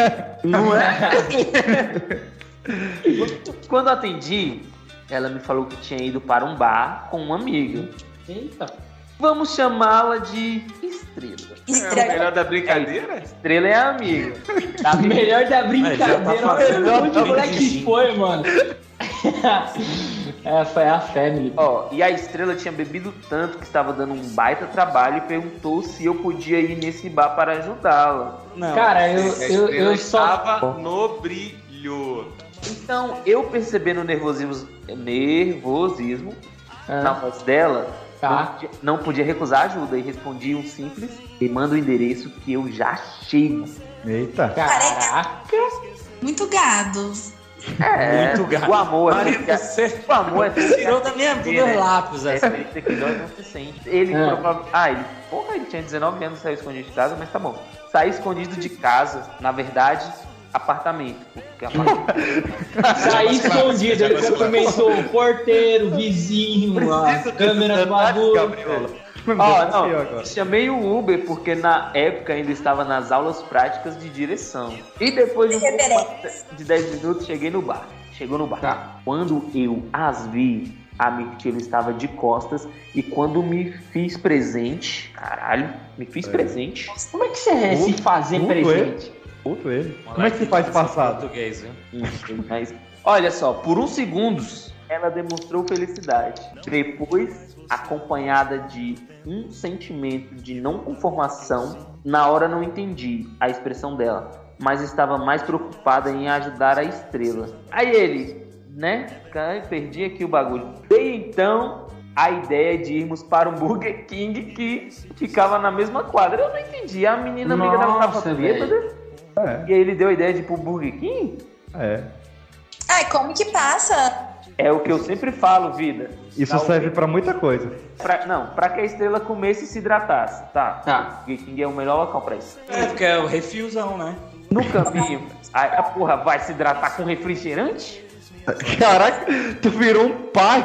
S12: Não é?
S2: um-
S12: Quando eu atendi, ela me falou que tinha ido para um bar com uma amiga.
S9: Eita.
S12: Vamos chamá-la de Estrela.
S3: É o melhor da brincadeira?
S12: Estrela é a amiga.
S9: Tá melhor da brincadeira.
S12: Mas já tá fazendo
S9: Olha onde o
S12: um
S9: moleque
S12: videozinho.
S9: foi, mano. É, foi a Family.
S12: Ó, e a estrela tinha bebido tanto que estava dando um baita trabalho e perguntou se eu podia ir nesse bar para ajudá-la.
S9: Cara, eu,
S12: A
S9: eu,
S12: estrela
S9: eu só.
S12: Estava no brilho. Então, eu percebendo o nervosismo, nervosismo
S9: Ah.
S12: na voz dela,
S9: Tá.
S12: não, podia, não podia recusar ajuda e respondi um simples e manda o endereço que eu já chego.
S2: Eita.
S9: Caraca.
S14: Muito gado.
S12: É,
S4: Muito gato.
S12: O amor é
S4: Marido,
S12: feito-
S4: você
S12: O amor é feito-
S4: tirou da minha- dos meus lápis
S12: É
S4: essa.
S12: feito que dói, não se sente. Ele
S4: É.
S12: provavelmente. Ah, ele. Porra, ele tinha 19 anos e saiu escondido de casa, mas tá bom. Saiu escondido de casa, na verdade, apartamento. Porque é um apartamento.
S9: Saí escondido, ele cumprimentou o porteiro, o vizinho, a câmera do adulto.
S12: Ó, não, chamei o Uber porque na época ainda estava nas aulas práticas de direção. E depois de, um pouco de 10 minutos cheguei no bar. Chegou no bar. Quando eu as vi, a Mirtilo estava de costas e quando me fiz presente, caralho, me fiz presente.
S9: Como é que você é se fazer presente?
S2: Puto ele. Como é que se faz passado?
S12: Mas, olha só, por uns segundos ela demonstrou felicidade. Depois, acompanhada de um sentimento de não conformação, na hora não entendi a expressão dela, mas estava mais preocupada em ajudar a estrela. Aí ele, né? Cara, perdi aqui o bagulho. Dei então a ideia de irmos para um Burger King que ficava na mesma quadra. Eu não entendi. A menina amiga dela
S9: Nossa,
S12: tava
S9: velho.
S12: bêbada.
S2: É.
S12: E aí ele deu a ideia de ir pro Burger King?
S2: É.
S14: Ai, como que passa?
S12: É o que eu sempre falo, vida.
S2: Isso serve pra muita coisa.
S12: Pra- não, pra que a estrela comesse e se hidratasse, tá? Tá. Burger King é o melhor local pra isso.
S4: É, porque é o refilzão, né?
S12: No caminho, a, a porra vai se hidratar com refrigerante?
S2: Caraca, tu virou um pai.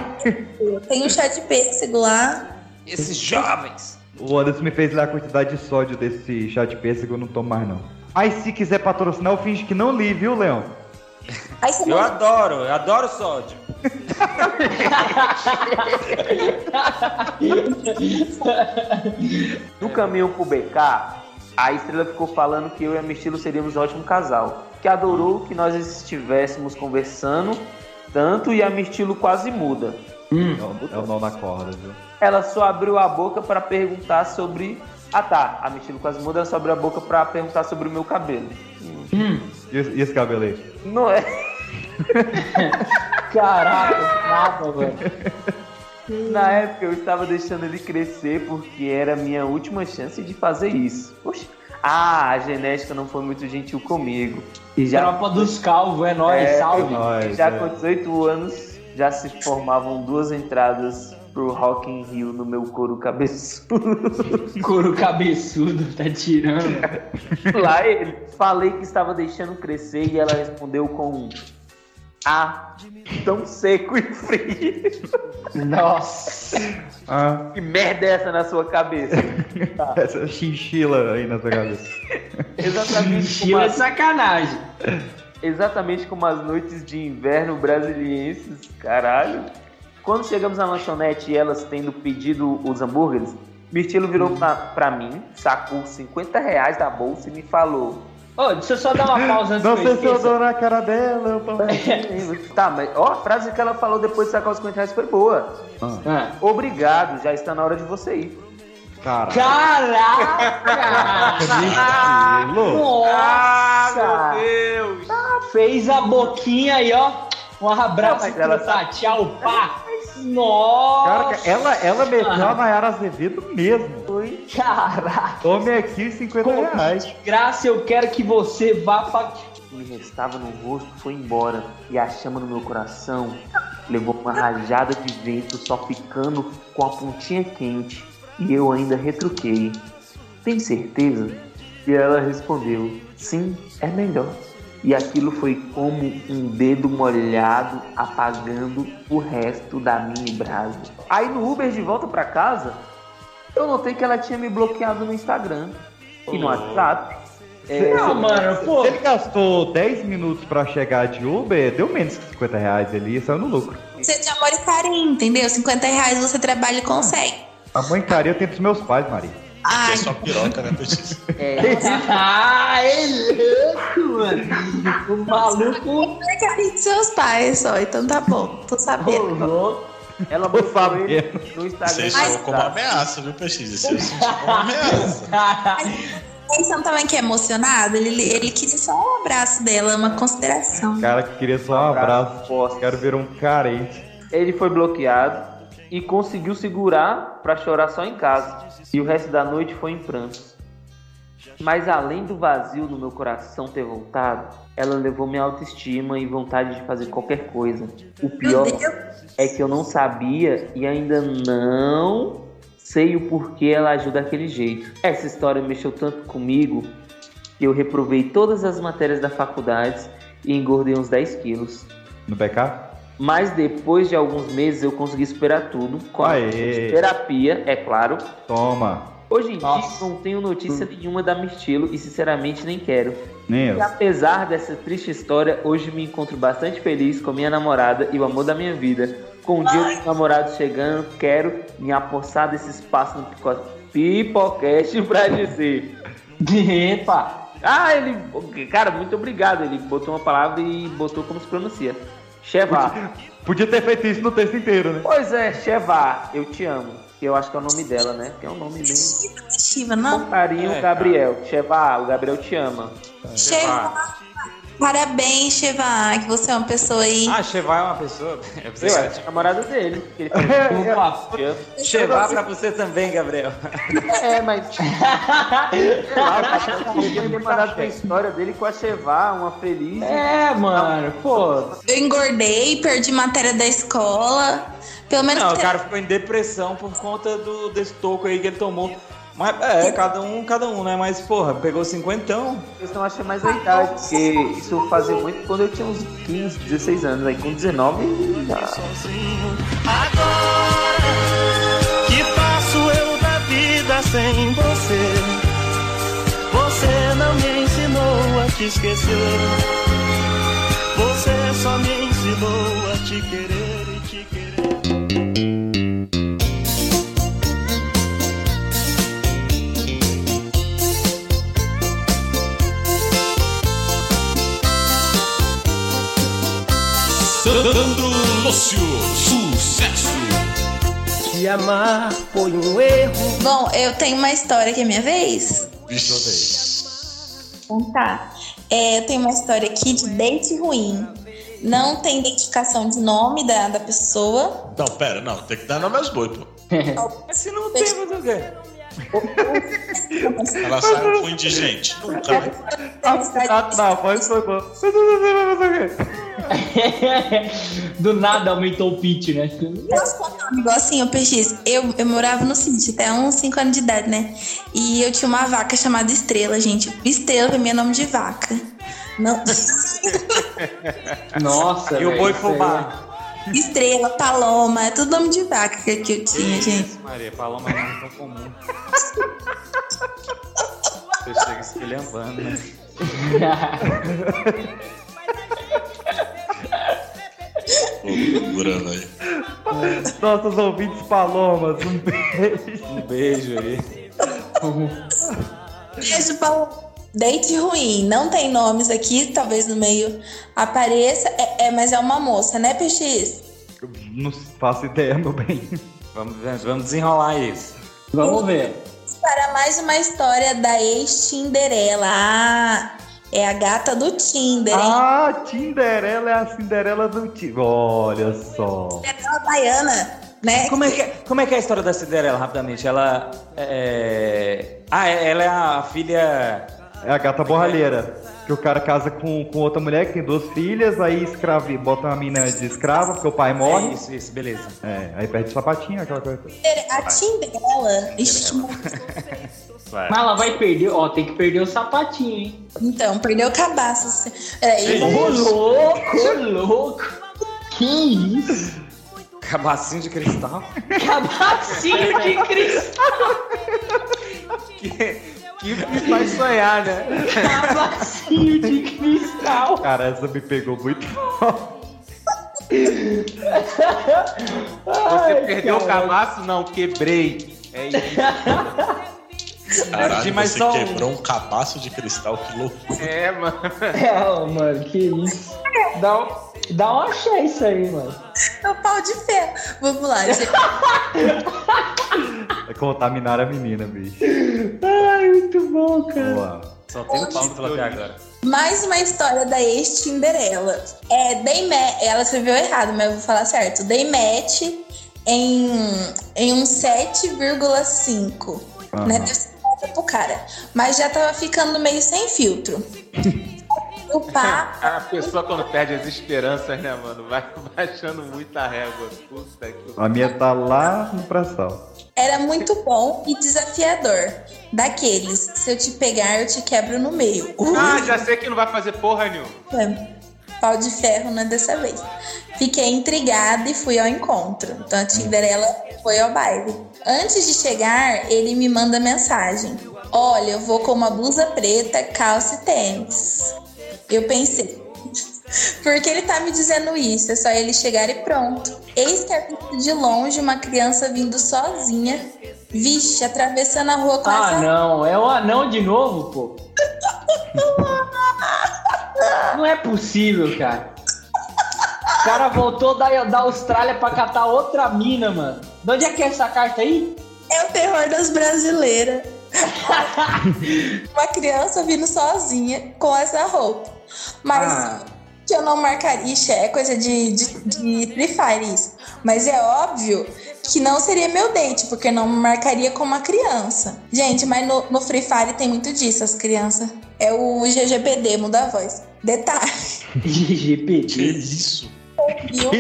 S14: Tem um chá de pêssego lá.
S12: Esses jovens.
S2: O Anderson me fez ler a quantidade de sódio desse chá de pêssego, eu não tomo mais não. Mas se quiser patrocinar, eu finge que não li, viu, Leão?
S4: Eu adoro, eu adoro sódio.
S12: No caminho pro BK, a estrela ficou falando que eu e a Mistilo seríamos um ótimo casal. Que adorou que nós estivéssemos conversando tanto e a Mistilo quase muda.
S2: É o nó na corda, viu?
S12: Ela só abriu a boca pra perguntar sobre. Ah tá, a Mistilo quase muda, ela só abriu a boca pra perguntar sobre o meu cabelo.
S2: E esse, e esse cabelo aí?
S12: Não é.
S9: Caraca, nada, velho.
S12: Na época eu estava deixando ele crescer porque era a minha última chance de fazer isso. Poxa. Ah, a genética não foi muito gentil comigo. E já-
S9: Tropa dos calvos, é nóis,
S12: É,
S9: salve.
S12: já com 18 anos já se formavam duas entradas pro Rock in Rio no meu couro cabeçudo.
S9: Couro cabeçudo, tá tirando.
S12: Lá ele falei que estava deixando crescer e ela respondeu com um ah, tão seco e frio.
S9: Nossa.
S2: Ah,
S12: Que merda é essa na sua cabeça? Tá.
S2: essa chinchila aí na sua cabeça.
S12: Exatamente
S9: Estilo é sacanagem.
S12: Exatamente como as noites de inverno brasilienses, caralho. Quando chegamos na lanchonete e elas tendo pedido os hambúrgueres, Mirtilo virou pra, pra mim, sacou 50 reais da bolsa e me falou.
S9: Ô, deixa eu só dar uma pausa antes
S2: Não
S9: que eu
S2: sei se eu
S9: esqueça.
S2: dou na cara dela, eu tô...
S12: tá, mas ó, a frase que ela falou depois de sacar os 50 reais foi boa.
S2: Ah.
S12: Obrigado, já está na hora de você ir.
S2: Cara,
S9: Caraca! Nossa!
S12: Ah, Deus!
S9: Ah, Fez a boquinha aí, ó. Um abraço
S2: Não, mas
S9: pro
S2: ela-
S9: tá... tchau, pá. Nossa!
S2: Cara, ela, ela meteu a Nayara Azevedo mesmo.
S9: é- Caraca!
S2: Tome aqui 50 reais.
S9: Graça, eu quero que você vá pra...
S12: O que me restava no rosto foi embora e a chama no meu coração levou uma rajada de vento só ficando com a pontinha quente e eu ainda retruquei. Tem certeza? E ela respondeu: Sim, é melhor. E aquilo foi como um dedo molhado apagando o resto da minha brasa. Aí no Uber de volta pra casa, Eu notei que ela tinha me bloqueado no Instagram e no
S2: Oh.
S12: WhatsApp. É,
S2: Se- Se ele gastou 10 minutos pra chegar de Uber, deu menos que 50 reais ali e saiu no lucro.
S19: Você de amor e carinho, entendeu? 50 reais você trabalha e consegue.
S2: A mãe carinha tem pros meus pais, Maria.
S19: Ai,
S15: piroca, né, Petis?
S19: ah, é louco, mano.
S9: O maluco.
S19: É carinho de seus pais só, então tá bom, tô sabendo.
S12: Ela bloqueou ele no Instagram.
S15: Vocês são como ameaça, viu, Petis? Vocês são como ameaça.
S19: Mas você não tava aqui é emocionado? Ele, ele queria só um abraço dela, uma consideração.
S2: Cara que queria só um abraço. Quero ver um carente.
S12: Ele foi bloqueado e conseguiu segurar pra chorar só em casa. E o resto da noite foi em prantos. Mas além do vazio no meu coração ter voltado, ela levou minha autoestima e vontade de fazer qualquer coisa. O pior é que eu não sabia e ainda não sei o porquê ela agiu daquele jeito. Essa história mexeu tanto comigo que eu reprovei todas as matérias da faculdade e engordei uns 10 quilos.
S2: No BK?
S12: Mas depois de alguns meses eu consegui superar tudo. Com a terapia, é claro.
S2: Toma.
S12: Hoje em dia não tenho notícia nenhuma da Mirtilo e sinceramente nem quero.
S2: Nem eu.
S12: E apesar dessa triste história, hoje me encontro bastante feliz com minha namorada e o amor da minha vida. Com o dia dos namorados chegando, quero me apossar desse espaço no pico- Pipocast pra dizer. Epa! Ah, ele. Cara, muito obrigado. Ele botou uma palavra e botou como se pronuncia. Cheva.
S2: Podia ter feito isso no texto inteiro, né?
S12: Pois é, Cheva, eu te amo. Que eu acho que é o nome dela, né? Que é um nome bem.
S19: Chiva, não?
S12: Com carinho,
S19: É,
S12: Gabriel. Cheva, o Gabriel te ama.
S19: Cheva. Parabéns, Cheva, que você é uma pessoa aí.
S4: Ah, Chevar é uma pessoa. Eu
S12: Eu acho que é a namorada dele. que ele falou,
S4: Chevar pra você também, Gabriel.
S12: É, mas. Ele ter mandado a história dele com a Cheva, uma feliz.
S9: É, mano, pô.
S19: Eu engordei, perdi matéria da escola. Pelo menos
S4: Não, o
S19: teve-
S4: cara ficou em depressão por conta do, desse toco aí que ele tomou. Mas é, cada um, cada um, né? Mas, porra, pegou cinquentão.
S12: Eu não achei mais a idade, porque isso fazia muito quando eu tinha uns 15, 16 anos. Aí com 19 já.
S5: Que faço eu da vida sem você? Você não me ensinou a te esquecer. Você só me ensinou a te querer e te querer.
S25: Sandro Lúcio, sucesso.
S19: Te amar foi um erro. Bom, eu tenho uma história que é minha vez. Então tá. É, eu tenho uma história aqui de date ruim. Não tem identificação de nome da, da pessoa.
S15: Não, pera, não. Tem que dar nome aos boi, pô.
S4: Se não tem, mas o quê?
S15: Ela saiu com indigente. Nunca. né?
S2: Ah, não, foi foi bom.
S9: Do nada aumentou o pitch, né?
S19: Posso contar um negocinho, PX? Eu, eu morava no sítio até uns 5 anos de idade, né? E eu tinha uma vaca chamada Estrela, gente. Estrela pra mim é nome de vaca. Não.
S9: Nossa,
S4: E o
S9: velho,
S4: boi
S9: isso
S4: fubá.
S19: Estrela, Paloma, é tudo nome de vaca que, que eu tinha, gente.
S4: Maria, Paloma não é tão comum. Você chega esquilhambando, né?
S15: Segurando aí.
S2: Nossos ouvintes palomas, um beijo.
S4: Um beijo aí.
S19: Beijo, Paloma. Date ruim, não tem nomes aqui, talvez no meio apareça. É, é, mas é uma moça, né, PX?
S2: Não faço ideia, meu bem.
S4: Vamos, vamos desenrolar isso.
S9: Vamos ver.
S19: Para mais uma história da ex-Tinderela. Ah, é a gata do Tinder, hein?
S2: Ah, Tinderela é a Cinderela do Tinder. Olha só.
S19: Cinderela é baiana, né?
S4: Como é que, como é, que é a história da Cinderela, rapidamente? Ela é... Ah, é- ela é a filha...
S2: É a gata borralheira. Que o cara casa com, com outra mulher que tem duas filhas, aí escrave, bota uma mina de escrava, porque o pai morre.
S4: É isso, isso, beleza.
S2: É, aí perde o sapatinho, aquela coisa. toda.
S19: A Tinderela. Ixi,
S9: Mas ela vai perder, ó, tem que perder o sapatinho, hein?
S19: Então, perdeu o cabaço. É,
S9: Ô, louco, ô, louco. Que isso?
S4: Cabacinho de cristal?
S18: Cabacinho de cristal.
S4: Que me faz sonhar, né?
S18: Cabacinho de cristal.
S2: Cara, essa me pegou muito mal.
S3: Você perdeu o cabaço? Não, quebrei. É isso.
S15: Caralho,
S3: Sim, mas
S15: você
S3: só um-
S15: quebrou um cabaço de cristal, que loucura.
S3: É, mano.
S9: É, mano, que isso. Dá um, dá um axé isso aí, mano.
S19: É o pau de ferro. Vamos lá, gente.
S2: É contaminar a menina, bicho.
S19: Ai, muito bom, cara.
S2: Boa.
S4: Só tem o Paulo pela até agora.
S19: Mais uma história da ex-Tinderela. É, dei ma- ela escreveu errado, mas eu vou falar certo. Dei match em, em um 7,5.
S18: Aham.
S19: Né? Deu 50 pro cara. Mas já tava ficando meio sem filtro. o pá
S3: A pessoa quando perde as esperanças, né, mano? Vai baixando muita régua. Puta que
S2: A minha tá lá no pré-sal.
S19: era muito bom e desafiador. Daqueles, se eu te pegar, eu te quebro no meio.
S3: Ah, já sei que não vai fazer porra nenhuma.
S19: É, Pau de ferro não é dessa vez. Fiquei intrigada e fui ao encontro. Então a Tinderela foi ao baile. Antes de chegar, ele me manda mensagem. Olha, eu vou com uma blusa preta, calça e tênis. Eu pensei, por que ele tá me dizendo isso? É só ele chegar e pronto. Eis que avista de longe uma criança vindo sozinha. Vixe, atravessando a rua com
S9: Ah,
S19: essa
S9: não. É um anão de novo, pô. Não é possível, cara. O cara voltou da, da Austrália pra catar outra mina, mano. De onde é que é essa carta aí?
S19: É o terror das brasileiras. Uma criança vindo sozinha com essa roupa. Mas
S18: Ah.
S19: que eu não marcaria, ixi, é coisa de, de, de Free Fire isso. Mas é óbvio que não seria meu date, porque não marcaria com uma criança. Gente, mas no, no Free Fire tem muito disso, as crianças. É o GGPD, muda a voz. Detalhe.
S9: GGPD.
S15: isso?
S19: Viu?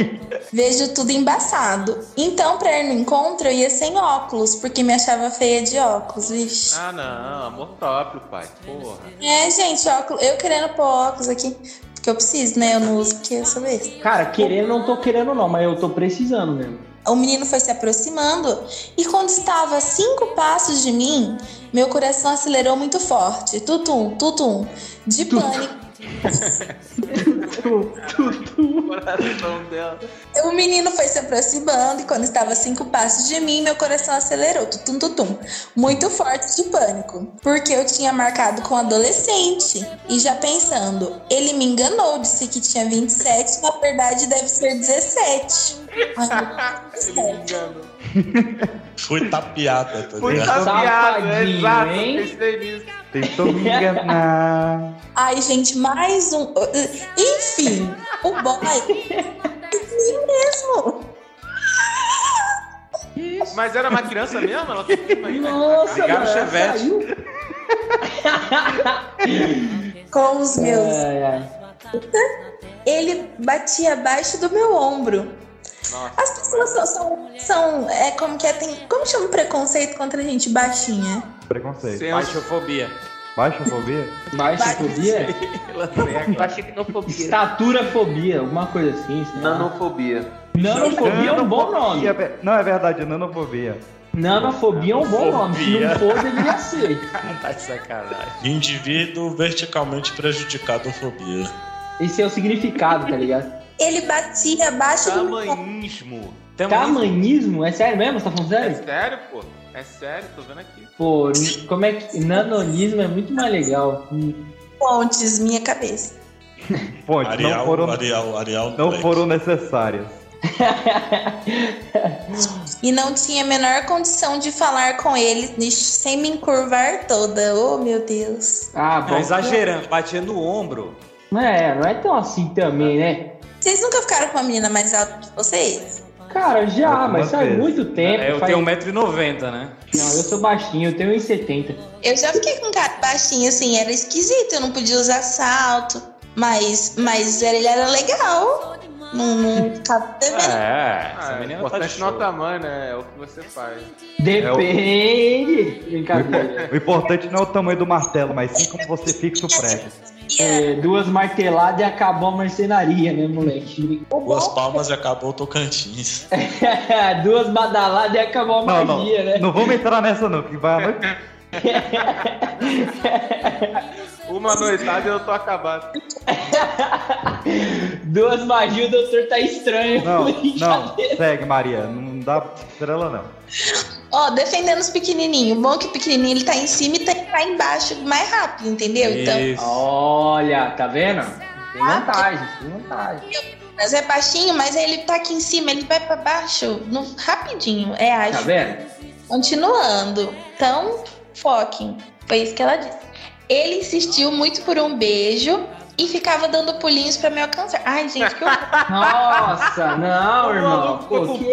S19: Vejo tudo embaçado. Então, pra ir no encontro, eu ia sem óculos, porque me achava feia de óculos, vixe.
S3: Ah, não. Amor próprio, pai. Porra.
S19: É, gente, óculos, eu querendo pôr óculos aqui, porque eu preciso, né? Eu não uso porque eu sou besta.
S9: Cara, querendo não tô querendo não, mas eu tô precisando mesmo.
S19: O menino foi se aproximando e quando estava a cinco passos de mim, meu coração acelerou muito forte. Tutum, tutum. De pânico.
S3: O coração dela.
S19: O menino foi se aproximando e quando estava a cinco passos de mim, meu coração acelerou, tutum tutum, muito forte de pânico, porque eu tinha marcado com um adolescente e já pensando, ele me enganou, disse que tinha 27, na verdade deve ser 17. Ai, meu Deus do céu.
S15: Foi tapeada, tá
S3: Foi
S15: ligado?
S3: tapeado, é
S15: Safadinho,
S3: exato.
S15: hein?
S3: Pensei nisso.
S2: Tentou me enganar.
S19: Ai, gente, mais um. Enfim, o boy. Sim mesmo.
S3: Mas era uma criança mesmo? Ela
S19: Nossa,
S3: Pegaram o
S19: mano,
S3: chevette.
S19: com os meus.
S9: Ai, ai. é.
S19: Ele batia abaixo do meu ombro. As pessoas são, são, são, é como que é, tem, como chama preconceito contra gente baixinha?
S2: Preconceito.
S4: Baixofobia.
S2: Baixofobia?
S9: Baixofobia?
S12: Xenofobia.
S9: Estaturafobia, alguma coisa assim. sei lá.
S12: Nanofobia.
S9: Nanofobia é um bom nome.
S2: Nanofobia, ve- Não, é verdade, nanofobia.
S9: Nanofobia é um bom nome. Se não for, deveria ser.
S4: Tá de sacanagem.
S15: Indivíduo verticalmente prejudicado fobia.
S9: Esse é o significado, tá ligado?
S19: Ele batia abaixo do meu ombro.
S3: Tamanismo.
S9: Tamanismo? É sério mesmo? Você tá falando
S3: É
S9: sério?
S3: sério, pô. É sério, tô vendo aqui.
S9: Pô, n- como é que. Nanonismo é muito mais legal. Hum.
S19: Pontes, minha cabeça.
S2: Fontes não
S15: Arial,
S2: foram,
S15: Arial, Arial.
S2: não foram necessárias.
S19: E não tinha a menor condição de falar com ele nixe, sem me encurvar toda. Oh, meu Deus.
S9: Ah,
S4: Não, Tá exagerando, batia no ombro.
S9: Não é, não é tão assim também, né?
S19: Vocês nunca ficaram com uma menina mais alta que vocês?
S9: Cara, já, Ah, mas faz muito tempo.
S4: É, eu
S9: faz-
S4: tenho 1,90m, né?
S9: Não, eu sou baixinho, eu tenho 1,70.
S19: Eu já fiquei com um cara baixinho, assim, era esquisito, eu não podia usar salto. Mas, mas ele era legal. Não, não ficava devendo.
S4: É,
S3: essa menina é importante não o tamanho, né? É o que você faz.
S9: Depende.
S2: é O, impo- o importante não é o tamanho do martelo, mas sim como você fixa o prego.
S9: É, duas marteladas e acabou a marcenaria, né, moleque?
S15: Duas palmas e acabou o Tocantins.
S9: duas badaladas e acabou a
S2: Não, não.
S9: magia, né?
S2: Não vamos entrar nessa, não, que vai.
S3: Uma noitada e eu tô acabado.
S9: Duas magias, o doutor tá estranho.
S2: Não, não. Segue, Maria. Não dá estrela, não.
S19: Ó, defendendo os pequenininhos. O bom é que o pequenininho ele tá em cima e tá, tá embaixo mais rápido, entendeu? Então,
S9: Olha, tá vendo? Tem vantagem, tem vantagem.
S19: mas é baixinho, mas aí ele tá aqui em cima, ele vai pra baixo no- rapidinho, é ágil.
S9: Tá vendo?
S19: Continuando. Então, foquem. Foi isso que ela disse. Ele insistiu muito por um beijo e ficava dando pulinhos pra me alcançar. Ai, gente, que horror.
S9: Nossa, não,
S19: O
S9: irmão.
S19: maluco
S9: Pô, que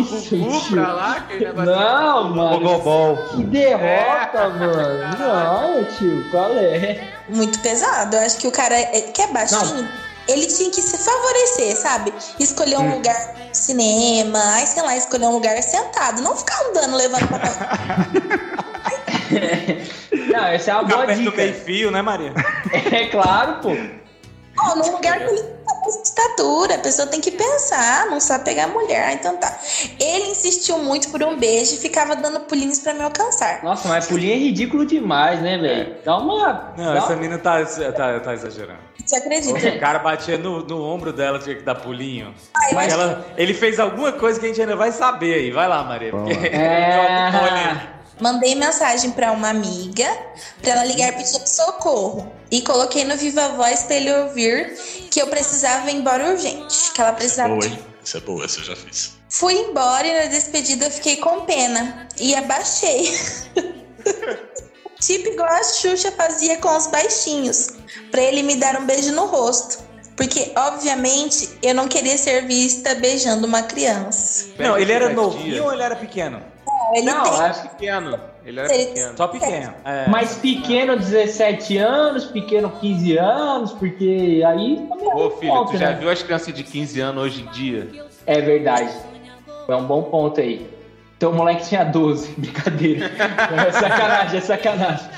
S9: isso, tio? Não, mano. Que derrota,
S3: É.
S9: mano. Não, tio, qual é?
S19: Muito pesado. Eu acho que o cara é- que é baixinho, ele tinha que se favorecer, sabe? Escolher um
S9: Hum.
S19: lugar no cinema, aí, sei lá, escolher um lugar sentado. Não ficar andando levando pra trás.
S9: Não, essa é uma boa dica. do
S4: meio-fio, né, Maria?
S9: É claro, pô.
S19: Ó, num lugar que ele tá com estatura, a pessoa tem que pensar, não sabe pegar mulher. Ah, então tá. Ele insistiu muito por um beijo e ficava dando pulinhos pra me alcançar.
S9: Nossa, mas pulinho é ridículo demais, né, velho? Dá uma.
S4: É. Não,
S9: dá
S4: essa
S9: uma-
S4: menina tá, tá, tá exagerando.
S19: Você acredita?
S4: O cara batia no, no ombro dela, tinha que dar pulinho.
S19: Ai,
S4: Mas
S19: mas-
S4: ela- ele fez alguma coisa que a gente ainda vai saber aí. Vai lá, Maria. Porque...
S19: É. Mandei mensagem pra uma amiga pra ela ligar
S15: Uhum.
S19: pedindo socorro. E coloquei no Viva Voz pra ele ouvir que eu precisava ir embora urgente. Que ela precisava.
S15: Boa,
S19: de-
S15: hein? Essa é boa, essa eu já fiz.
S19: Fui embora e na despedida eu fiquei com pena. E abaixei. tipo igual a Xuxa fazia com os baixinhos. Pra ele me dar um beijo no rosto. Porque, obviamente, eu não queria ser vista beijando uma criança.
S4: Não, ele era
S3: Dias.
S4: novinho ou ele era pequeno?
S19: Não, ele tem-
S9: acho
S3: Pequeno. Ele era
S19: Ele-
S3: pequeno.
S4: Só pequeno. É.
S9: Mas pequeno 17 anos, pequeno 15 anos, porque aí também é
S3: Ô,
S9: um
S3: filho, tu
S9: ponto,
S3: já
S9: né?
S3: viu as crianças de 15 anos hoje em dia?
S9: É verdade. É um bom ponto aí. Então o moleque tinha 12, brincadeira. É sacanagem, é sacanagem.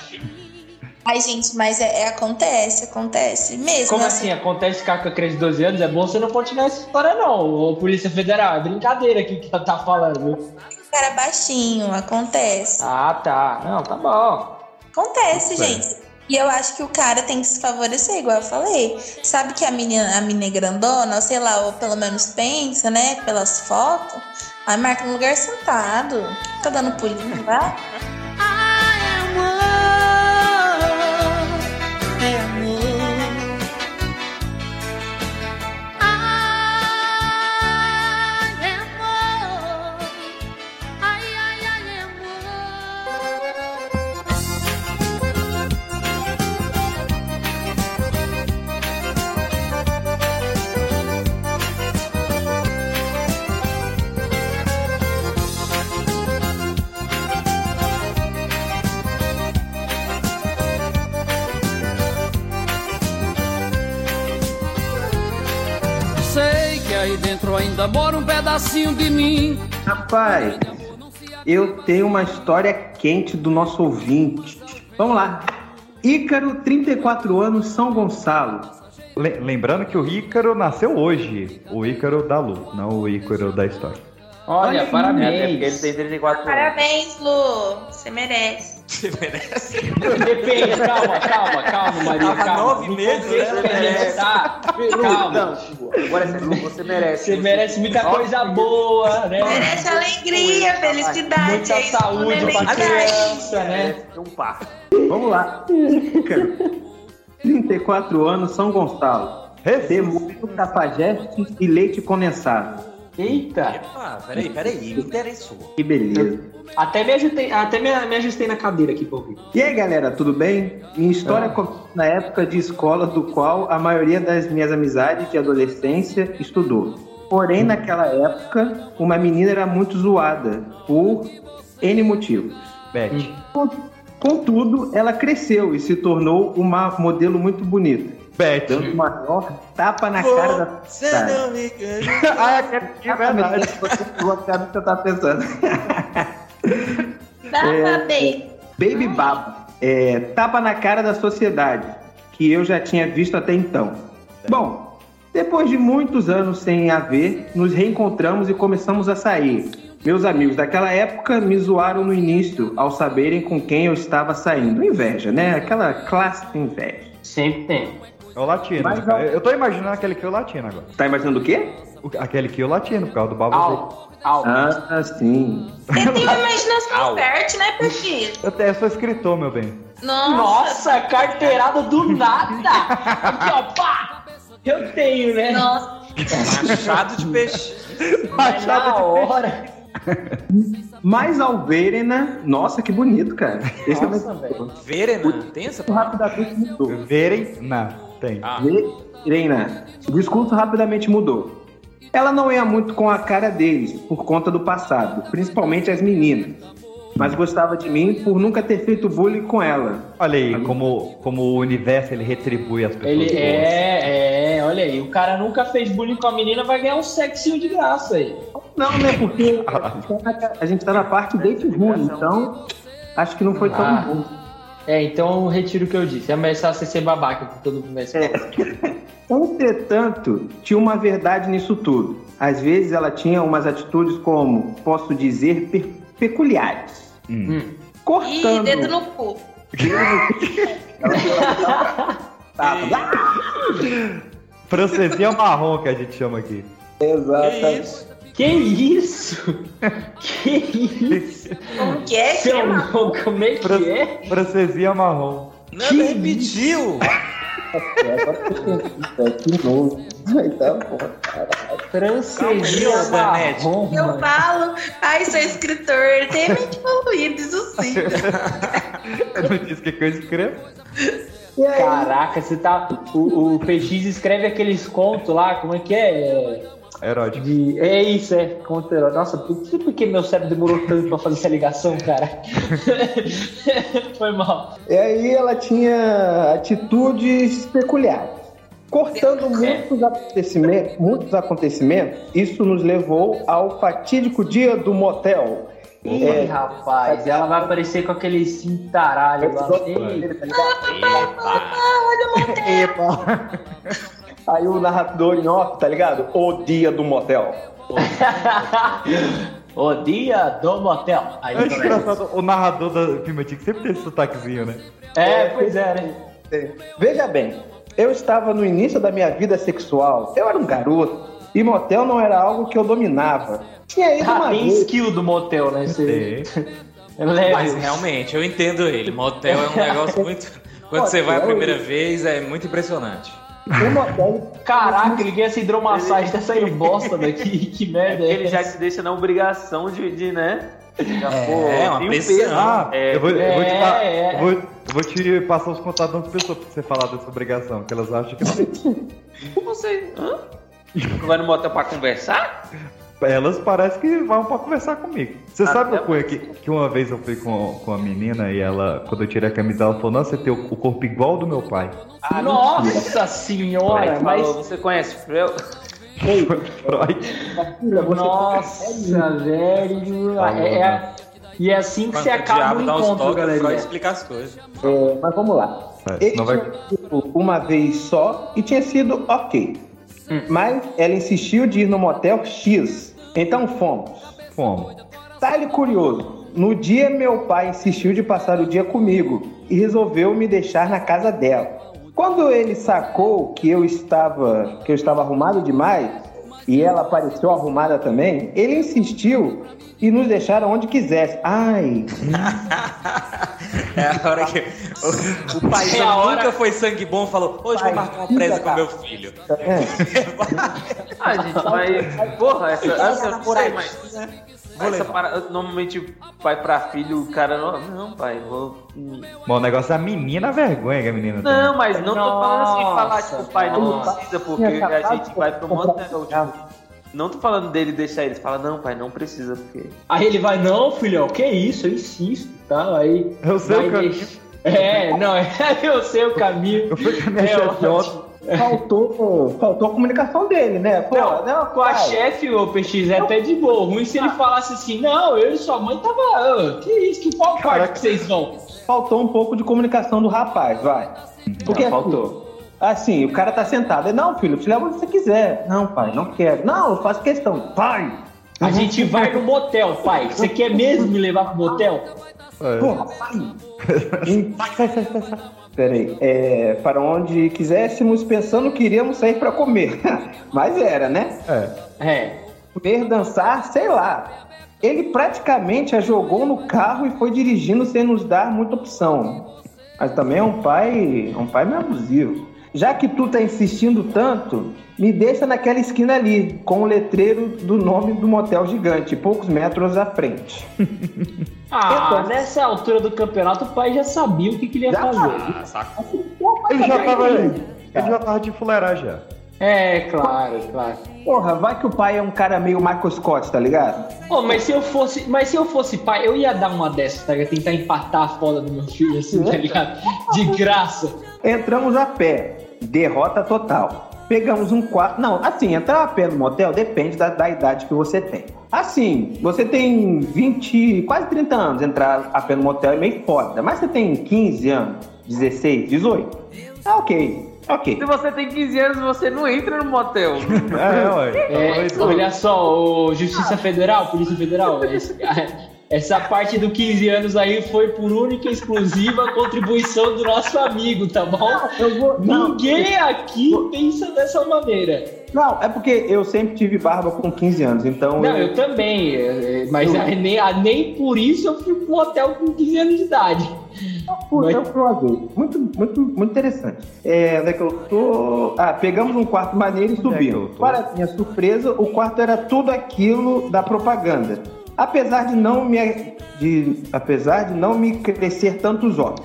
S19: Ai, gente, mas é, é- acontece, acontece mesmo.
S9: Como
S19: assim?
S9: assim? Acontece ficar com a criança de 12 anos? É bom você não continuar essa história, não, ô Polícia Federal. É brincadeira aqui que tá, tá falando. viu?
S19: O cara baixinho, acontece.
S9: Ah, tá. Não, tá bom.
S19: Acontece,
S9: Tudo bem.
S19: gente. E eu acho que o cara tem que se favorecer, igual eu falei. Sabe que a menina, a menina é grandona, ou sei lá, ou pelo menos pensa, né? Pelas fotos. Aí marca um lugar sentado. Tá dando pulinho lá.
S23: É amor. Ai, é amor. Ai, ai, ai, é
S1: Sei que aí dentro ainda mora um pedacinho de mim.
S17: Rapaz, eu tenho uma história quente do nosso ouvinte. Vamos lá. Ícaro, 34 anos, São Gonçalo.
S2: Le- lembrando que o Ícaro nasceu hoje. O Ícaro da Lu, não o Ícaro da história.
S9: Olha,
S17: aí.
S9: parabéns.
S12: Até é, porque ele tem 34 anos.
S19: Parabéns, Lu. Você merece. Você merece.
S9: Depende, calma, calma, é, calma, Maria.
S12: Tava
S9: calma.
S12: nove
S9: Me
S12: meses,
S9: fez
S12: né?
S9: pensar. Calma.
S12: Agora é sério, você merece.
S9: Você merece muita coisa boa, né?
S19: Merece alegria, felicidade.
S9: Muita
S19: é isso,
S9: saúde
S19: né,
S9: pra
S19: verdade?
S9: criança, né?
S12: Um par.
S17: Vamos lá. Ícaro, 34 anos, São Gonçalo. Demônio, cafajeste e leite condensado.
S9: Eita!
S4: Ah, peraí, peraí, me interessou.
S17: Que beleza.
S9: Até me ajustei, até me, me ajustei na cadeira aqui pra ouvir. Ah.
S17: E aí, galera, tudo bem? Minha história começa na época de escola, do qual a maioria das minhas amizades de adolescência estudou. Porém, naquela época, uma menina era muito zoada, por N motivos.
S9: Hum.
S2: Beth.
S17: Contudo, ela cresceu e se tornou uma modelo muito bonita.
S2: Beth.
S17: Dando uma maior tapa na cara da sociedade.
S4: me
S2: ah, é que é verdade.
S17: Você sabe o que eu tava pensando.
S19: Dá
S17: É.
S19: pra ver.
S9: Ah.
S17: é, Baby Baba. É, tapa na cara da sociedade. que eu já tinha visto até então. Bom, depois de muitos anos sem a ver, nos reencontramos e começamos a sair. Meus amigos daquela época me zoaram no início ao saberem com quem eu estava saindo. Inveja, né? Aquela clássica inveja.
S9: Sempre tem.
S2: É o latino.
S17: Mas
S2: cara. Eu tô imaginando aquele que é o latino agora.
S17: Tá imaginando o quê?
S2: O- aquele que é o latino, por causa do babu.
S17: Ah, sim.
S14: Você tem uma imaginação
S2: Au.
S14: fértil, né, Perfil?
S2: Eu, até sou escritor, meu bem.
S14: Nossa.
S18: Nossa, carteirada do nada! Aqui, ó, pá! Eu tenho, né?
S14: Nossa.
S4: Machado de peixe.
S18: Machado de hora.
S17: Mas ao Verena, nossa, que bonito, cara. Esse é o
S4: Nossa,
S17: meu-
S4: velho. Verena, né? tem essa Ah.
S17: rapidamente mudou.
S2: Verena, tem.
S17: Verena, o discurso rapidamente mudou. Ela não ia muito com a cara deles, por conta do passado, principalmente as meninas. Mas gostava de mim por nunca ter feito bullying com ela.
S2: Olha aí como, como o universo ele retribui as pessoas.
S9: Ele
S2: boas.
S9: é, é, olha aí. O cara nunca fez bullying com a menina, vai ganhar um sexinho de graça aí.
S17: Não, né? Porque a gente tá na parte date ruim, então acho que não foi tão
S9: Ah.
S17: bom.
S9: É, então eu retiro o que eu disse. É melhor você ser babaca que todo mundo vai ser.
S17: É. Entretanto, tinha uma verdade nisso tudo. Às vezes ela tinha umas atitudes como, posso dizer, pe- peculiares.
S14: Ih,
S17: Cortando.
S14: dedo no cu.
S4: Hum.
S2: Francesinha marrom que a gente chama aqui.
S17: Exatamente.
S9: Que isso? Que isso?
S14: Como que é? Que é
S9: Seu
S14: uma-
S9: louco, como é que é?
S2: Francesinha marrom.
S4: Não, ele repetiu!
S17: Que novo. Vai dar porra.
S4: Francesinha
S9: né?
S4: marrom.
S14: Eu falo, ai, sou escritor, ele tem mente poluída, isso sim.
S2: Eu não disse o que, que eu escrevo.
S9: Caraca, você tá. O, o PX escreve aqueles contos lá, como é que é? É-
S2: Erótico.
S9: de- É isso, é. Conto erótico. Nossa, por que, por que meu cérebro demorou tanto pra fazer essa ligação, cara? Foi mal.
S17: E aí ela tinha atitudes peculiares. Cortando muitos acontecimentos, muitos acontecimentos, isso nos levou ao fatídico dia do motel.
S9: Ih,
S17: É,
S9: rapaz, ela vai aparecer com aquele cintaralho lá.
S17: Epa. Aí o narrador em off, tá ligado? O dia do motel.
S9: O dia do motel. Aí
S2: Eu acho
S9: começa.
S2: É engraçado, o narrador da Pima Tica sempre tem esse sotaquezinho, né?
S9: É, pois é, né?
S17: Veja bem, eu estava no início da minha vida sexual. Eu era um garoto. E motel não era algo que eu dominava. Tinha ido
S9: Ah,
S17: uma
S9: tem
S17: vez.
S9: skill do motel, né? Você... Leve.
S4: Mas realmente, eu entendo ele. Motel é um negócio muito. Quando você vai a primeira vez, é muito impressionante.
S17: O motel,
S9: Caraca, ele ganha essa hidromassagem, tá saindo bosta daqui. Que merda é
S12: Ele já
S9: essa?
S12: te deixa na obrigação de, de, né? Já,
S4: é uma
S12: tem um
S4: pressão.
S12: peso.
S2: Ah,
S12: É,
S2: eu, vou, eu vou te
S12: é,
S2: dar-
S12: é.
S2: eu vou- eu vou te passar os contatos das pessoas pra você falar dessa obrigação, que elas acham que não.
S12: Como você. Hã? Não vai no motel pra conversar?
S2: Elas parecem que vão pra conversar comigo. Você
S12: Ah,
S2: sabe
S12: é?
S2: uma coisa que, que uma vez eu fui com, com a menina e ela, quando eu tirei a camisa, ela falou: Nossa, você tem o, o corpo igual ao do meu pai.
S9: Nossa senhora,
S12: Ah, Aí
S9: mas.
S12: falou, você conhece Freu?
S2: Freud.
S9: Nossa, velho.
S4: Falou,
S9: É- é- E é assim que
S4: Quando
S9: você
S4: o
S9: acaba o
S4: diabo dá um os
S9: encontro,
S4: toques, o Freud
S9: galera.
S4: explica as coisas.
S17: É, mas vamos lá.
S2: É,
S17: Ele
S2: senão vai-
S17: tinha sido uma vez só e tinha sido ok. Mas ela insistiu de ir no motel X. Então fomos.
S2: Fomos.
S17: Detalhe curioso. No dia meu pai insistiu de passar o dia comigo e resolveu me deixar na casa dela. Quando ele sacou que eu estava que eu estava arrumado demais e ela apareceu arrumada também, ele insistiu e nos deixaram onde quisesse. Ai,
S4: É a hora que. O, o
S9: É
S4: paizão
S9: a hora-
S4: nunca foi sangue bom falou: hoje vou marcar uma presa com meu filho.
S12: Ah, gente, mas. Porra, essa. essa eu
S9: tá
S12: não sei, mas.
S4: Vou
S12: Essa para... Normalmente, pai pra filho, o cara. Não, não pai, vou.
S2: Bom, o negócio é a menina vergonha que a menina tem.
S12: Não, mas não tô falando assim, falar,
S9: Nossa,
S12: tipo, pai, não
S9: nossa. tá
S12: precisa, porque a gente vai pro monte, né? Tipo, não tô falando dele deixar ele, fala, não, pai, não precisa, porque.
S9: Aí ele vai, não, filhão, que isso, eu insisto e tal. Aí.
S2: Eu sei
S9: vai
S2: o caminho.
S9: deixar- É, não, eu sei o caminho. É Eu
S2: fui com a minha chefe ontem.
S17: faltou, faltou a comunicação dele, né? Pô,
S9: Não, com a
S17: pai.
S9: chefe, o PX, é até de ah, boa. Ruim se ele falasse assim, não, eu e sua mãe tava. ah, Que isso, que qual quarto que vocês vão?
S17: faltou um pouco de comunicação do rapaz, vai. Porque
S9: Já
S17: Uhum. Ah, faltou. Assim, o cara tá sentado. Ele, Não, filho, te leva onde você quiser. Não, pai, não quero. Não, eu faço questão. Pai!
S9: A gente vai no motel, pai. Você quer mesmo me levar pro motel?
S17: Porra, sai, sai, sai, sai. Peraí, é, para onde quiséssemos, pensando que iríamos sair para comer. Mas era, né? É. Comer, dançar, sei lá. Ele praticamente a jogou no carro e foi dirigindo sem nos dar muita opção. Mas também é um pai, é um pai meio abusivo. Já que tu tá insistindo tanto, me deixa naquela esquina ali, com o letreiro do nome do motel gigante, poucos metros à frente.
S9: Ah, nessa altura do campeonato, o pai já sabia o que, que ele ia fazer.
S17: Tá
S2: Ele já tava, ele já tava de
S17: fuleiragem já.
S9: É, claro, claro.
S17: Porra, vai que o pai é um cara meio Michael Scott, tá ligado?
S9: Pô, mas se eu fosse, mas se eu fosse pai, eu ia dar uma dessas, tá? ligado? Tentar empatar a foda do meu filho, assim, tá ligado? De graça.
S17: Entramos a pé. Derrota total. Pegamos um quarto. Não, assim, entrar a pé no motel depende da, da idade que você tem. Assim, você tem 20, quase 30 anos, entrar a pé no motel é meio foda. Mas você tem 15 anos, 16, 18? Ah, ok. Ok.
S12: Se você tem 15 anos, você não entra no motel.
S9: então
S12: tá
S9: É, olha só, ô, Justiça Federal, Polícia Federal, é esse- essa parte do 15 anos aí foi por única e exclusiva contribuição do nosso amigo, tá bom? Ninguém aqui pensa dessa maneira.
S17: Não, é porque eu sempre tive barba com 15 anos, então.
S9: Não, eu também, é, é, mas
S17: Eu-
S9: a- nem, a- nem por isso eu fui pro hotel com 15 anos de idade.
S17: Puta, é um programa. Muito, muito, muito interessante. É, onde é que eu tô? Ah, pegamos um quarto maneiro e subimos. Para minha surpresa, o quarto era tudo aquilo da propaganda. Apesar de não me, de, apesar de não me crescer tantos olhos.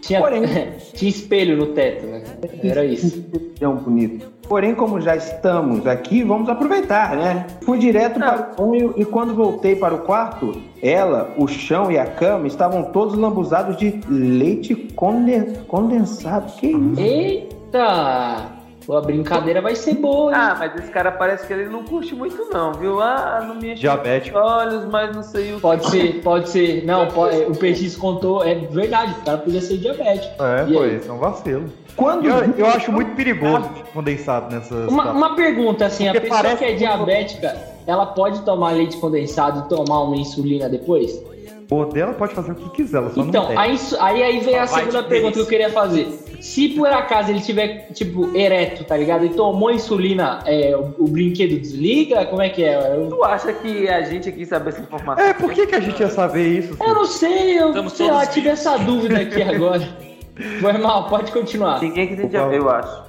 S9: Tinha, tinha espelho no teto, né? Era isso.
S17: Tão bonito. Porém, como já estamos aqui, vamos aproveitar, né? Fui direto para
S9: Ah.
S17: o banho e quando voltei para o quarto, ela, o chão e a cama estavam todos lambuzados de leite conden- condensado. Que isso?
S9: Eita! A brincadeira vai ser boa, hein?
S12: Ah, mas esse cara parece que ele não curte muito não, viu? Ah, não me enche
S9: Diabético.
S12: os olhos, mas não sei o que.
S9: Pode ser, pode ser. Não, pode- o Peixes contou, é verdade, o cara podia ser diabético.
S2: É,
S9: E
S2: pô,
S9: aí?
S2: isso é um vacilo.
S17: Quando
S2: eu, eu acho muito perigoso condensado nessas.
S9: Uma, uma pergunta assim, a
S2: Porque
S9: pessoa
S2: parece
S9: que é
S2: que-
S9: diabética, ela pode tomar leite condensado e tomar uma insulina depois?
S2: O dela pode fazer o que quiser, ela só não
S9: Então,
S2: tem.
S9: aí, isso- aí, aí vem a
S2: Vai
S9: segunda
S2: de
S9: pergunta que eu
S2: delícia.
S9: queria fazer. Se por acaso ele tiver, tipo, ereto, tá ligado? E tomou insulina, é, o, o brinquedo desliga? Como é que é? Eu,
S12: Tu acha que a gente aqui sabe essa informação?
S2: É, por que, que a gente ia saber isso?
S9: eu não sei, eu
S12: Estamos
S9: sei lá,
S12: todos
S9: tive essa dúvida aqui agora. Foi mal, pode continuar.
S12: Ninguém que tem diabetes, eu acho.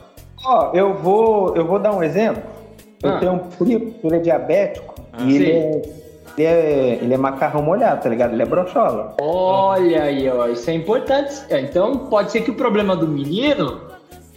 S17: Ó, eu vou, eu vou dar um exemplo. Eu
S9: Ah.
S17: tenho um primo que ele é diabético e ele é, ele, é, ele é macarrão molhado, tá ligado? Ele é brochola.
S9: Olha aí, ó, isso é importante. Então pode ser que o problema do menino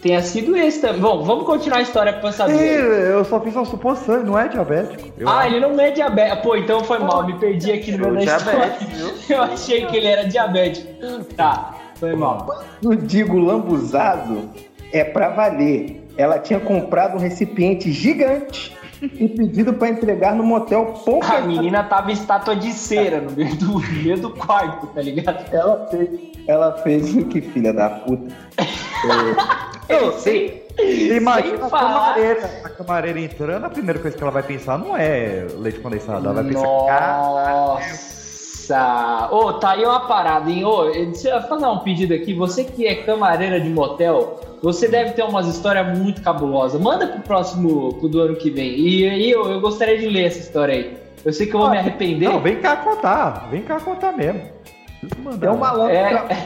S9: tenha sido esse também. Bom, vamos continuar a história pra saber.
S2: Ei, eu só fiz uma suposição, ele não é diabético. Eu
S9: ah,
S2: acho.
S9: ele não é diabético. Pô, então foi mal, me perdi aqui no meio da história.
S2: diabético,
S9: Eu achei que ele era diabético. Tá, foi mal.
S17: Eu digo lambuzado é pra valer. Ela tinha comprado um recipiente gigante e pedido pra entregar no motel pouca
S9: A menina tava estátua de cera no meio do, no meio do quarto, tá ligado?
S17: Ela fez, ela fez o que filha da puta.
S9: Eu sei.
S2: Imagina a
S9: falar.
S2: camareira, a camareira entrando, a primeira coisa que ela vai pensar não é leite condensado, ela vai pensar,
S9: Nossa! Ô, tá aí uma parada, hein? Ô, deixa eu fazer um pedido aqui. Você que é camareira de motel, você deve ter umas histórias muito cabulosas. Manda pro próximo, pro do ano que vem. E, e eu, eu gostaria de ler essa história aí. Eu sei que eu vou me arrepender.
S2: não, vem cá contar, vem cá contar mesmo. Preciso mandar.
S17: Tem um malandro.
S9: É.
S17: que tra-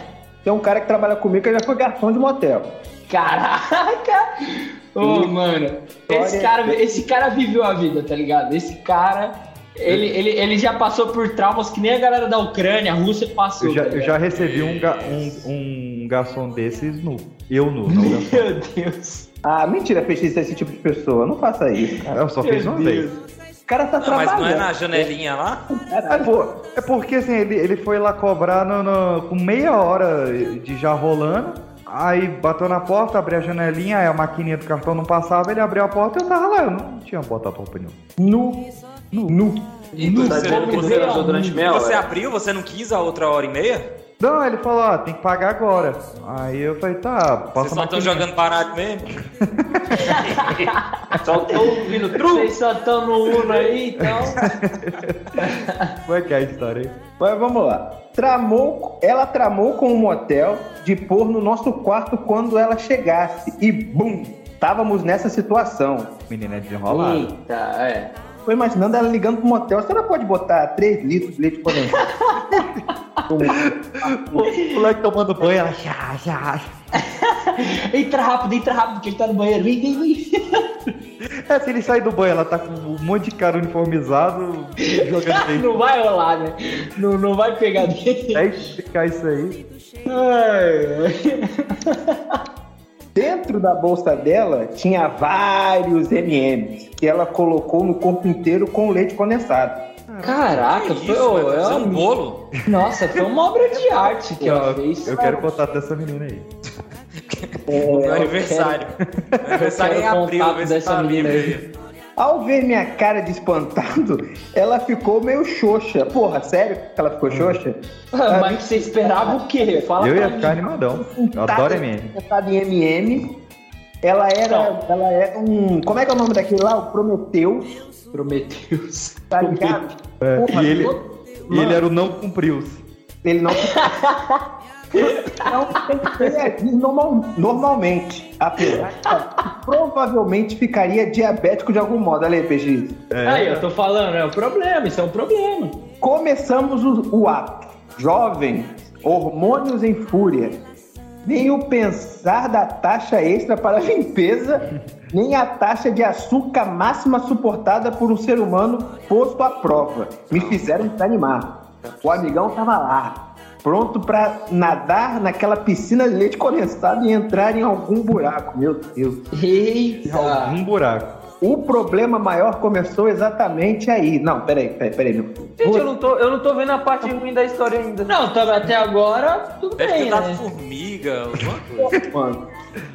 S17: Tem um cara que trabalha comigo que já foi garçom de motel.
S9: Caraca! Ô,
S17: Ih,
S9: mano, esse cara, esse cara viveu a vida, tá ligado? Esse cara, ele, ele, ele já passou por traumas que nem a galera da Ucrânia, a Rússia passou.
S2: Eu já,
S9: tá
S2: eu
S9: ligado?
S2: já recebi um, ga- um, um garçom desses nu. Eu nu, não garçom.
S9: Meu Deus.
S17: Ah, mentira, peixe esse tipo de pessoa. Não faça isso.
S2: Eu só fiz uma vez.
S17: O cara tá
S4: Não, mas
S17: trabalhando.
S4: não é na janelinha lá?
S2: É, pô, é porque assim, ele, ele foi lá cobrar no- no- com meia hora de já rolando. Aí bateu na porta, abriu a janelinha, aí a maquininha do cartão não passava, ele abriu a porta e eu tava lá. Eu não tinha botado roupa nenhuma.
S17: Nu.
S2: Nu. Nu.
S4: Você,
S2: Você- um
S4: você,
S2: durante meia hora.
S4: abriu, você não quis a outra hora e meia?
S2: Não, ele falou, ó, tem que pagar agora. Aí eu falei, tá,
S4: Vocês
S2: passa
S4: só
S2: uma
S4: estão jogando barato mesmo?
S2: Só tô ouvindo
S9: Vocês só estão no Uno aí, então.
S2: Como é que é a história aí?
S17: Mas vamos lá. Tramou, ela tramou com um motel de pôr no nosso quarto quando ela chegasse. E bum! Estávamos nessa situação.
S2: Menina é desenrolada.
S17: Eita,
S2: Tá,
S17: é. Tô imaginando ela ligando pro motel. A senhora pode botar 3 litros de leite condensado?
S2: o moleque tomando banho, ela já, já.
S9: entra rápido, entra rápido, que ele tá no banheiro. Vem, vem, vem.
S2: É, se ele sair do banho, ela tá com um monte de cara uniformizado jogando dentro.
S9: Não vai rolar, né? Não, não vai pegar dele.
S2: Vai ficar isso aí.
S17: Dentro da bolsa dela tinha vários MMs que ela colocou no corpo inteiro com leite condensado.
S2: Ah,
S9: Caraca, foi, ô, é um
S4: bolo.
S9: Nossa, foi uma obra de arte que é ela
S2: Eu-
S9: fez.
S2: Eu quero contato dessa menina aí.
S17: É
S9: Meu
S4: aniversário. É,
S9: Aniversário em abril, vê se tá livre.
S17: Ao ver minha cara de espantado, ela ficou meio xoxa. Porra, sério que ela
S2: Hum.
S17: ficou xoxa?
S9: Ah, mas você esperava o quê? Fala
S2: eu
S9: pra
S2: ia
S9: mim. Um
S2: ficar animadão. Eu adoro MM.
S17: Ela em MM. Ela era, ela era um. Como é que é o nome daquele lá? O Prometeu.
S9: Prometeus.
S17: Tá ligado?
S2: É,
S17: Porra,
S2: e ele,
S17: todo-
S2: e ele era o não cumpriu
S17: Ele não. Então tem que reagir normal- normalmente. Apesar de provavelmente ficaria diabético de algum modo. Olha aí, PX.
S9: Aí, eu tô falando, é um problema, isso é um problema.
S17: Começamos o, o ato. Jovem, hormônios em fúria. Nem o pensar da taxa extra para limpeza, nem a taxa de açúcar máxima suportada por um ser humano posto à prova. Me fizeram desanimar. O amigão tava lá, pronto para nadar naquela piscina de leite condensado e entrar em algum buraco. Meu Deus.
S9: Eita!
S2: algum buraco.
S17: O problema maior começou exatamente aí. Não, peraí, peraí, peraí. meu.
S12: Gente, eu não, tô, eu não tô vendo a parte ruim da história ainda.
S9: Não, tá, até agora, tudo
S4: Deve ter
S9: bem,
S4: dado
S9: né?
S4: formiga, alguma coisa.
S17: Mano.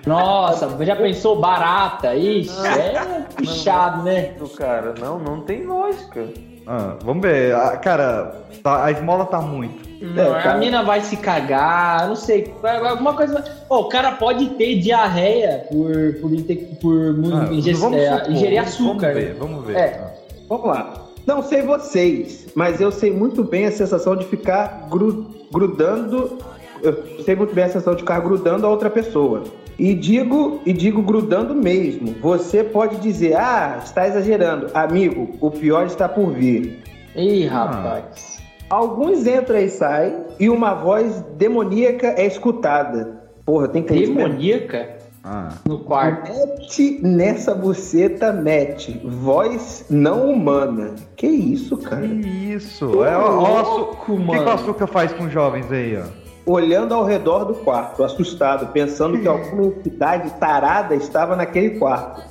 S9: Nossa, já pensou barata? Ixi, é puxado, né?
S12: Cara, não, não tem lógica.
S2: Ah, vamos ver. Ah, cara, tá- a esmola tá muito.
S9: Não,
S17: É,
S9: a mina vai se cagar, eu não sei, vai- vai- alguma coisa. Pô, o cara pode ter diarreia por, por, inte- por mu-
S2: Ah,
S9: inge-
S2: vamos
S9: é,
S2: supor,
S9: ingerir
S2: vamos- vamos
S9: açúcar.
S2: ver, vamos ver.
S17: É, vamos lá. Não sei vocês, mas eu sei muito bem a sensação de ficar gru- grudando. Eu sei muito bem a sensação de ficar grudando a outra pessoa. E digo, e digo grudando mesmo. Você pode dizer, ah, está exagerando. Amigo, o pior está por vir. Ah.
S9: Ih, rapaz.
S17: Alguns entram e saem, e uma voz demoníaca é escutada. Porra, tem que ter
S9: Demoníaca?
S2: Ah.
S9: No quarto.
S17: Mete nessa buceta, mete. Voz não humana. Que isso, cara?
S2: Isso. É, ó, ó, açu-
S17: louco,
S2: o que que o
S17: mano.
S2: açúcar faz com jovens aí, ó?
S17: Olhando ao redor do quarto, assustado, pensando que alguma entidade tarada estava naquele quarto.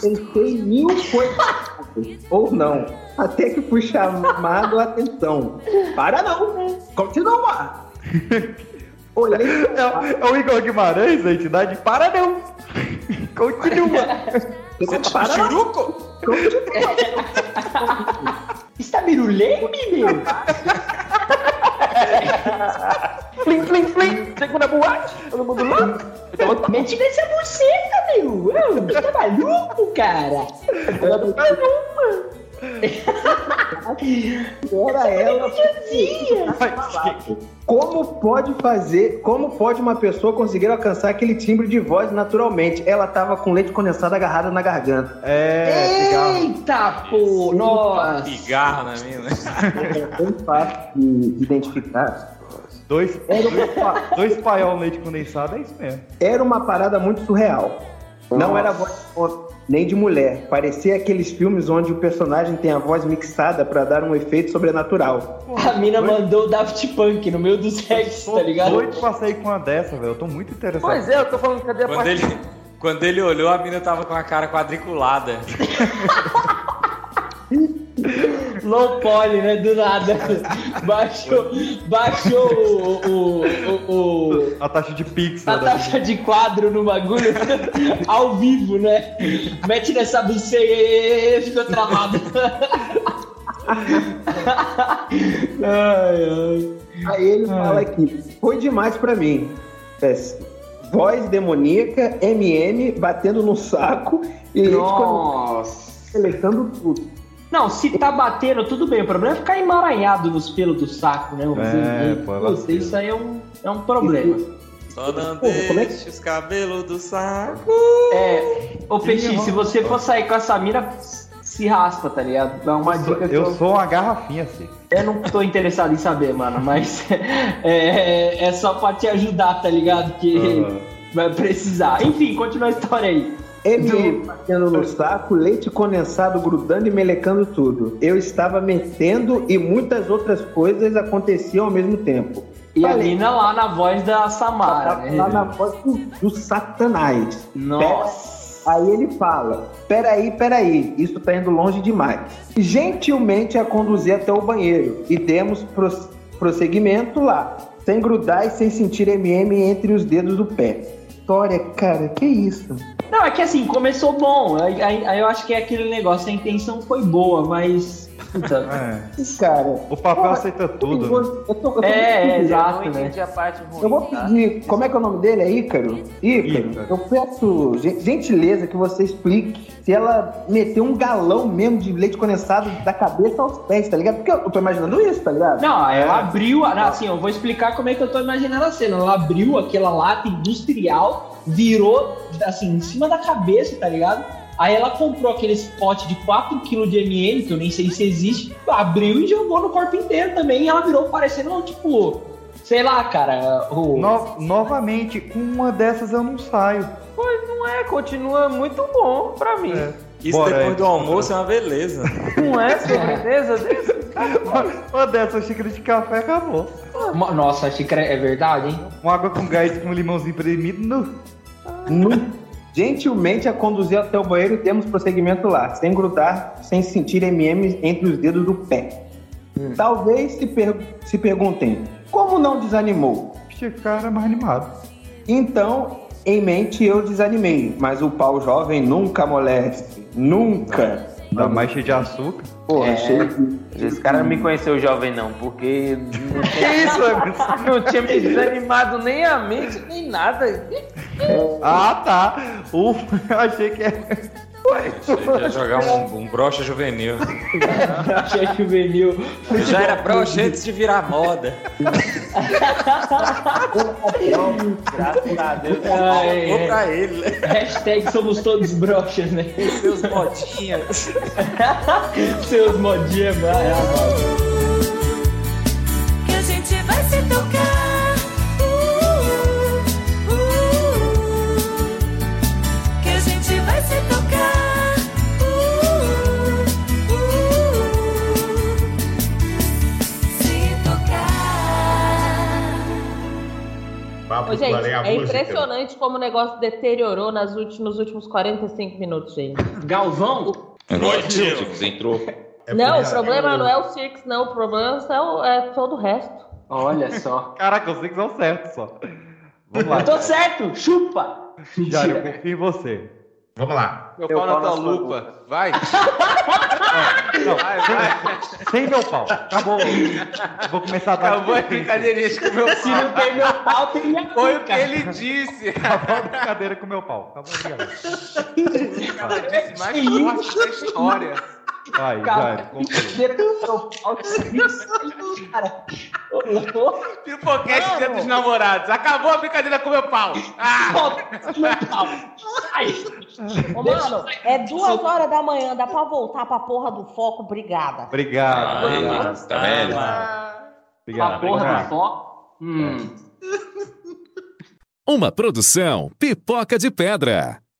S17: Pensei mil coisas. Ou não. Até que fui chamado a atenção. Para não! Continua! Olhei.
S2: É, é o Igor Guimarães, a entidade? Para não! Continua!
S17: Você
S3: tá
S17: é tipo
S4: churuco?
S9: é? Está birulê, menino?
S12: Flim, flim, flim. Segunda boate. Todo mundo louco.
S9: Mete nessa buceta, meu! Ô, Você tá maluco, cara? é Eu tô maluco!
S17: Era ela. Como pode fazer? Como pode uma pessoa conseguir alcançar aquele timbre de voz naturalmente? Ela tava com leite condensado agarrado na garganta.
S2: É,
S9: Eita, pô! Nossa!
S4: Pigarro
S2: né,
S4: na mina.
S17: Bem É fácil de identificar.
S2: Dois,
S17: Era
S2: dois, dois paiol leite condensado é isso mesmo.
S17: Era uma parada muito surreal. Não era voz de homem, nem de mulher. Parecia aqueles filmes onde o personagem tem a voz mixada pra dar um efeito sobrenatural.
S9: A mina mandou o Daft Punk no meio do sexo, tá ligado?
S2: Doido pra sair com uma dessa, É velho. Eu tô muito interessado.
S12: Pois é, eu tô falando, cadê a
S4: Quando
S12: parte
S4: ele, quando ele olhou, a mina tava com a cara quadriculada.
S9: Low poly, né? Do nada. Baixou, baixou o, o, o, o-
S2: A taxa de pixel.
S9: a
S2: né?
S9: taxa de quadro no bagulho ao vivo, né? Mete nessa buceia, ficou travado. ai, ai.
S17: Aí ele fala aqui, foi demais pra mim. É, voz demoníaca, MM batendo no saco e
S9: Nossa.
S17: Seletando tudo.
S9: Não, se tá batendo, tudo bem. O problema é ficar emaranhado nos pelos do saco, né?
S2: É, pô, é
S9: Putz,
S2: vacilo.
S9: isso aí é um, é um problema.
S4: Só não
S9: Porra, como é que-
S4: deixe os cabelos do saco.
S9: É, ô Peixinho, se você for sair com essa mina, se raspa, tá ligado? É uma dica que
S2: Eu sou uma garrafinha, assim.
S9: Eu não tô interessado em saber, mano, mas é, é- é só pra te ajudar, tá ligado? Que vai precisar. Enfim, continua a história aí.
S17: MM batendo no saco, leite condensado grudando e melecando tudo. Eu estava metendo e muitas outras coisas aconteciam ao mesmo tempo.
S9: E a mina lá na voz da Samara, né?
S17: Lá Tá, na voz do, do Satanás.
S9: Nossa.
S17: Pera- aí ele fala: peraí, peraí, isso tá indo longe demais. Gentilmente a conduzi até o banheiro e demos pros- prosseguimento lá, sem grudar e sem sentir MM entre os dedos do pé. História, cara, que isso?
S9: Não, é que assim, começou bom. Aí, aí- aí eu acho que é aquele negócio, a intenção foi boa, mas. Puta.
S17: Cara.
S2: O papel
S9: Porra,
S2: aceita tudo.
S9: eu
S2: né?
S17: Eu tô, eu tô
S9: É,
S17: muito né?
S9: é,
S17: curioso.
S9: exato,
S12: Eu não entendi a parte ruim.
S17: Eu vou
S12: tá?
S17: pedir, como é que é o nome dele? É Ícaro? Ícaro, eu peço gen- gentileza que você explique se ela meteu um galão mesmo de leite condensado da cabeça aos pés, tá ligado? Porque eu tô imaginando isso, tá ligado?
S9: Não,
S2: É.
S9: ela abriu. a- não, Assim, eu vou explicar como é que eu tô imaginando a cena. Ela abriu aquela lata industrial, virou, assim, em cima da cabeça, tá ligado? Aí ela comprou aqueles pote de 4kg de MM, que eu nem sei se existe, abriu e jogou no corpo inteiro também. E ela virou parecendo, tipo, sei lá, cara. O...
S2: No- novamente, com uma dessas eu não saio.
S12: Pois não é, continua muito bom pra mim.
S2: É.
S4: Isso
S2: Bora,
S4: depois
S2: aí.
S4: do almoço é uma beleza.
S12: Não é sobremesa desse?
S2: Uma dessas xícaras de café acabou.
S9: Mo- Nossa, a xícara é verdade, hein?
S2: Uma água com gás com limãozinho premido, não.
S17: Nu- Gentilmente a conduziu até o banheiro e demos prosseguimento lá, sem grudar, sem sentir MMs entre os dedos do pé. Talvez se, per- se perguntem, como não desanimou?
S2: Que cara mais animado.
S17: Então, em mente, eu desanimei, mas o pau jovem nunca amolece. Nunca.
S2: Ainda mais cheio de açúcar.
S17: Porra,
S9: É.
S17: cheio de...
S12: Esse cara não me conheceu jovem, não, porque. não
S2: Que isso,
S9: é
S2: Emerson?
S12: tinha- Não tinha me desanimado nem a mente, nem nada.
S2: Ah, tá. Ufa, eu achei que é.
S26: Já
S2: era.
S26: jogar um, um brocha juvenil.
S9: Achei juvenil.
S4: Já era brocha antes de virar moda.
S12: Graças a Deus.
S4: Vou
S9: é.
S4: pra ele. né?
S9: Hashtag somos todos broxas, né?
S4: Seus modinhas.
S9: Seus modinhas, vai, rapaz.
S5: que a gente vai se tocar. Uh, uh, uh, que a gente vai se tocar. Uh, uh, uh, se tocar.
S27: Papo
S6: Ô, gente,
S27: Claré, a
S6: é
S27: música.
S6: impressionante como o negócio deteriorou nas últimos, nos últimos 45 minutos, gente.
S9: Galvão?
S28: Agora o Chips entrou.
S6: não,
S9: É
S28: por
S6: o
S28: isso.
S6: problema não é o Cirques, não. O problema é, o- é todo o resto.
S9: Olha só.
S2: Caraca, eu sei que são certos só. Vamos lá.
S9: Eu tô certo, chupa!
S2: Já, eu confio em você.
S27: Vamos lá.
S3: Meu pau na tua lupa. Vai. Vai, vai.
S2: Ah, é Sem meu pau. Acabou. Eu Vou começar a dar.
S3: Acabou as brincadeirinhas com meu
S9: Se não tem meu pau, tem minha
S3: Foi o que
S9: cuca.
S3: ele disse.
S2: Acabou a brincadeira com meu pau. Acabou a brincadeira.
S3: Cara, disse mais forte da história.
S2: Vai,
S9: Cara,
S2: vai. conclui.
S3: Podcast Dia dos Namorados. Acabou a brincadeira com meu pau. Ah!
S6: Ô, mano, é duas horas da manhã, dá pra voltar pra porra do foco, obrigada.
S2: Obrigado.
S6: Ah,
S2: Tá
S6: vendo?
S2: Obrigado.
S9: A porra do
S2: obrigado.
S9: foco. Hum.
S29: Uma produção pipoca de pedra.